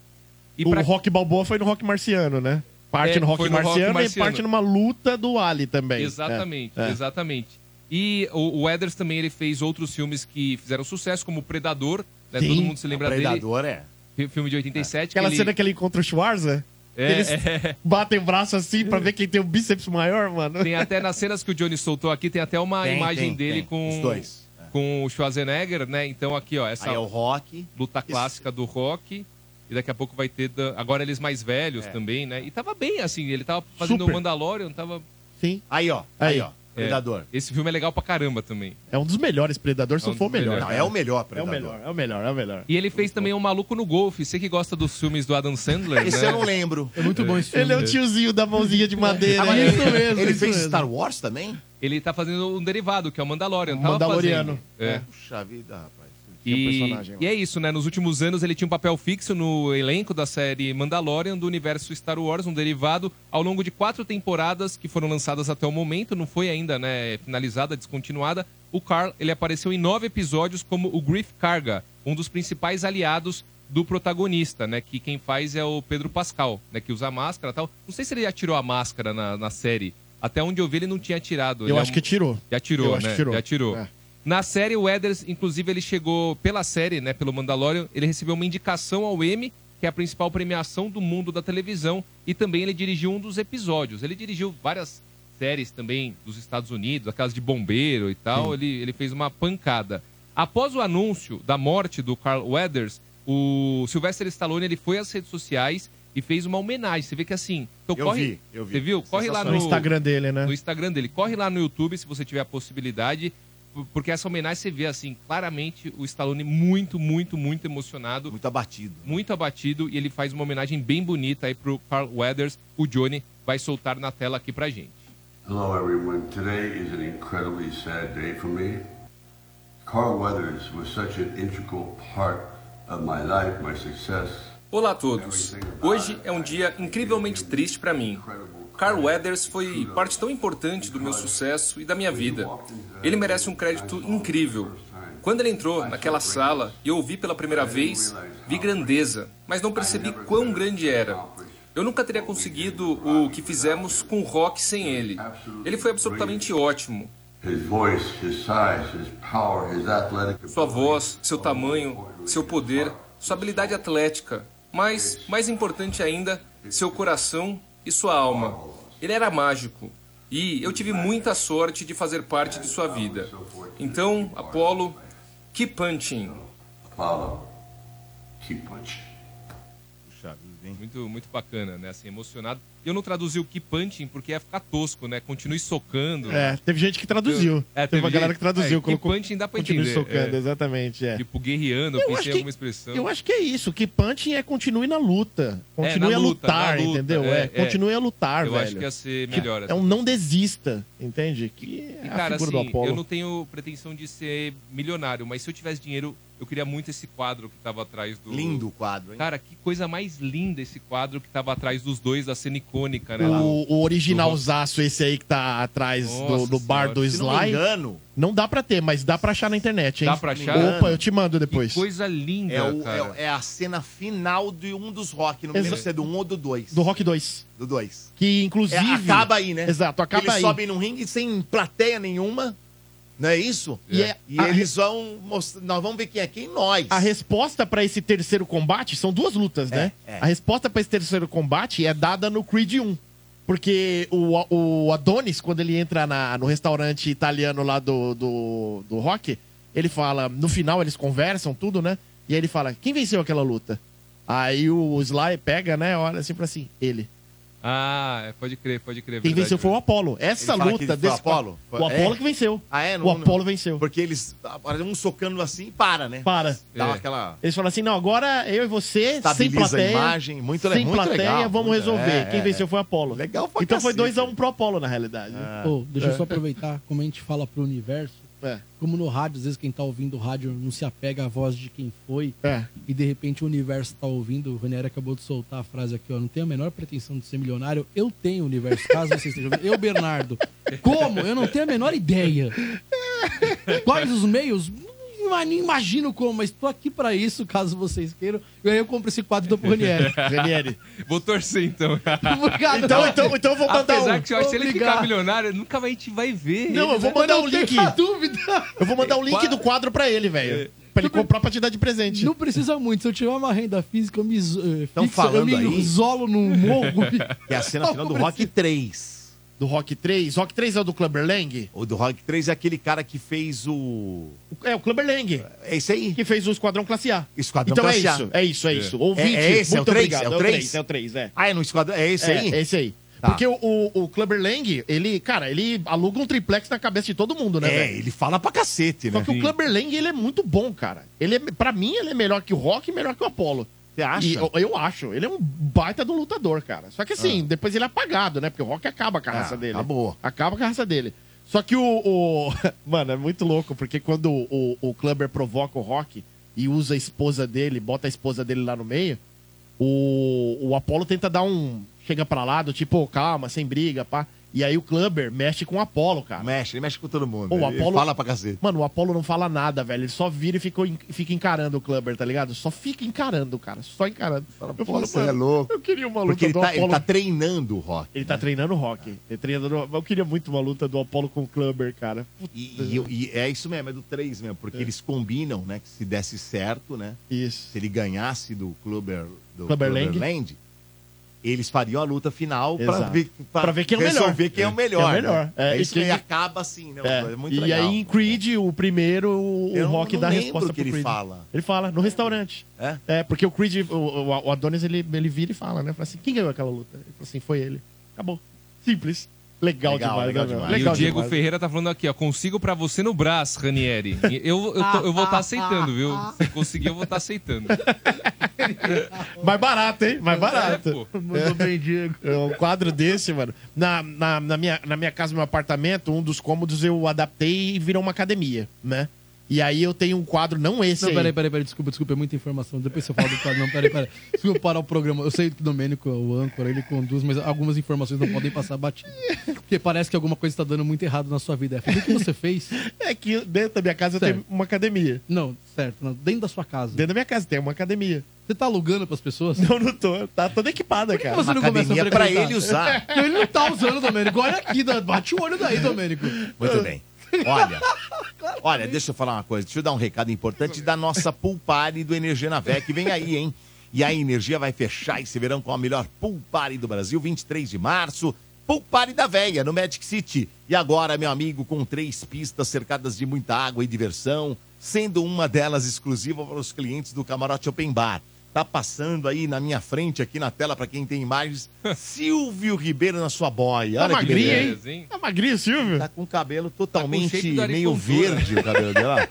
E
o
pra-
Rock Balboa foi no Rock Marciano, né? Parte
É,
no, rock
foi no Rock
marciano,
Marciano.
e parte numa luta do Ali também.
Exatamente,
É, é.
exatamente. E o o Weathers também ele fez outros filmes que fizeram sucesso, como Predador, né?
Sim.
Todo mundo se lembra
Predador,
dele. Predador, é. Filme de 87.
Aquela
que ele-
cena que ele encontra o Schwarza?
É,
Eles
é.
batem o braço assim pra ver quem tem o bíceps maior, mano.
Tem até nas cenas que o Johnny soltou aqui, tem até uma
Tem,
imagem
tem,
dele
tem.
com
Os dois. é.
com o Schwarzenegger, né? Então aqui, ó, essa
Aí é o rock,
luta clássica do rock. E daqui a pouco vai ter. da- Agora eles mais
É.
velhos também, né? E tava bem, assim, ele tava fazendo o
Super.
Mandalorian, tava.
Sim.
Aí, ó. Aí, ó. Predador.
Esse filme é legal pra caramba também.
É um dos melhores predadores, se
É um
não for o
dos
melhor.
melhores.
cara.
Não, é o melhor
É o
Predador.
melhor, é o melhor, é o melhor.
E ele fez também um maluco no golfe. Você que gosta dos filmes do Adam Sandler.
Esse
né?
eu não
lembro.
É muito bom esse filme. Ele é o tiozinho da mãozinha de madeira.
Ah, mas
É
ele-
isso mesmo,
ele
isso
fez
mesmo.
Star
Wars também?
Ele tá fazendo um derivado, que é o Mandalorian. Tava
Mandaloriano.
fazendo. É.
Puxa vida, rapaz.
um
E,
personagem lá.
e é isso, né? Nos últimos anos ele tinha um papel fixo no elenco da série Mandalorian do universo Star Wars, um derivado, ao longo de quatro temporadas que foram lançadas até o momento, não foi ainda né, finalizada, descontinuada. O Carl ele apareceu em nove episódios como o Griff Carga, um dos principais aliados do protagonista, né? Que quem faz é o Pedro Pascal, né? Que usa máscara e tal. Não sei se ele já tirou a máscara na, na série. Até onde eu vi, ele não tinha tirado.
Eu
Ele é
acho
um-
que tirou.
já tirou,
Eu
né?
acho que tirou.
Já tirou.
É.
Na série, o Eders, inclusive, ele chegou pela série, né? Pelo Mandalorian, ele recebeu uma indicação ao Emmy, que é a principal premiação do mundo da televisão, e também ele dirigiu um dos episódios. Ele dirigiu várias séries também dos Estados Unidos, a Casa de Bombeiro e tal. Ele, ele fez uma pancada. Após o anúncio da morte do Carl Weathers, o Sylvester Stallone ele foi às redes sociais e fez uma homenagem. Você vê que assim, então
Eu
corre,
vi, eu vi.
você viu? Corre lá no,
No Instagram dele, né?
no Instagram dele. Corre lá no YouTube se você tiver a possibilidade, por- porque essa homenagem você vê assim, claramente o Stallone muito, muito, muito emocionado.
Muito abatido.
Muito abatido e ele faz uma homenagem bem bonita aí pro Carl Weathers. O Johnny vai soltar na tela aqui pra gente.
Hello, everyone. Today is an incredibly sad day for me. Carl Weathers was such an integral part of my life, my success.
Olá a todos. Hoje é um dia incrivelmente triste para mim. Carl Weathers foi parte tão importante do meu sucesso e da minha vida. Ele merece um crédito incrível. Quando ele entrou naquela sala e eu o vi pela primeira vez, vi grandeza, mas não percebi quão grande era. Eu nunca teria conseguido o que fizemos com o rock sem ele. Ele foi absolutamente ótimo.
His voice, his size, his power, his athletic
Sua voz, seu tamanho, seu poder, sua habilidade atlética, mas, mais importante ainda, seu coração e sua alma. Ele era mágico e eu tive muita sorte de fazer parte de sua vida. Então, Apolo, keep punching.
Apollo, keep punching.
Muito, muito bacana, né? Assim, emocionado. E eu não traduzi o keep punching porque ia ficar tosco, né? Continue socando.
É, teve gente que traduziu.
É,
teve, uma
teve
galera
gente-
que traduziu.
é, que
colocou,
punch dá pra
continue
entender,
socando,
é.
exatamente. É.
Tipo, guerreando,
Eu acho que-
expressão. É,
Eu acho que é isso. Que punching é continue na luta. Continue
na
a
luta,
lutar,
na luta,
entendeu?
é,
É,
é.
continue a lutar,
Eu
velho.
acho que ia ser melhor,
É,
assim.
um não desista, entende? Que é
E,
a
cara,
figura
assim,
do Apolo.
eu não tenho pretensão de ser milionário, mas se eu tivesse dinheiro, eu queria muito esse quadro que tava atrás do.
Lindo o quadro, hein?
Cara, que coisa mais linda esse quadro que tava atrás dos dois da cena icônica, né? lá do-
O, o original
do-
zaço, esse aí que tá atrás do,
Nossa
do bar
Senhora.
do
Se não me
Sly.
engano-
não dá pra ter, mas dá pra achar na internet, hein?
Dá pra achar?
Opa, eu te mando depois.
coisa linda,
É, o-
cara.
é- é a cena final de um dos rock. Não me
Exa-
lembro se é do um ou do dois.
Do Rock 2.
Do dois.
Que inclusive.
É, acaba aí, né?
Exato, acaba
eles
aí.
sobem num ringue sem plateia nenhuma, não é isso?
E é-
E
a-
eles vão mostrar, nós vamos ver quem é quem nós.
A resposta pra esse terceiro combate são duas lutas, né?
é.
A resposta pra esse terceiro combate é dada no Creed 1. Porque o, o Adonis, quando ele entra na- no restaurante italiano lá do, do, do Rock, ele fala, no final eles conversam, tudo, né? E aí ele fala, quem venceu aquela luta? Aí o Sly pega, né? Olha assim pra assim, ele.
Ah, é, pode crer, pode crer.
Quem venceu foi o Apolo. Essa
Ele fala que
luta
ele foi o
desse.
Apolo?
O Apolo
É.
que venceu.
Ah, é?
o Apolo venceu.
Porque eles. Um socando assim e para, né?
Para.
Dá
É.
aquela.
Eles falam assim: não, agora eu e você, sem
Estabiliza a
plateia.
imagem, muito le-
sem
muito
plateia,
legal,
vamos
muito-
resolver.
é,
Quem
é,
venceu
é.
foi o Apolo. Legal
pra
Então foi
cacete.
2x1 pro Apolo, na realidade.
Pô, deixa eu só
É.
aproveitar, como a gente fala pro universo, como no rádio, às vezes quem tá ouvindo o rádio não se apega à voz de quem foi,
é,
e de repente o universo tá ouvindo, o Ranieri acabou de soltar a frase aqui, ó, não tenho a menor pretensão de ser milionário, eu tenho universo, caso você esteja ouvindo, eu, Bernardo. Como? Eu não tenho a menor ideia. Quais os meios? Não imagino como, mas tô aqui pra isso, caso vocês queiram. E aí eu compro esse quadro do Ranieri.
Vou torcer então.
Obrigado. Então- então- então eu vou mandar
Apesar
um.
que eu acho que se ele
Obrigado.
ficar milionário, nunca vai, a gente vai ver.
Não,
ele,
eu vou
né?
mandar
Mas
o
não
link.
tenha
É.
Eu vou mandar o link do quadro pra ele, velho. pra ele comprar pra te dar de presente.
Não precisa muito. Se eu tiver uma renda física, eu me, iso- eh,
Estão
fixa, eu
falando
me
aí.
isolo num morro.
É a cena final do
Não
Rock 3.
Do Rock 3? Rock 3 é o do Clubber Lang?
O do Rock 3 é aquele cara que fez o.
É, o Clubber Lang.
É esse aí.
Que fez o Esquadrão Classe A.
Esquadrão
então
Classe
é
A.
isso, é isso, é isso.
É.
Ouvinte,
É- é esse, é o
muito
três?
obrigado.
É o três?
É o 3, é.
Ah, é no Esquadrão. É esse
é,
aí?
É esse aí.
Tá.
Porque o, o, o Clubber Lang, ele, cara, ele aluga um triplex na cabeça de todo mundo, né,
É,
velho?
ele fala pra cacete, né?
Só que o Clubber Lang, ele é muito bom, cara. Ele é, pra mim, ele é melhor que o Rock e melhor que o Apollo.
Você acha?
eu, eu acho. Ele é um baita de um lutador, cara. Só que assim, depois ele é apagado, né? Porque o Rock acaba com a raça dele.
Ah. acabou.
Acaba com a raça dele. Só que o... o- Mano, é muito louco, porque quando o, o Clubber provoca o Rock e usa a esposa dele, bota a esposa dele lá no meio, o, o Apollo tenta dar um... Chega pra lá, do tipo, "Ô, calma, sem briga, pá. E aí o Clubber mexe com o Apollo, cara.
Ah, Mexe, ele mexe com todo mundo.
Pô,
ele
o Apollo-
fala pra cacete.
Mano, o Apollo não fala nada, velho. Ele só vira e fica, fica encarando o Clubber, tá ligado? Só fica encarando, cara. Só encarando. eu
Pô, você
mano,
é louco.
Eu queria uma luta
Porque ele
do
tá,
Apollo.
ele tá treinando o Rock.
Ele tá treinando o Rock. Ele treinando... Eu queria muito uma luta do Apollo com o Clubber, cara. Puta.
E, e- e é isso mesmo, é do 3 mesmo, porque
É.
eles combinam, né? Que se desse certo, né?
Isso.
Se ele ganhasse do Clubber, do
Clubber Lang.
Land, eles fariam a luta final pra
Exato.
ver, pra
Pra ver quem é o melhor.
resolver quem é o melhor.
Quem é o melhor.
né?
É,
É,
e
isso
quem
aí
que-
acaba assim, né?
É.
É muito
E
legal.
aí, em Creed, o primeiro, o, o
Eu
Rock
não
dá a
lembro
resposta
o que
pro
ele
Creed.
fala.
Ele fala, no restaurante.
É?
porque o Creed, o, o- o Adonis, ele, ele vira e fala, né? Fala assim, quem ganhou aquela luta? Ele fala assim, foi ele. Acabou. Simples. Legal,
Legal,
demais,
legal
né, meu?
demais. e o Diego Ferreira tá falando aqui, ó. Consigo pra você no Brás, Ranieri. Eu, eu, tô- eu vou estar aceitando, viu? Se conseguir, eu vou estar aceitando.
Mais barato, hein? Mais barato.
É, pô. Mandou bem, Diego.
É um quadro desse, mano. Na, na, na minha, na minha casa, no meu apartamento, um dos cômodos eu adaptei e virou uma academia, né? E aí eu tenho um quadro, não esse aí.
peraí, peraí, peraí, desculpa, desculpa, é muita informação. Depois você fala do quadro, não, peraí, peraí. Desculpa parar o programa. Eu sei que o Domênico é o âncora, ele conduz, mas algumas informações não podem passar batido. Porque parece que alguma coisa está dando muito errado na sua vida. É, o que você fez?
É que dentro da minha casa eu tenho uma academia.
Não, certo, não, dentro da sua casa.
Dentro da minha casa tem uma academia.
Você tá alugando pras pessoas?
Não, não tô. Tá toda equipada,
Por que
cara.
você não começa a frequentar?
pra É,
Não, ele não tá usando, Domênico. Olha aqui, Dan, bate o olho daí, Domênico.
Ah.
Muito bem. Olha, olha, deixa eu falar uma coisa. Deixa eu dar um recado importante da nossa pool party do Energia na VEC. Vem aí, hein? E a Energia vai fechar esse verão com a melhor pool party do Brasil, 23 de março. Pool party da véia, no Magic City. E agora, meu amigo, com três pistas cercadas de muita água e diversão, sendo uma delas exclusiva para os clientes do Camarote Open Bar. Tá passando aí na minha frente, aqui na tela, para quem tem imagens, Silvio Ribeiro na sua boia.
Tá
Olha que
magrinho,
beleza.
hein? Tá magrinho, Silvio.
Tá com cabelo
Tá com
totalmente
shape do
meio
Arifontura.
verde o cabelo dela.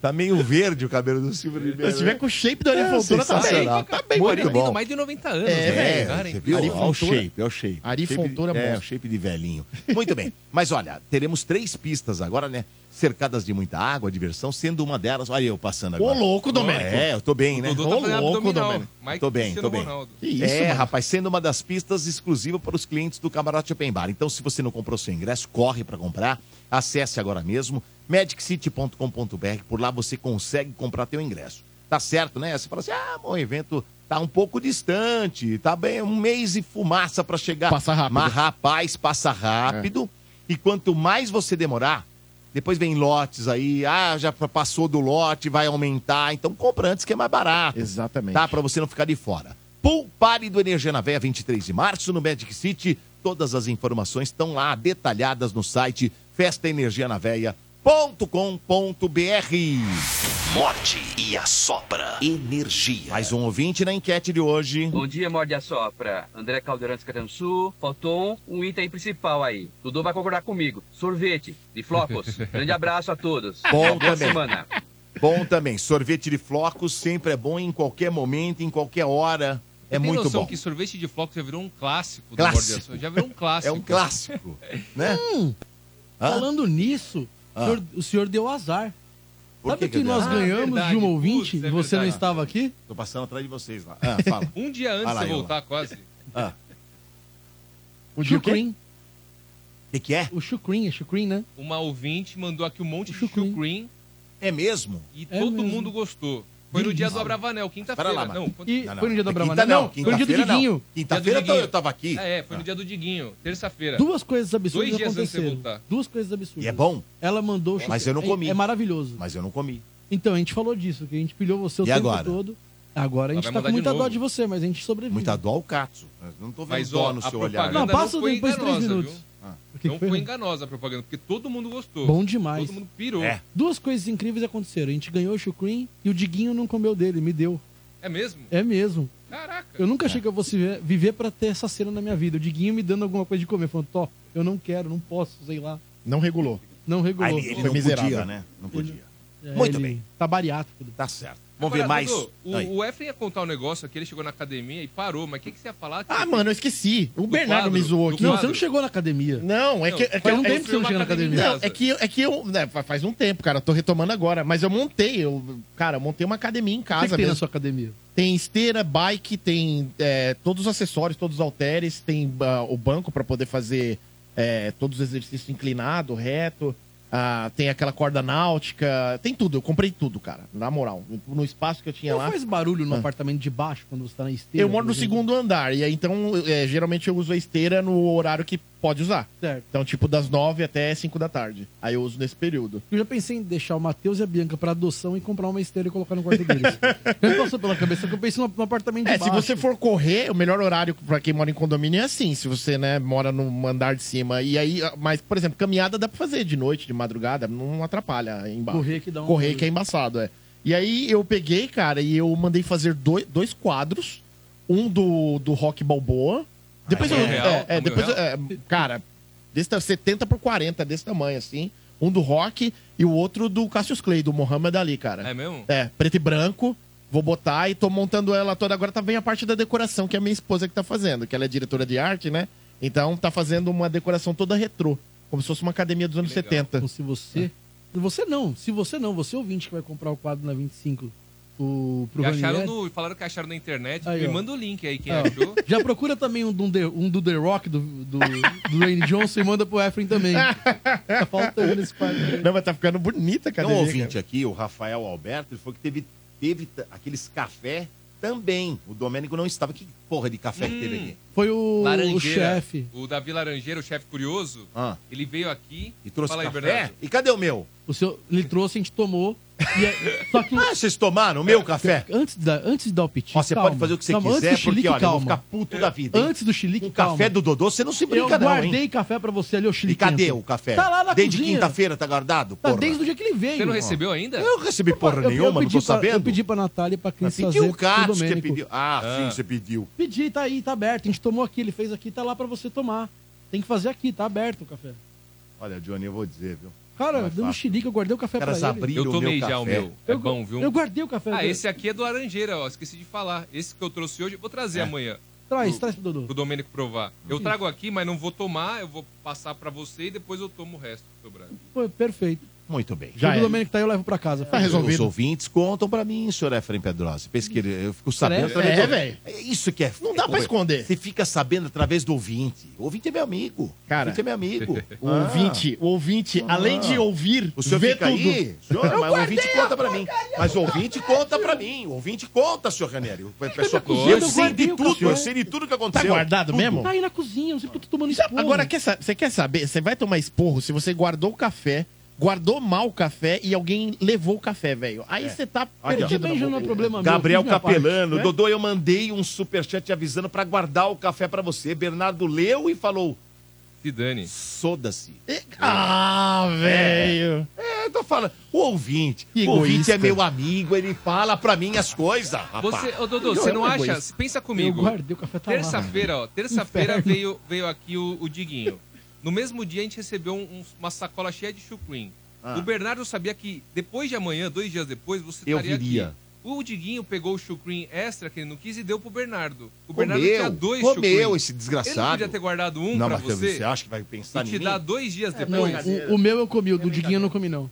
Tá meio verde o cabelo do Silvio Ribeiro.
Se tiver com o shape da Arifontura, tá bem.
sensacional. Tá bem,
Mori
muito
tem
bom.
mais de 90 anos,
É,
né,
é,
cara, hein?
você viu? Olha o
Arifontura.
shape, é o shape.
Arifontura
shape de, é,
monstro.
o shape de velhinho. Muito bem. Mas olha, teremos três pistas agora, né? Cercadas de muita água, diversão, sendo uma delas. Olha eu passando agora.
louco, Domênico.
É, eu tô bem, né?
O Dodô tá Ô, fazendo louco, abdominal. Domênico. Mike
Tô bem, tô
Cristiano
bem.
Ronaldo. Que isso,
é,
mano.
rapaz, sendo uma das pistas exclusivas para os clientes do Camarote Open Bar. Então, se você não comprou seu ingresso, corre para comprar. Acesse agora mesmo mediccity.com.br. Por lá você consegue comprar teu ingresso. Tá certo, né? Você fala assim, ah, bom, o evento tá um pouco distante, tá bem, um mês e fumaça para chegar.
Passa rápido.
Mas, rapaz, passa rápido. E quanto mais você demorar, depois vem lotes aí, ah, já passou do lote, vai aumentar. Então compra antes que é mais barato.
Exatamente.
Tá? Pra você não ficar de fora. Pool Party do Energia na Veia, 23 de março, no Magic City. Todas as informações estão lá detalhadas no site festaenergianaveia.com.br.
Morde e assopra. Energia.
Mais um ouvinte na enquete de hoje.
Bom dia, morde a sopra. André Caldeirão de Catançu. Faltou um, um item principal aí. Dudu vai concordar comigo. Sorvete de flocos. Grande abraço a todos.
Bom
Boa
também.
semana.
Bom também. Sorvete de flocos sempre é bom em qualquer momento, em qualquer hora. É
Tem
muito
noção
bom.
que sorvete de flocos já virou um clássico, do
Clássico.
Morde a Sopra. Já virou um clássico.
É um clássico, né?
Hum,
Hã?
falando nisso, o,
Ah.
senhor, o senhor deu azar.
Por
Sabe
que
que,
que eu dei
nós
azar?
ganhamos
Ah, verdade.
de um ouvinte
Putz, é
e você não
verdade.
estava aqui?
Tô passando atrás de vocês lá. Ah, fala.
Um dia antes
Vai lá,
de você
Iola.
voltar, quase.
Ah.
O Chucrin.
O que, que é?
O Chucrin, é Chucrin, né?
Uma ouvinte mandou aqui um monte de chucrim.
É mesmo?
E todo mundo gostou. Foi no dia do Abravanel,
Pera lá,
quinta-feira.
mano.
Não, quando-
E-
foi no dia
Quinta
do Abravanel?
não,
Não, foi no dia do
quinta-feira não.
Diguinho.
Quinta-feira
Dia do Diguinho.
eu tava aqui.
Ah, é, foi no dia do Diguinho, terça-feira.
Duas coisas absurdas
É. Dois dias antes de você
aconteceram.
voltar.
Duas coisas absurdas.
E é bom?
Ela mandou
Mas eu não
é-
comi.
É maravilhoso.
Mas eu não comi.
Então, a gente falou disso, que a gente pilhou você o
E
tempo
agora?
todo. Agora a gente
Vai
tá
mudar
com
de
muita dó
novo.
de você, mas a gente sobrevive.
Muita dó ao Katsu. Eu Não tô vendo
Mas,
dó
ó,
no
a
seu olhar. né?
propaganda
Não, passa
foi
depois de três
enganosa,
minutos.
viu?
que
não
foi,
foi,
né?
enganosa a propaganda, porque todo mundo gostou.
Bom demais.
Todo mundo pirou.
É.
É,
Duas coisas incríveis aconteceram. A gente ganhou o chucrim e o Diguinho não comeu dele, me deu.
mesmo?
É mesmo.
Caraca.
Eu
É.
nunca achei que eu fosse viver- viver pra ter essa cena na minha vida. O Diguinho me dando alguma coisa de comer. Falando, Tó, eu não quero, não posso, sei lá.
Não regulou.
Não regulou.
Ah, ele, ele não podia, né? Não podia.
É,
Muito
ele
bem.
Tá bariátrico.
Tá certo. Vamos
Agora,
ver mais.
Dudu,
Aí.
o, o Efren ia contar um negócio aqui, ele chegou na academia e parou, mas o que, que você ia falar?
Ah, mano, eu esqueci. O Bernardo
quadro,
me zoou
do
aqui.
Não, você não
chegou na academia.
Não, é
Não,
que. É que
faz
eu-
um
é-
tempo que você não chega na academia.
Não, é que, eu- é que eu. né, fa- faz um tempo, cara. eu Tô retomando agora. Mas eu montei. Eu, cara, eu montei uma academia em
O que,
casa
que tem na
mesmo.
sua academia?
Tem esteira, bike, tem é, todos os acessórios, todos os halteres, tem ah, o banco pra poder fazer é, todos os exercícios inclinado, reto, ah, tem aquela corda náutica, tem tudo. Eu comprei tudo, cara, na moral. No espaço que eu tinha
Não
lá.
faz barulho no
Ah.
apartamento de baixo quando você tá na esteira?
Eu moro no
por exemplo?
segundo andar, e aí então é, geralmente eu uso a esteira no horário que pode usar.
Certo.
Então, tipo, das nove até cinco da tarde. Aí eu uso nesse período.
Eu já pensei em deixar o Matheus e a Bianca pra adoção e comprar uma esteira e colocar no quarto deles. Não passou pela cabeça que eu pensei no, no apartamento de
É, se
baixo.
você for correr, o melhor horário pra quem mora em condomínio é assim, se você, né, mora num andar de cima. E aí, ah, mas, por exemplo, caminhada dá pra fazer de noite, de madrugada, não atrapalha embaixo.
Correr que dá um-
Correr que é embaçado, é. E aí eu peguei, cara, e eu mandei fazer dois, dois quadros. Um do, do Rock Balboa. Depois eu.
tamanho Ah, real?
é, é,
Tamanho
depois eu-
real?
é, cara, desse, ta- 70 por 40, desse tamanho, assim. Um do Rock e o outro do Cassius Clay, do Muhammad Ali, cara.
É mesmo?
É, preto e branco. Vou botar e tô montando ela toda. Agora tá bem a parte da decoração, que é a minha esposa que tá fazendo, que ela é diretora de arte, né? Então tá fazendo uma decoração toda retrô, como se fosse uma academia dos anos 70.
se você.
Ah.
Você não, se você não, você ouvinte que vai comprar o quadro na 25 o, pro
E acharam
Ranieri.
no, falaram que acharam na internet.
Aí,
Me
ó.
manda o link aí, quem
Ah,
achou.
Já procura também um do The, um do The Rock, do, do, do Dwayne Johnson, e manda pro Efren também. Tá faltando esse quadro.
Não, mas tá ficando bonita,
Tem
cara.
um ouvinte aqui, o Rafael Alberto, ele falou que teve, teve t- aqueles café também. O Domênico não estava. Que porra de café que
Hum.
teve aqui?
Foi o, o
Laranjeira,
chefe.
O Davi Laranjeira, o chefe curioso,
Ah.
ele veio aqui
E trouxe
Fala aí,
café?
Bernardo.
e cadê o meu?
O seu, ele trouxe, a gente tomou. E é- só que...
Ah, vocês tomaram o meu café?
Antes, da, antes de dar o piti,
Ó, você pode fazer o que você quiser, porque, olha, eu vou ficar puto da vida. hein?
Antes do xilique,
O café
calma.
do Dodô, você não se brinca,
eu
não,
guardei
hein?
café pra você ali, ô
E
xilique.
cadê o café?
Tá lá na
Desde
cozinha.
quinta-feira tá guardado?
Tá
porra?
desde o dia que ele veio.
Você não recebeu ainda?
Eu não recebi porra
Eu- eu
nenhuma, não
pedi
tô
pra- Eu
sabendo.
pedi pra Natália e pra Cris
Mas
fazer
pediu o
pro
Cato, você
Domênico.
pediu. Ah, sim, você pediu.
Pedi, tá aí, tá aberto. A gente tomou aqui, ele fez aqui, tá lá pra você tomar. Tem que fazer aqui, tá aberto o café.
Olha, Johnny, eu vou dizer, viu?
Cara,
Não é
deu um
fácil.
xilique, eu guardei o café pra
Caras
ele.
abriram
Eu tomei
meu
já o
café.
meu. É bom, viu?
Eu guardei o café
Ah,
dele.
esse aqui é do Laranjeira, ó. Esqueci de falar. Esse que eu trouxe hoje, vou trazer
É.
amanhã
Traz, traz pro Dodô.
pro Domênico provar. Eu
Isso.
trago aqui, mas não vou tomar. Eu vou passar pra você e depois eu tomo o resto do sobrado.
Foi perfeito.
Muito bem.
Já o Domênico tá aí, eu levo pra casa. Tá
Os ouvintes contam pra mim, senhor Efraim Pedrosa. Pesqueira, eu fico sabendo.
É,
através
é,
do-
velho.
Isso que é.
Não dá pra esconder.
Você fica sabendo através do ouvinte. O ouvinte é meu amigo.
Cara,
o ouvinte é meu amigo.
O ouvinte, o ouvinte,
Ah.
além de ouvir,
O senhor
vê
fica
tudo.
aí? Senhor, mas o ouvinte conta pra mim. Mas o ouvinte conta pra mim. O ouvinte conta, senhor Ranieri. O pessoal-
cozinha,
eu sei de
eu tá guardei o
tudo,
café.
eu sei de tudo que aconteceu.
Tá guardado
Tudo.
mesmo? é-
Tá aí na cozinha, não sei porque eu tô tomando isso.
Agora, quer sa- você quer saber? Você vai tomar esporro se você guardou o café, guardou mal o café e alguém levou o café, velho. Aí você tá
É. Aqui, ó.
perdido.
Também
na
já não é
bobeira.
problema meu.
Gabriel
fiz minha parte,
Capelano,
né?
Dodô, eu mandei um superchat avisando pra guardar o café pra você. Bernardo leu e falou:
Se dane.
Soda-se.
É, Ah, velho.
É, eu tô falando. O ouvinte,
Que
o ouvinte
egoísta.
é meu amigo, ele fala pra mim as coisas, rapaz.
Você, ô Dodô, você não acha? Pensa comigo.
Eu guardei o café, tá lá.
Terça-feira, ó. Terça-feira
Inferno.
veio, veio aqui o, o Diguinho. No mesmo dia a gente recebeu um- um- uma sacola cheia de chucrim.
Ah.
O Bernardo sabia que depois de amanhã, dois dias depois, você
Eu
estaria
viria.
aqui. O Diguinho pegou o chucrim extra que ele não quis e deu pro Bernardo. O
Comeu,
Bernardo tinha dois
comeu
chucrim.
esse desgraçado.
Ele não podia ter guardado um
Não,
pra
Matheus,
você.
você acha que vai pensar
e
em
te
mim?
dá dois dias
Não,
depois?
o, o meu eu comi, o do Diguinho eu não comi, não.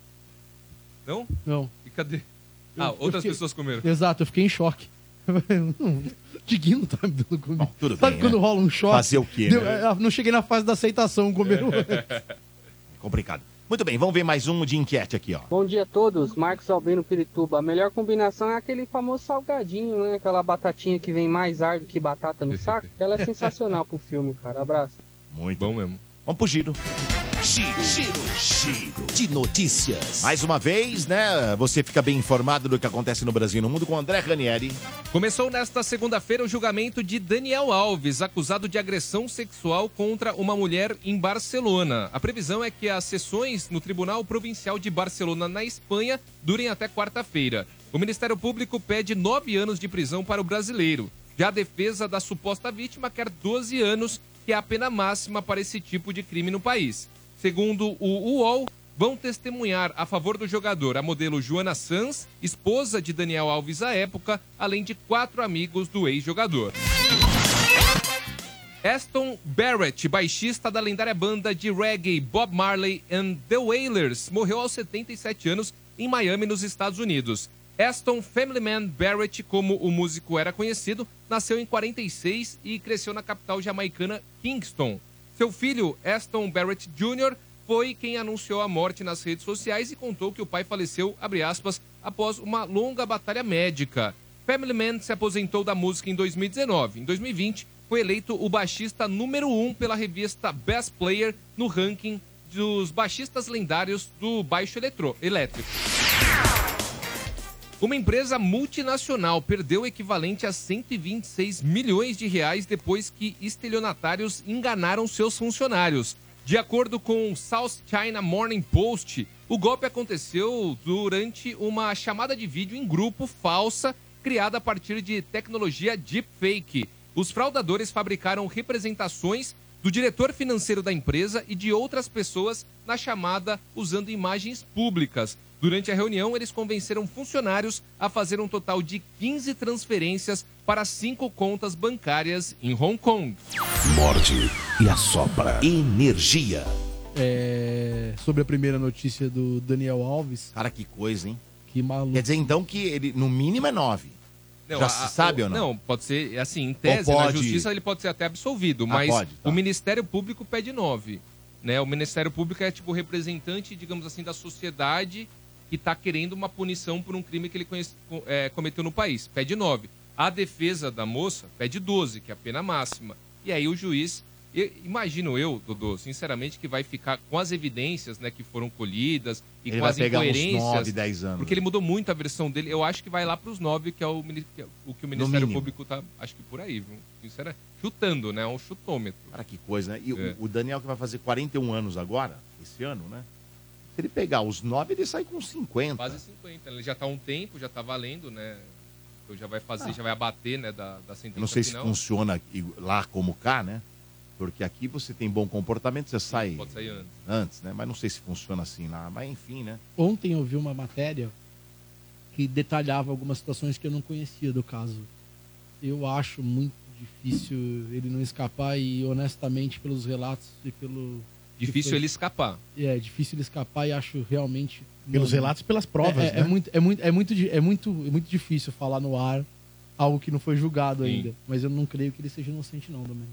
Não?
Não.
E cadê? Ah,
Eu- eu
outras
fiquei-
pessoas comeram.
Exato, eu fiquei em choque. Não, Diguinho não tá me dando comida.
tudo
Sabe
bem,
quando
né?
rola um choque?
Fazer o quê,
Deu- é,
né? É.
eu Não cheguei na fase da aceitação, comer o
Complicado. Muito bem, vamos ver mais um de enquete aqui, ó.
Bom dia a todos, Marcos Albino Pirituba. A melhor combinação é aquele famoso salgadinho, né? Aquela batatinha que vem mais ar do que batata no saco. Ela é sensacional pro filme, cara. Abraço.
Muito
bom mesmo.
Vamos pro giro. Giro, giro, giro de notícias. Mais uma vez, né? Você fica bem informado do que acontece no Brasil e no mundo com o André Ranieri.
Começou nesta segunda-feira o julgamento de Daniel Alves, acusado de agressão sexual contra uma mulher em Barcelona. A previsão é que as sessões no Tribunal Provincial de Barcelona, na Espanha, durem até quarta-feira. O Ministério Público pede nove anos de prisão para o brasileiro. Já a defesa da suposta vítima quer 12 anos, que é a pena máxima para esse tipo de crime no país. Segundo o UOL, vão testemunhar a favor do jogador a modelo Joana Sanz, esposa de Daniel Alves à época, além de quatro amigos do ex-jogador. Aston Barrett, baixista da lendária banda de reggae Bob Marley and The Wailers, morreu aos 77 anos em Miami, nos Estados Unidos. Aston Family Man Barrett, como o músico era conhecido, nasceu em 46 e cresceu na capital jamaicana Kingston. Seu filho, Aston Barrett Jr., foi quem anunciou a morte nas redes sociais e contou que o pai faleceu, abre aspas, após uma longa batalha médica. Family Man se aposentou da música em 2019. Em 2020, foi eleito o baixista número 1 um pela revista Best Player no ranking dos baixistas lendários do baixo eletro- elétrico. Uma empresa multinacional perdeu o equivalente a 126 milhões de reais depois que estelionatários enganaram seus funcionários. De acordo com o South China Morning Post, o golpe aconteceu durante uma chamada de vídeo em grupo falsa criada a partir de tecnologia deepfake. Os fraudadores fabricaram representações do diretor financeiro da empresa e de outras pessoas na chamada usando imagens públicas. Durante a reunião, eles convenceram funcionários a fazer um total de 15 transferências para cinco contas bancárias em Hong Kong.
Morde e assopra. Energia.
É, sobre a primeira notícia do Daniel Alves.
Cara, que coisa, hein?
Que maluco.
Quer dizer, então, que ele, no mínimo, é nove. Já
a-
se sabe ou não?
Não, pode ser, assim, em tese,
Ou
na
pode-
justiça ele pode ser até absolvido,
Ah,
mas
pode,
o Ministério Público pede nove. Né? O Ministério Público é tipo representante, digamos assim, da sociedade que está querendo uma punição por um crime que ele conhece- co- é, cometeu no país. Pede nove. A defesa da moça pede 12, que é a pena máxima. E aí o juiz, eu- imagino eu, Dodô, sinceramente, que vai ficar com as evidências né, que foram colhidas e
Ele
com
vai
as
pegar uns
incoerências.
nove, dez anos.
Porque ele mudou muito a versão dele. Eu acho que vai lá para os 9, que é o, mini- que é o que o Ministério
mínimo.
Público tá, acho que por aí, viu? Sincera, chutando, né? É um chutômetro.
Cara, que coisa, né? E
É.
o- o Daniel, que vai fazer 41 anos agora, esse ano, né? Se ele pegar os nove, ele sai com 50.
Quase 50. Ele já tá há um tempo, já tá valendo, né? Então já vai fazer, já vai abater, né, da, da
Ah.
sentença
Eu não sei se
final.
funciona aqui- lá como cá, né? Porque aqui você tem bom comportamento, você sai
Pode sair antes.
antes, né? Mas não sei se funciona assim lá. Mas enfim, né?
Ontem eu vi uma matéria que detalhava algumas situações que eu não conhecia do caso. Eu acho muito difícil ele não escapar e, honestamente, pelos relatos e pelo.
Difícil
que foi-
ele escapar.
É, difícil ele escapar e acho realmente.
É. Pelos relatos e pelas provas,
é, é,
né?
É muito, é, muito, é, muito, di- é, muito, é muito difícil falar no ar algo que não foi julgado
Sim.
ainda. Mas eu não creio que ele seja inocente, não, Domingo.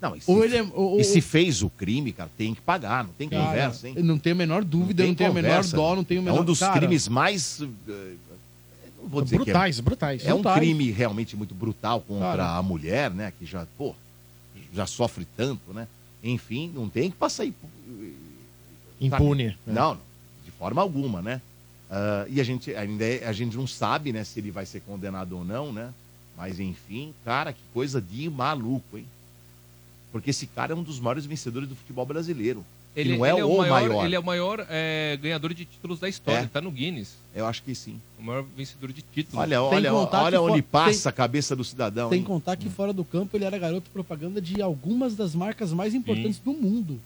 Não, e se,
Ou ele é- ou-
e se
ou-
fez o crime, cara, tem que pagar, não tem
Cara,
conversa, é hein?
eu Não tenho a menor dúvida, eu não tenho a menor
conversa.
dó, não tenho a menor
É um dos
Cara,
crimes mais. eh, Não vou dizer
Brutais,
que é,
brutais.
É um
Brutais.
crime realmente muito brutal contra
Cara.
a mulher, né? Que já, pô, já sofre tanto, né? Enfim, não tem que passar impu-
É. Impune,
sabe?
né?
Não, não, de forma alguma, né? Ah, e a gente ainda é- a gente não sabe, né, se ele vai ser condenado ou não, né? Mas enfim, cara, que coisa de maluco, hein? Porque esse cara é um dos maiores vencedores do futebol brasileiro. Ele, não é, o maior.
Ele é o maior é, ganhador de títulos da história.
É?
Ele tá no Guinness.
Eu acho que sim.
O maior vencedor de títulos.
Olha, olha, olha onde passa a cabeça do cidadão.
Tem
hein?
que contar que fora do campo ele era garoto propaganda de algumas das marcas mais importantes do mundo.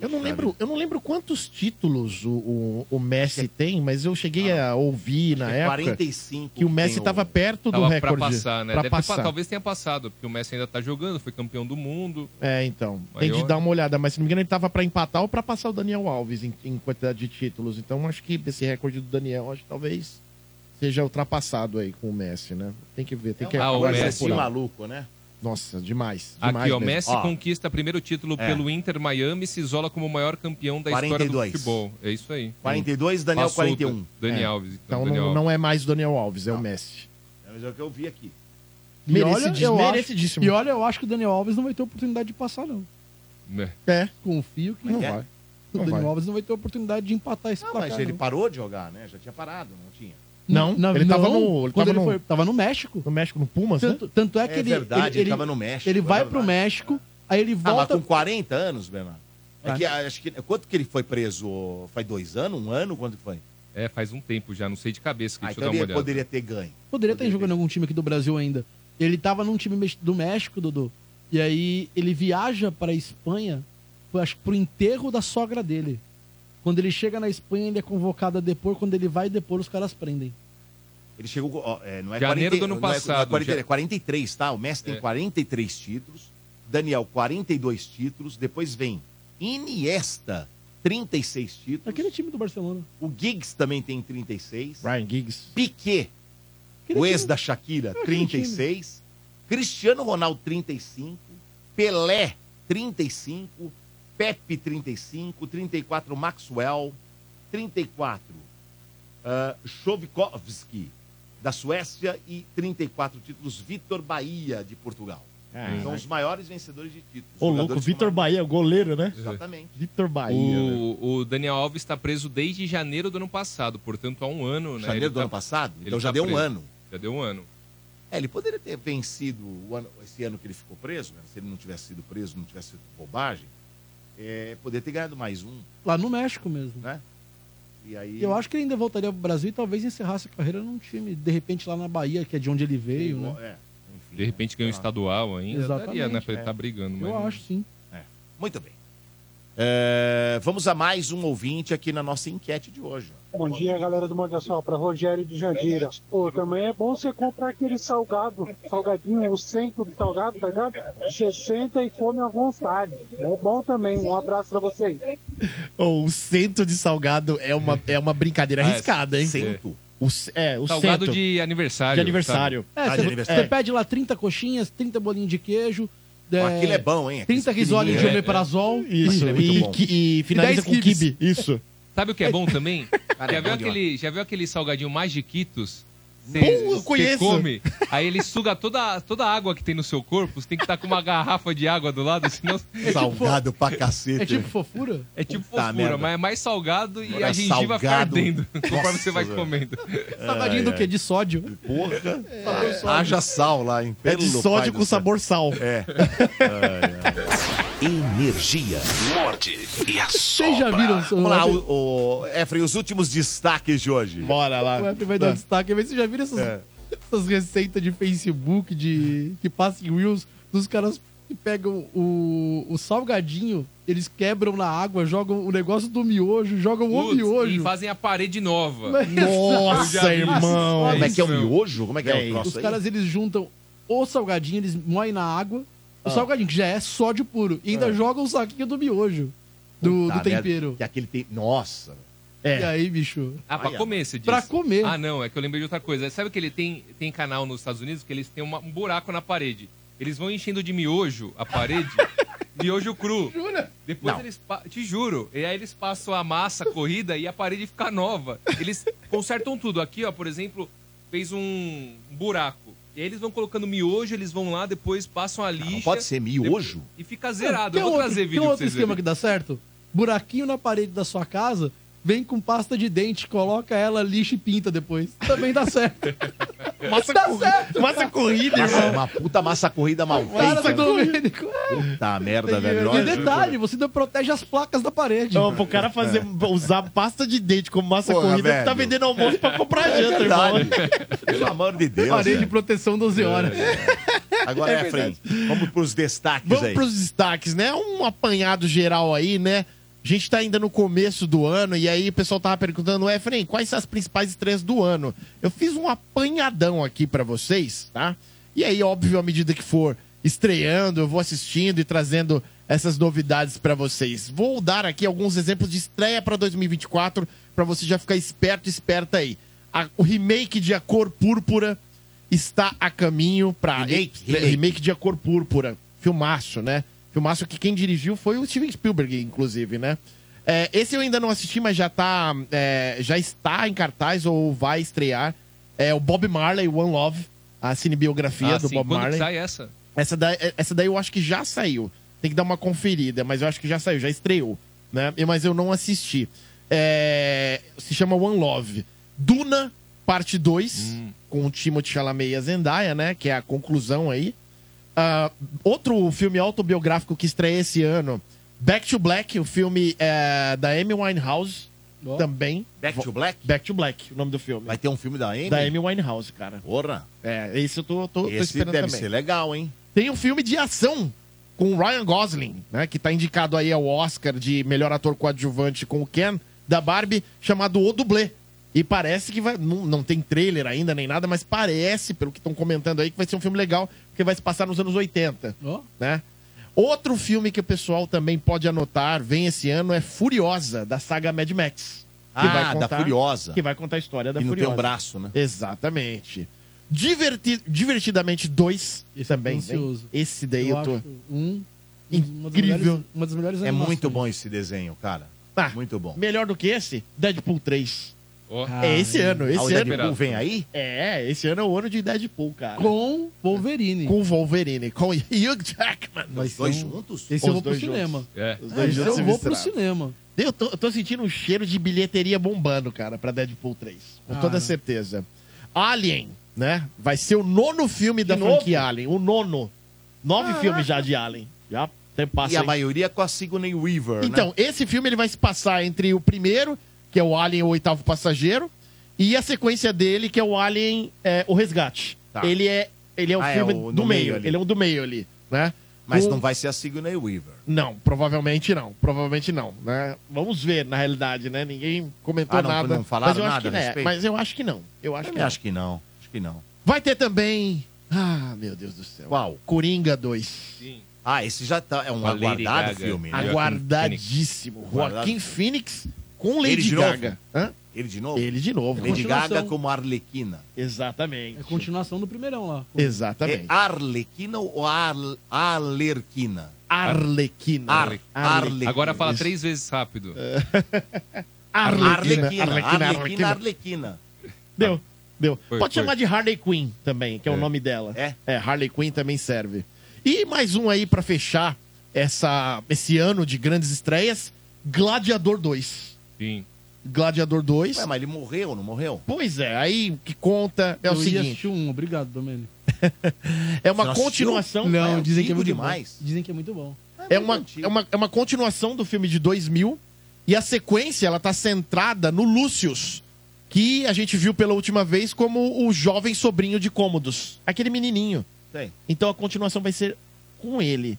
Eu não lembro, eu não lembro quantos títulos o, o, o Messi tem, mas eu cheguei a ouvir na
que é
época
45
que o Messi
tem o-
estava perto do
Tava
recorde.
Pra passar, né?
pra
Deve ter
passar.
pa- talvez tenha passado, porque o Messi ainda tá jogando, foi campeão do mundo.
É, então. Tem
Maior.
que dar uma olhada, mas se não me engano, ele tava pra empatar ou pra passar o Daniel Alves em, em quantidade de títulos. Então acho que esse recorde do Daniel, acho que talvez seja ultrapassado aí com o Messi, né? Tem que ver, tem que
Ah, o
agora
Messi
procurar.
maluco, né?
Nossa, demais.
Aqui,
demais
ó,
mesmo.
Messi conquista primeiro título
É.
pelo Inter Miami e se isola como o maior campeão da história do
42.
futebol. É isso aí.
42, Daniel
Passou o
41.
Dani
É.
Alves.
Então,
Daniel
não,
Alves.
não é mais o Daniel Alves, é o Messi.
É, mas é o que eu vi aqui.
E olha,
Merecidíssimo,
eu acho-
merecidíssimo.
E olha, eu acho que o Daniel Alves não vai ter oportunidade de passar, não. É. Confio que
Mas
não
é?
vai.
Não
o Dani
vai.
Alves não vai ter oportunidade de empatar esse
Não,
placar.
mas ele
não.
parou de jogar, né? Já tinha parado, não tinha.
Não, não,
ele tava
não,
no- ele
quando
tava
ele
no-
foi- tava no México.
No México, no Pumas,
tanto,
né?
tanto é que
É
ele.
verdade, ele tava no México,
Ele
é
vai
verdade.
pro México, aí ele
Ah, mas
volta.
com 40 anos, Bernardo. É
Ah.
que, ah, acho que, quanto que ele foi preso? Faz dois anos? Um ano? Quanto que foi?
É, faz um tempo já, não sei de cabeça. Que
Ah,
deixa eu
então
dar uma
ele
olhada.
poderia ter ganho.
Poderia estar jogando em algum time aqui do Brasil ainda. Ele tava num time mex- do México, Dudu. E aí ele viaja pra Espanha, eu acho que pro enterro da sogra dele. Quando ele chega na Espanha, ele é convocado a depor. Quando ele vai depor, os caras prendem.
Ele chegou. com- ó, é, não é 40
Janeiro do ano
não é- não é
passado,
40,
já-
é 43, tá? O Messi tem
É.
43 títulos. Daniel, 42 títulos. Depois vem Iniesta, 36 títulos.
Aquele time do Barcelona.
O Giggs também tem 36.
Ryan Giggs.
Piquet, o ex da Shakira,
Aquele
36. Cristiano Ronaldo, 35. Pelé, 35. Pepe, 35. 34, Maxwell. 34, ah, Chovkovski, da Suécia. E 34 títulos, Vitor Bahia, de Portugal.
Caraca.
São os maiores vencedores de títulos.
Ô, louco,
Jogadores
Vitor Bahia, goleiro, né?
Exatamente.
Vitor Bahia. né?
O, o Daniel Alves está preso desde janeiro do ano passado, portanto há um ano, né?
Janeiro
Ele
do
tá-
ano passado?
ele
Então já
tá
deu um
preso.
ano.
Já deu um ano.
É, ele poderia ter vencido o ano- esse ano que ele ficou preso, né? se ele não tivesse sido preso, não tivesse sido bobagem, é, poderia ter ganhado mais um.
Lá no México mesmo.
Né? E aí.
Eu acho que ele ainda voltaria pro Brasil e talvez encerrasse a carreira num time, de repente, lá na Bahia, que é de onde ele veio, né?
É,
De repente ganhou um estadual ainda. Daria, né? Pra ele
é.
estar brigando. Mas...
Eu acho, sim.
É. Muito bem. É, vamos a mais um ouvinte aqui na nossa enquete de hoje. ó.
Bom dia, galera do Morde a Sopra, Rogério de Jandira. Pô, também é bom você comprar aquele salgado, salgadinho, o centro do salgado, tá ligado? Você senta e come à vontade. É bom também. Um abraço pra vocês.
Ô, o cento de salgado é uma, é uma brincadeira
Ah, é,
arriscada, hein?
cento?
O, c- é, o
Salgado
cento.
de aniversário.
De aniversário.
sabe?
É, você, você pede lá 30 coxinhas, 30 bolinhos de queijo.
aquilo é bom, hein? Aqueles
30 risoles de
pequenininhos.
omeprazol.
Isso,
é muito
e,
bom.
qui- e finaliza
E dez
com
quibes.
kibe. Isso.
Sabe o que é bom também?
Cara,
já,
é
viu
bom
aquele, já viu aquele salgadinho Magiquitos? Cê-
Bom, eu
cê
conheço.
come, aí ele suga toda, toda a água que tem no seu corpo. Você tem que estar com uma garrafa de água do lado, senão.
É
tipo,
tipo-
Salgado pra cacete.
É tipo
fofura?
É tipo
Puta
fofura,
merda.
mas é mais salgado e
Agora
a gengiva vai fica
salgado.
ardendo conforme você vai
Nossa,
comendo.
É,
Salgadinho do quê? De sódio.
Porra.
É,
Haja sal lá, hein?
É de
Pelo pai
sódio
do
com
céu.
sabor sal.
É.
Energia. Morde e a
Vocês já viram? seu-
Vamos lá, o, o, Efraim, os últimos destaques de hoje.
Bora lá.
O Efraim vai dar um destaque. Mas vocês já viram essas,
É.
essas receitas de Facebook, de, que passa em Reels, dos caras que pegam o, o salgadinho, eles quebram na água, jogam o negócio do miojo,
Um
jogam o
Putz, E
miojo.
fazem a parede nova.
Mas- Nossa,
Eu já vi isso.
irmão.
Como é que é o miojo? Como é que é,
É,
o troço
Os
aí?
caras, eles juntam o salgadinho, eles moem na água.
Ah.
O salgadinho, que já é sódio puro. E ainda jogam o saquinho do miojo. Do,
Puta
do tempero.
merda, Tá, né? Que aquele tem... Nossa.
E aí, bicho?
Ah, pra
Ai,
comer, você disse.
Pra comer.
Ah, não, é que eu lembrei de outra coisa. Sabe que ele tem, tem canal nos Estados Unidos que eles têm uma- um buraco na parede. Eles vão enchendo de miojo a parede, miojo cru.
Jura?
Depois
Não.
eles. pa- Te juro. E aí eles passam a massa corrida e a parede fica nova. Eles consertam tudo. Aqui, ó, por exemplo, fez um buraco. E aí eles vão colocando miojo, eles vão lá, depois passam a lixa.
pode ser miojo?
E fica zerado.
Tem
eu vou
outro-
trazer vídeo
Tem
pra
outro
vocês
esquema que
verem.
dá certo? Buraquinho na parede da sua casa, vem com pasta de dente, coloca ela, lixa e pinta depois. Também dá certo.
Massa
dá
corri-
certo.
massa corrida,
Nossa,
irmão.
É Uma puta massa corrida mal
Cara,
feita. né?
Domênico.
Puta merda, velho.
E detalhe, você ainda protege as placas da parede.
Não, pro cara fazer, usar pasta de dente como massa
Porra,
corrida,
velho.
tu tá vendendo almoço pra comprar
É
janta,
verdade.
irmão.
Pelo amor de Deus.
Parede de
velho.
proteção 12 horas.
Agora,
É
Efraim, vamos pros destaques
Vamos
aí.
pros destaques, né? Um apanhado geral aí, né? A gente tá ainda no começo do ano e aí o pessoal tava perguntando, ué, Efraim, quais são as principais estreias do ano? Eu fiz um apanhadão aqui pra vocês, tá? E aí, óbvio, à medida que for estreando, eu vou assistindo e trazendo essas novidades pra vocês. Vou dar aqui alguns exemplos de estreia pra 2024 pra você já ficar esperto, e esperta aí. A- o remake de A Cor Púrpura está a caminho pra
Remake,
remake,
remake.
remake de A Cor Púrpura. Filmaço, né? Filmaço que quem dirigiu foi o Steven Spielberg, inclusive, né? É, esse eu ainda não assisti, mas já tá. é, já está em cartaz ou vai estrear. É o Bob Marley, One Love, a cinebiografia
Ah,
do
sim,
Bob
quando que
Marley.
sai essa?
é, Essa daí, essa daí eu acho que já saiu. Tem que dar uma conferida, mas eu acho que já saiu, já estreou, né? E- Mas eu não assisti. É, Se chama One Love. Duna, parte 2,
Hum.
com o Timothée Chalamet e a Zendaya, né? Que é a conclusão aí. Ah, outro filme autobiográfico que estreia esse ano, Back to Black, o filme é, da Amy Winehouse, também.
Back to Black?
Back to Black, o nome do filme. Vai
ter um filme da Amy?
Da Amy Winehouse, cara.
Porra.
É, esse eu tô, tô, tô
Esse
esperando
deve
também.
ser legal, hein?
Tem um filme de ação com o Ryan Gosling, né? Que tá indicado aí ao Oscar de melhor ator coadjuvante com o Ken, da Barbie, chamado O Dublê. E parece que vai. Não, não tem trailer ainda nem nada, mas parece, pelo que estão comentando aí, que vai ser um filme legal, porque vai se passar nos anos 80. Né? Outro filme que o pessoal também pode anotar, vem esse ano, é Furiosa, da saga Mad Max. que
Ah, da Furiosa.
Que vai contar a história da
E não tem
Furiosa.
um braço, né?
Exatamente. Diverti- Divertidamente 2 também.
tô ansioso.
hein? Esse daí eu,
Eu
tô.
acho um- uma das
É Incrível.
melhores- uma das melhores
É
animações.
muito bom esse desenho, cara. muito bom.
Ah, Melhor do que esse? Deadpool 3.
Ah,
é esse
é.
ano.
Ah,
Esse
o
ano.
Deadpool vem aí?
É, esse ano é o ano de Deadpool, cara.
Com Wolverine.
Com Wolverine. Com Hugh Jackman.
Mas dois
um-
são- juntos? esse eu vou pro cinema. É.
Os dois
Esse
juntos
eu
se
vou pro
misturaram.
cinema.
Eu tô, eu tô sentindo um cheiro de bilheteria bombando, cara, pra Deadpool 3. Com toda
Cara.
certeza. Alien, né? Vai ser o nono filme da
novo?
franquia Alien. O nono. Nove
Caraca.
filmes já de Alien. Já tem passa.
e a
aí.
maioria com a Sigourney Weaver,
Então,
né?
esse filme ele vai se passar entre o primeiro, que é o Alien, o oitavo passageiro, e a sequência dele, que é o Alien, é, o resgate.
Tá.
Ele é ele é o
Ah, é
filme
o- no
do
meio
meio,
ali.
ele é um do meio ali, né?
Mas
Com-
não vai ser a Sigourney Weaver.
Não, provavelmente não, provavelmente não, né? Vamos ver, na realidade, né? Ninguém comentou
Ah, não,
nada.
não falaram
mas eu acho
nada
que
a
né,
respeito?
mas eu acho que não. Eu acho que
Também
não.
acho que não. Acho que não.
Vai ter também, ah, meu Deus do céu.
Qual?
Coringa 2.
Ah, esse já tá. É um
Com a Lady
aguardado
Gaga.
filme. né?
Aguardadíssimo. Joaquim Phoenix com
Ele
Lady
de novo? Oh.
Gaga. Hã?
Ele de novo?
Ele de novo.
Lady Gaga
Continuação.
como Arlequina.
Exatamente.
É continuação do primeirão lá.
Exatamente.
É Arlequina ou Ar... Alerquina?
Arlequina.
Ar... Arlequina.
Arlequina.
Agora fala três vezes rápido.
É.
Arlequina,
Arlequina. Arlequina,
Arlequina,
Arlequina.
Arlequina.
Deu, deu.
Foi,
Pode
foi.
chamar de Harley Quinn também, que é, o nome dela.
É?
Harley Quinn também serve. E mais um aí pra fechar essa, esse ano de grandes estreias, Gladiador 2.
Sim.
Gladiador 2.
Ué, mas ele morreu, não morreu?
Pois é, aí o que conta é o
Eu ia
seguinte.
assistir um, obrigado, Domênico.
É uma
Você assistiu?
continuação.
Não,
É,
dizem que é
antigo
muito
demais.
bom. Dizem que é muito bom.
É uma, é, uma, é uma continuação do filme de 2000 e a sequência ela tá centrada no Lúcius, que a gente viu pela última vez como o jovem sobrinho de Cômodos, aquele menininho.
Tem.
Então a continuação vai ser com ele.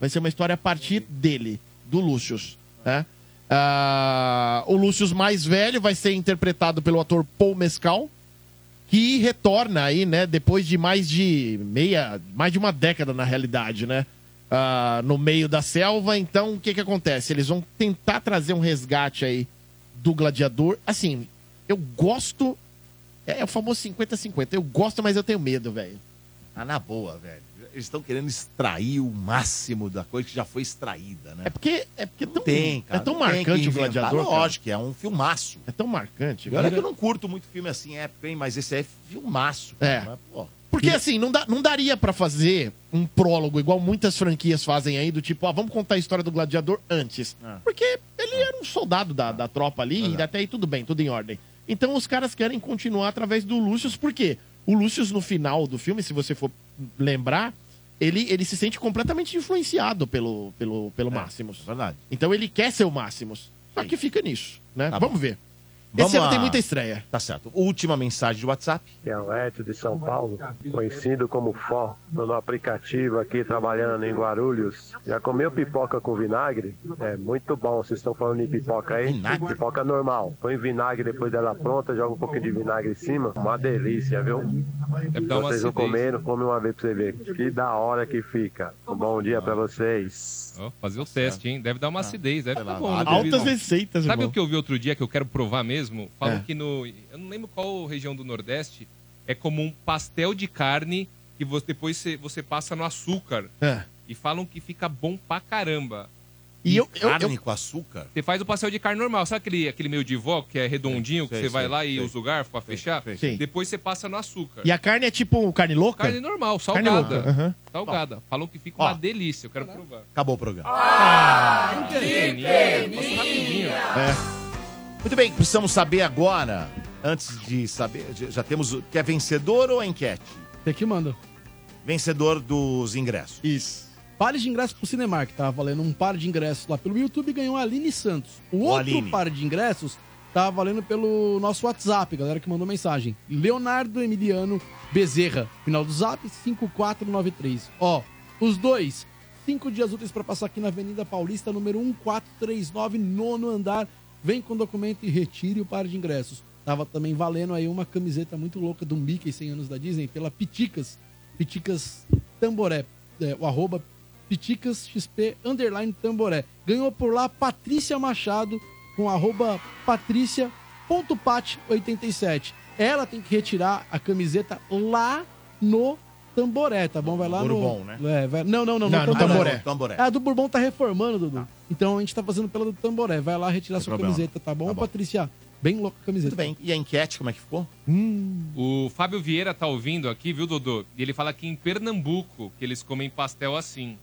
Vai ser uma história a partir dele, do Lúcius. né? Ah, o Lúcius mais velho vai ser interpretado pelo ator Paul Mescal, que retorna aí, né, depois de mais de meia, mais de uma década na realidade, né? Ah, no meio da selva, então o que que acontece? Eles vão tentar trazer um resgate aí do gladiador. Assim, eu gosto é, é o famoso 50-50. Eu gosto, mas eu tenho medo, velho.
Ah, na boa, velho. Eles estão querendo extrair o máximo da coisa que já foi extraída, né? É
porque é, porque tão,
tem, cara.
é tão
Não tem
marcante
que
o
inventar.
Gladiador, cara.
Lógico, é um filmaço.
É tão marcante.
E olha
velho.
que eu não curto muito filme assim, é, hein, mas esse é filmaço.
É.
Mas, pô,
Porque assim, não, dá- não daria pra fazer um prólogo igual muitas franquias fazem aí, do tipo, ah, vamos contar a história do gladiador antes.
Ah.
Porque ele era um soldado da, da tropa ali, e até aí tudo bem, tudo em ordem. Então os caras querem continuar através do Lúcius, por quê? O Lúcius, no final do filme, se você for lembrar, ele, ele se sente completamente influenciado pelo, pelo,
É.
pelo Máximos.
verdade.
Então ele quer ser o Máximos. Só que fica nisso, né? vamos ver.
Vamos
Esse ano
lá.
tem muita estreia.
Tá certo. Última mensagem de WhatsApp.
Dialeto é de São Paulo, conhecido como Fó. Tô no aplicativo aqui trabalhando em Guarulhos. Já comeu pipoca com vinagre? É muito bom. Vocês estão falando de pipoca aí? Pipoca normal. Põe vinagre depois dela pronta, joga um pouquinho de vinagre em cima. Uma delícia, viu?
dar uma
vocês vão
acidez.
comendo, come uma vez pra você ver. Que da hora que fica. Um bom dia pra vocês.
Ó, fazer o teste,
É.
hein? Deve dar uma acidez, deve ficar bom.
lá.
não duvido,
Altas
não.
receitas,
Sabe
irmão.
o que eu vi outro dia que eu quero provar mesmo? Falam
É.
que no... Eu não lembro qual região do Nordeste. É como um pastel de carne que você, depois você, você passa no açúcar.
É.
E falam que fica bom pra caramba.
E eu, eu,
Carne
eu-
com açúcar?
Você faz o pastel de carne normal, sabe aquele, aquele meio de vó que é redondinho, que
Sei,
você vai
sei,
lá e
sei.
usa o garfo pra fechar?
sei.
Depois você passa no açúcar.
E a carne é tipo carne louca?
Carne normal,
Carne
salgada.
louca, aham.
Salgada. Falou que fica uma delícia, eu quero provar.
Acabou o programa.
Posso rapidinho?
É. Muito bem, precisamos saber agora, antes de saber, já- já temos, o- quer vencedor ou a enquete?
Você que manda.
Vencedor dos ingressos.
Isso.
Pares de ingressos pro Cinemark, tava valendo um par de ingressos lá pelo YouTube, ganhou a Aline Santos. O
Ô,
outro
Aline.
par de ingressos tava valendo pelo nosso WhatsApp, galera que mandou mensagem. Leonardo Emiliano Bezerra, final do Zap 5493. Ó, os dois, cinco dias úteis para passar aqui na Avenida Paulista, número 1439, nono andar. Vem com documento e retire o par de ingressos. Tava também valendo aí uma camiseta muito louca do Mickey 100 anos da Disney pela Piticas. Piticas Tamboré, é, o arroba Piticas XP underline Tamboré. Ganhou por lá Patrícia Machado com arroba patrícia.pat87. Ela tem que retirar a camiseta lá no Tamboré, tá bom? Vai lá no...
Bourbon, né?
É, vai- Não, não, não,
Não,
no
no
Tamboré.
Tamboré. Tamboré.
Ah, do Bourbon tá reformando, Dudu. Então a gente tá fazendo pela do Tamboré. Vai lá retirar sua
problema.
camiseta, tá bom, Patrícia? Bem louca a camiseta.
Muito bem. E a enquete, como é que ficou?
O Fábio Vieira tá ouvindo aqui, viu, Dodô? E ele fala que em Pernambuco que eles comem pastel assim.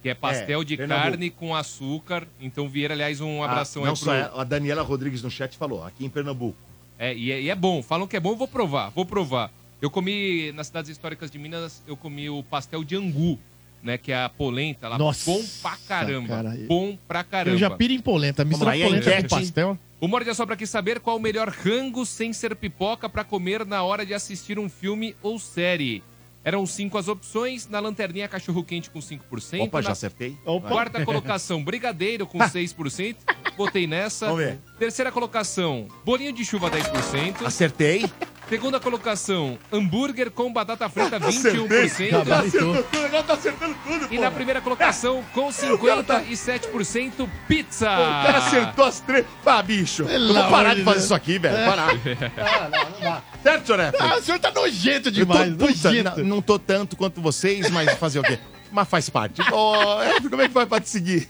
Que é pastel de
Pernambuco.
carne com açúcar. Então, Vieira, aliás, um abração
Ah, não
aí
só ela, a Daniela Rodrigues no chat falou, aqui em Pernambuco.
É, e é, e é bom. Falam que é bom, eu vou provar, vou provar. Eu comi, nas cidades históricas de Minas, eu comi o pastel de angu, né? Que é a polenta lá.
Nossa,
bom pra caramba.
cara.
Bom pra caramba.
Eu já piro em polenta. Mistura
Vamos lá, e a
polenta com
enquete?
pastel.
O Morde é só pra que saber qual o melhor rango sem ser pipoca pra comer na hora de assistir um filme ou série. Eram cinco as opções. Na lanterninha, cachorro-quente com 5%.
Opa, já
na
acertei.
Opa. Quarta colocação, brigadeiro com 6%. Botei nessa.
Vamos ver.
Terceira colocação, bolinho de chuva 10%.
Acertei.
Segunda colocação, hambúrguer com batata frita
Acertei.
21%.
Tá acertando tudo, agora tá acertando tudo,
E
pô.
na primeira colocação, com 57%, pizza.
Pô, tá- o cara acertou as três. Ah, bicho, eu vou parar de fazer isso aqui, velho. Parar. Certo, senhor Efraim?
Ah, o senhor tá nojento
Eu
demais,
tô- puta,
nojento.
não, não tô tanto quanto vocês, mas fazer o quê? Mas faz parte. Ô, Efraim, como é que vai pra te seguir?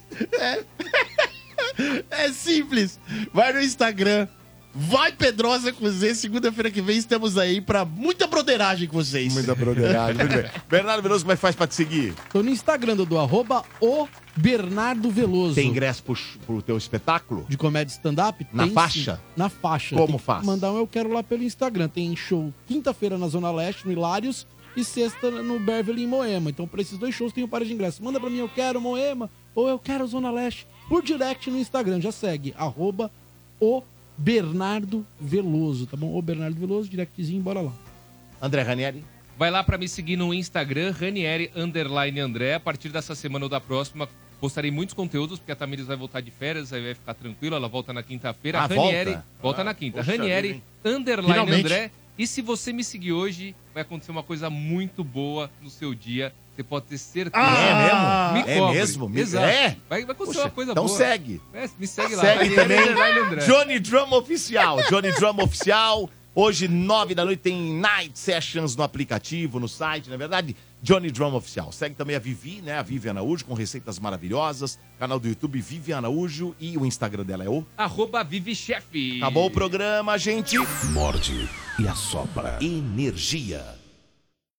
É simples. Vai no Instagram. Vai Pedrosa com Z. Segunda-feira que vem estamos aí pra muita broderagem com vocês. Muita
broderagem, muito Ah, bem. Bernardo Veloso, como é que faz pra te seguir?
Tô no Instagram, Dudu, arroba o Bernardo Veloso.
Tem ingresso pro, sh- pro teu espetáculo?
de comédia stand-up?
Na
tem
faixa?
sim. Na faixa.
Como
Tem que
faz?
Mandar um Eu Quero lá pelo Instagram. Tem show quinta-feira na Zona Leste, no Hilários, e sexta no Beverly em Moema. Então, pra esses dois shows, tem o par de ingressos. Manda pra mim Eu Quero Moema ou Eu Quero Zona Leste por direct no Instagram. Já segue, arroba o Bernardo Veloso, tá bom? O Bernardo Veloso, directzinho, bora lá.
André Ranieri?
Vai lá pra me seguir no Instagram, Ranieri Underline André. A partir dessa semana ou da próxima, postarei muitos conteúdos, porque a Tamires vai voltar de férias, aí vai ficar tranquila, ela volta na quinta-feira.
Ah,
Ranieri
volta? Ah,
na quinta.
poxa
Ranieri
vida, hein?
Underline
Finalmente.
André. E se você me seguir hoje, vai acontecer uma coisa muito boa no seu dia. Você pode ter certeza.
Ah, é mesmo?
Me
É
cobre.
mesmo? Me-
Exato.
é?
Vai, vai acontecer
Poxa,
uma coisa
então
boa.
segue.
É, me segue lá.
Segue
Ranieri
também
Underline André.
Johnny Drum Oficial. Johnny Drum Oficial. Hoje, nove da noite, tem Night Sessions no aplicativo, no site, na verdade. Johnny Drum Oficial. Segue também a Vivi, né? A Vivi Araújo, com receitas maravilhosas. Canal do YouTube Vivi Araújo e o Instagram dela é o.
Arroba Vivi Chefe.
Acabou o programa, gente.
Morde e assopra. Energia.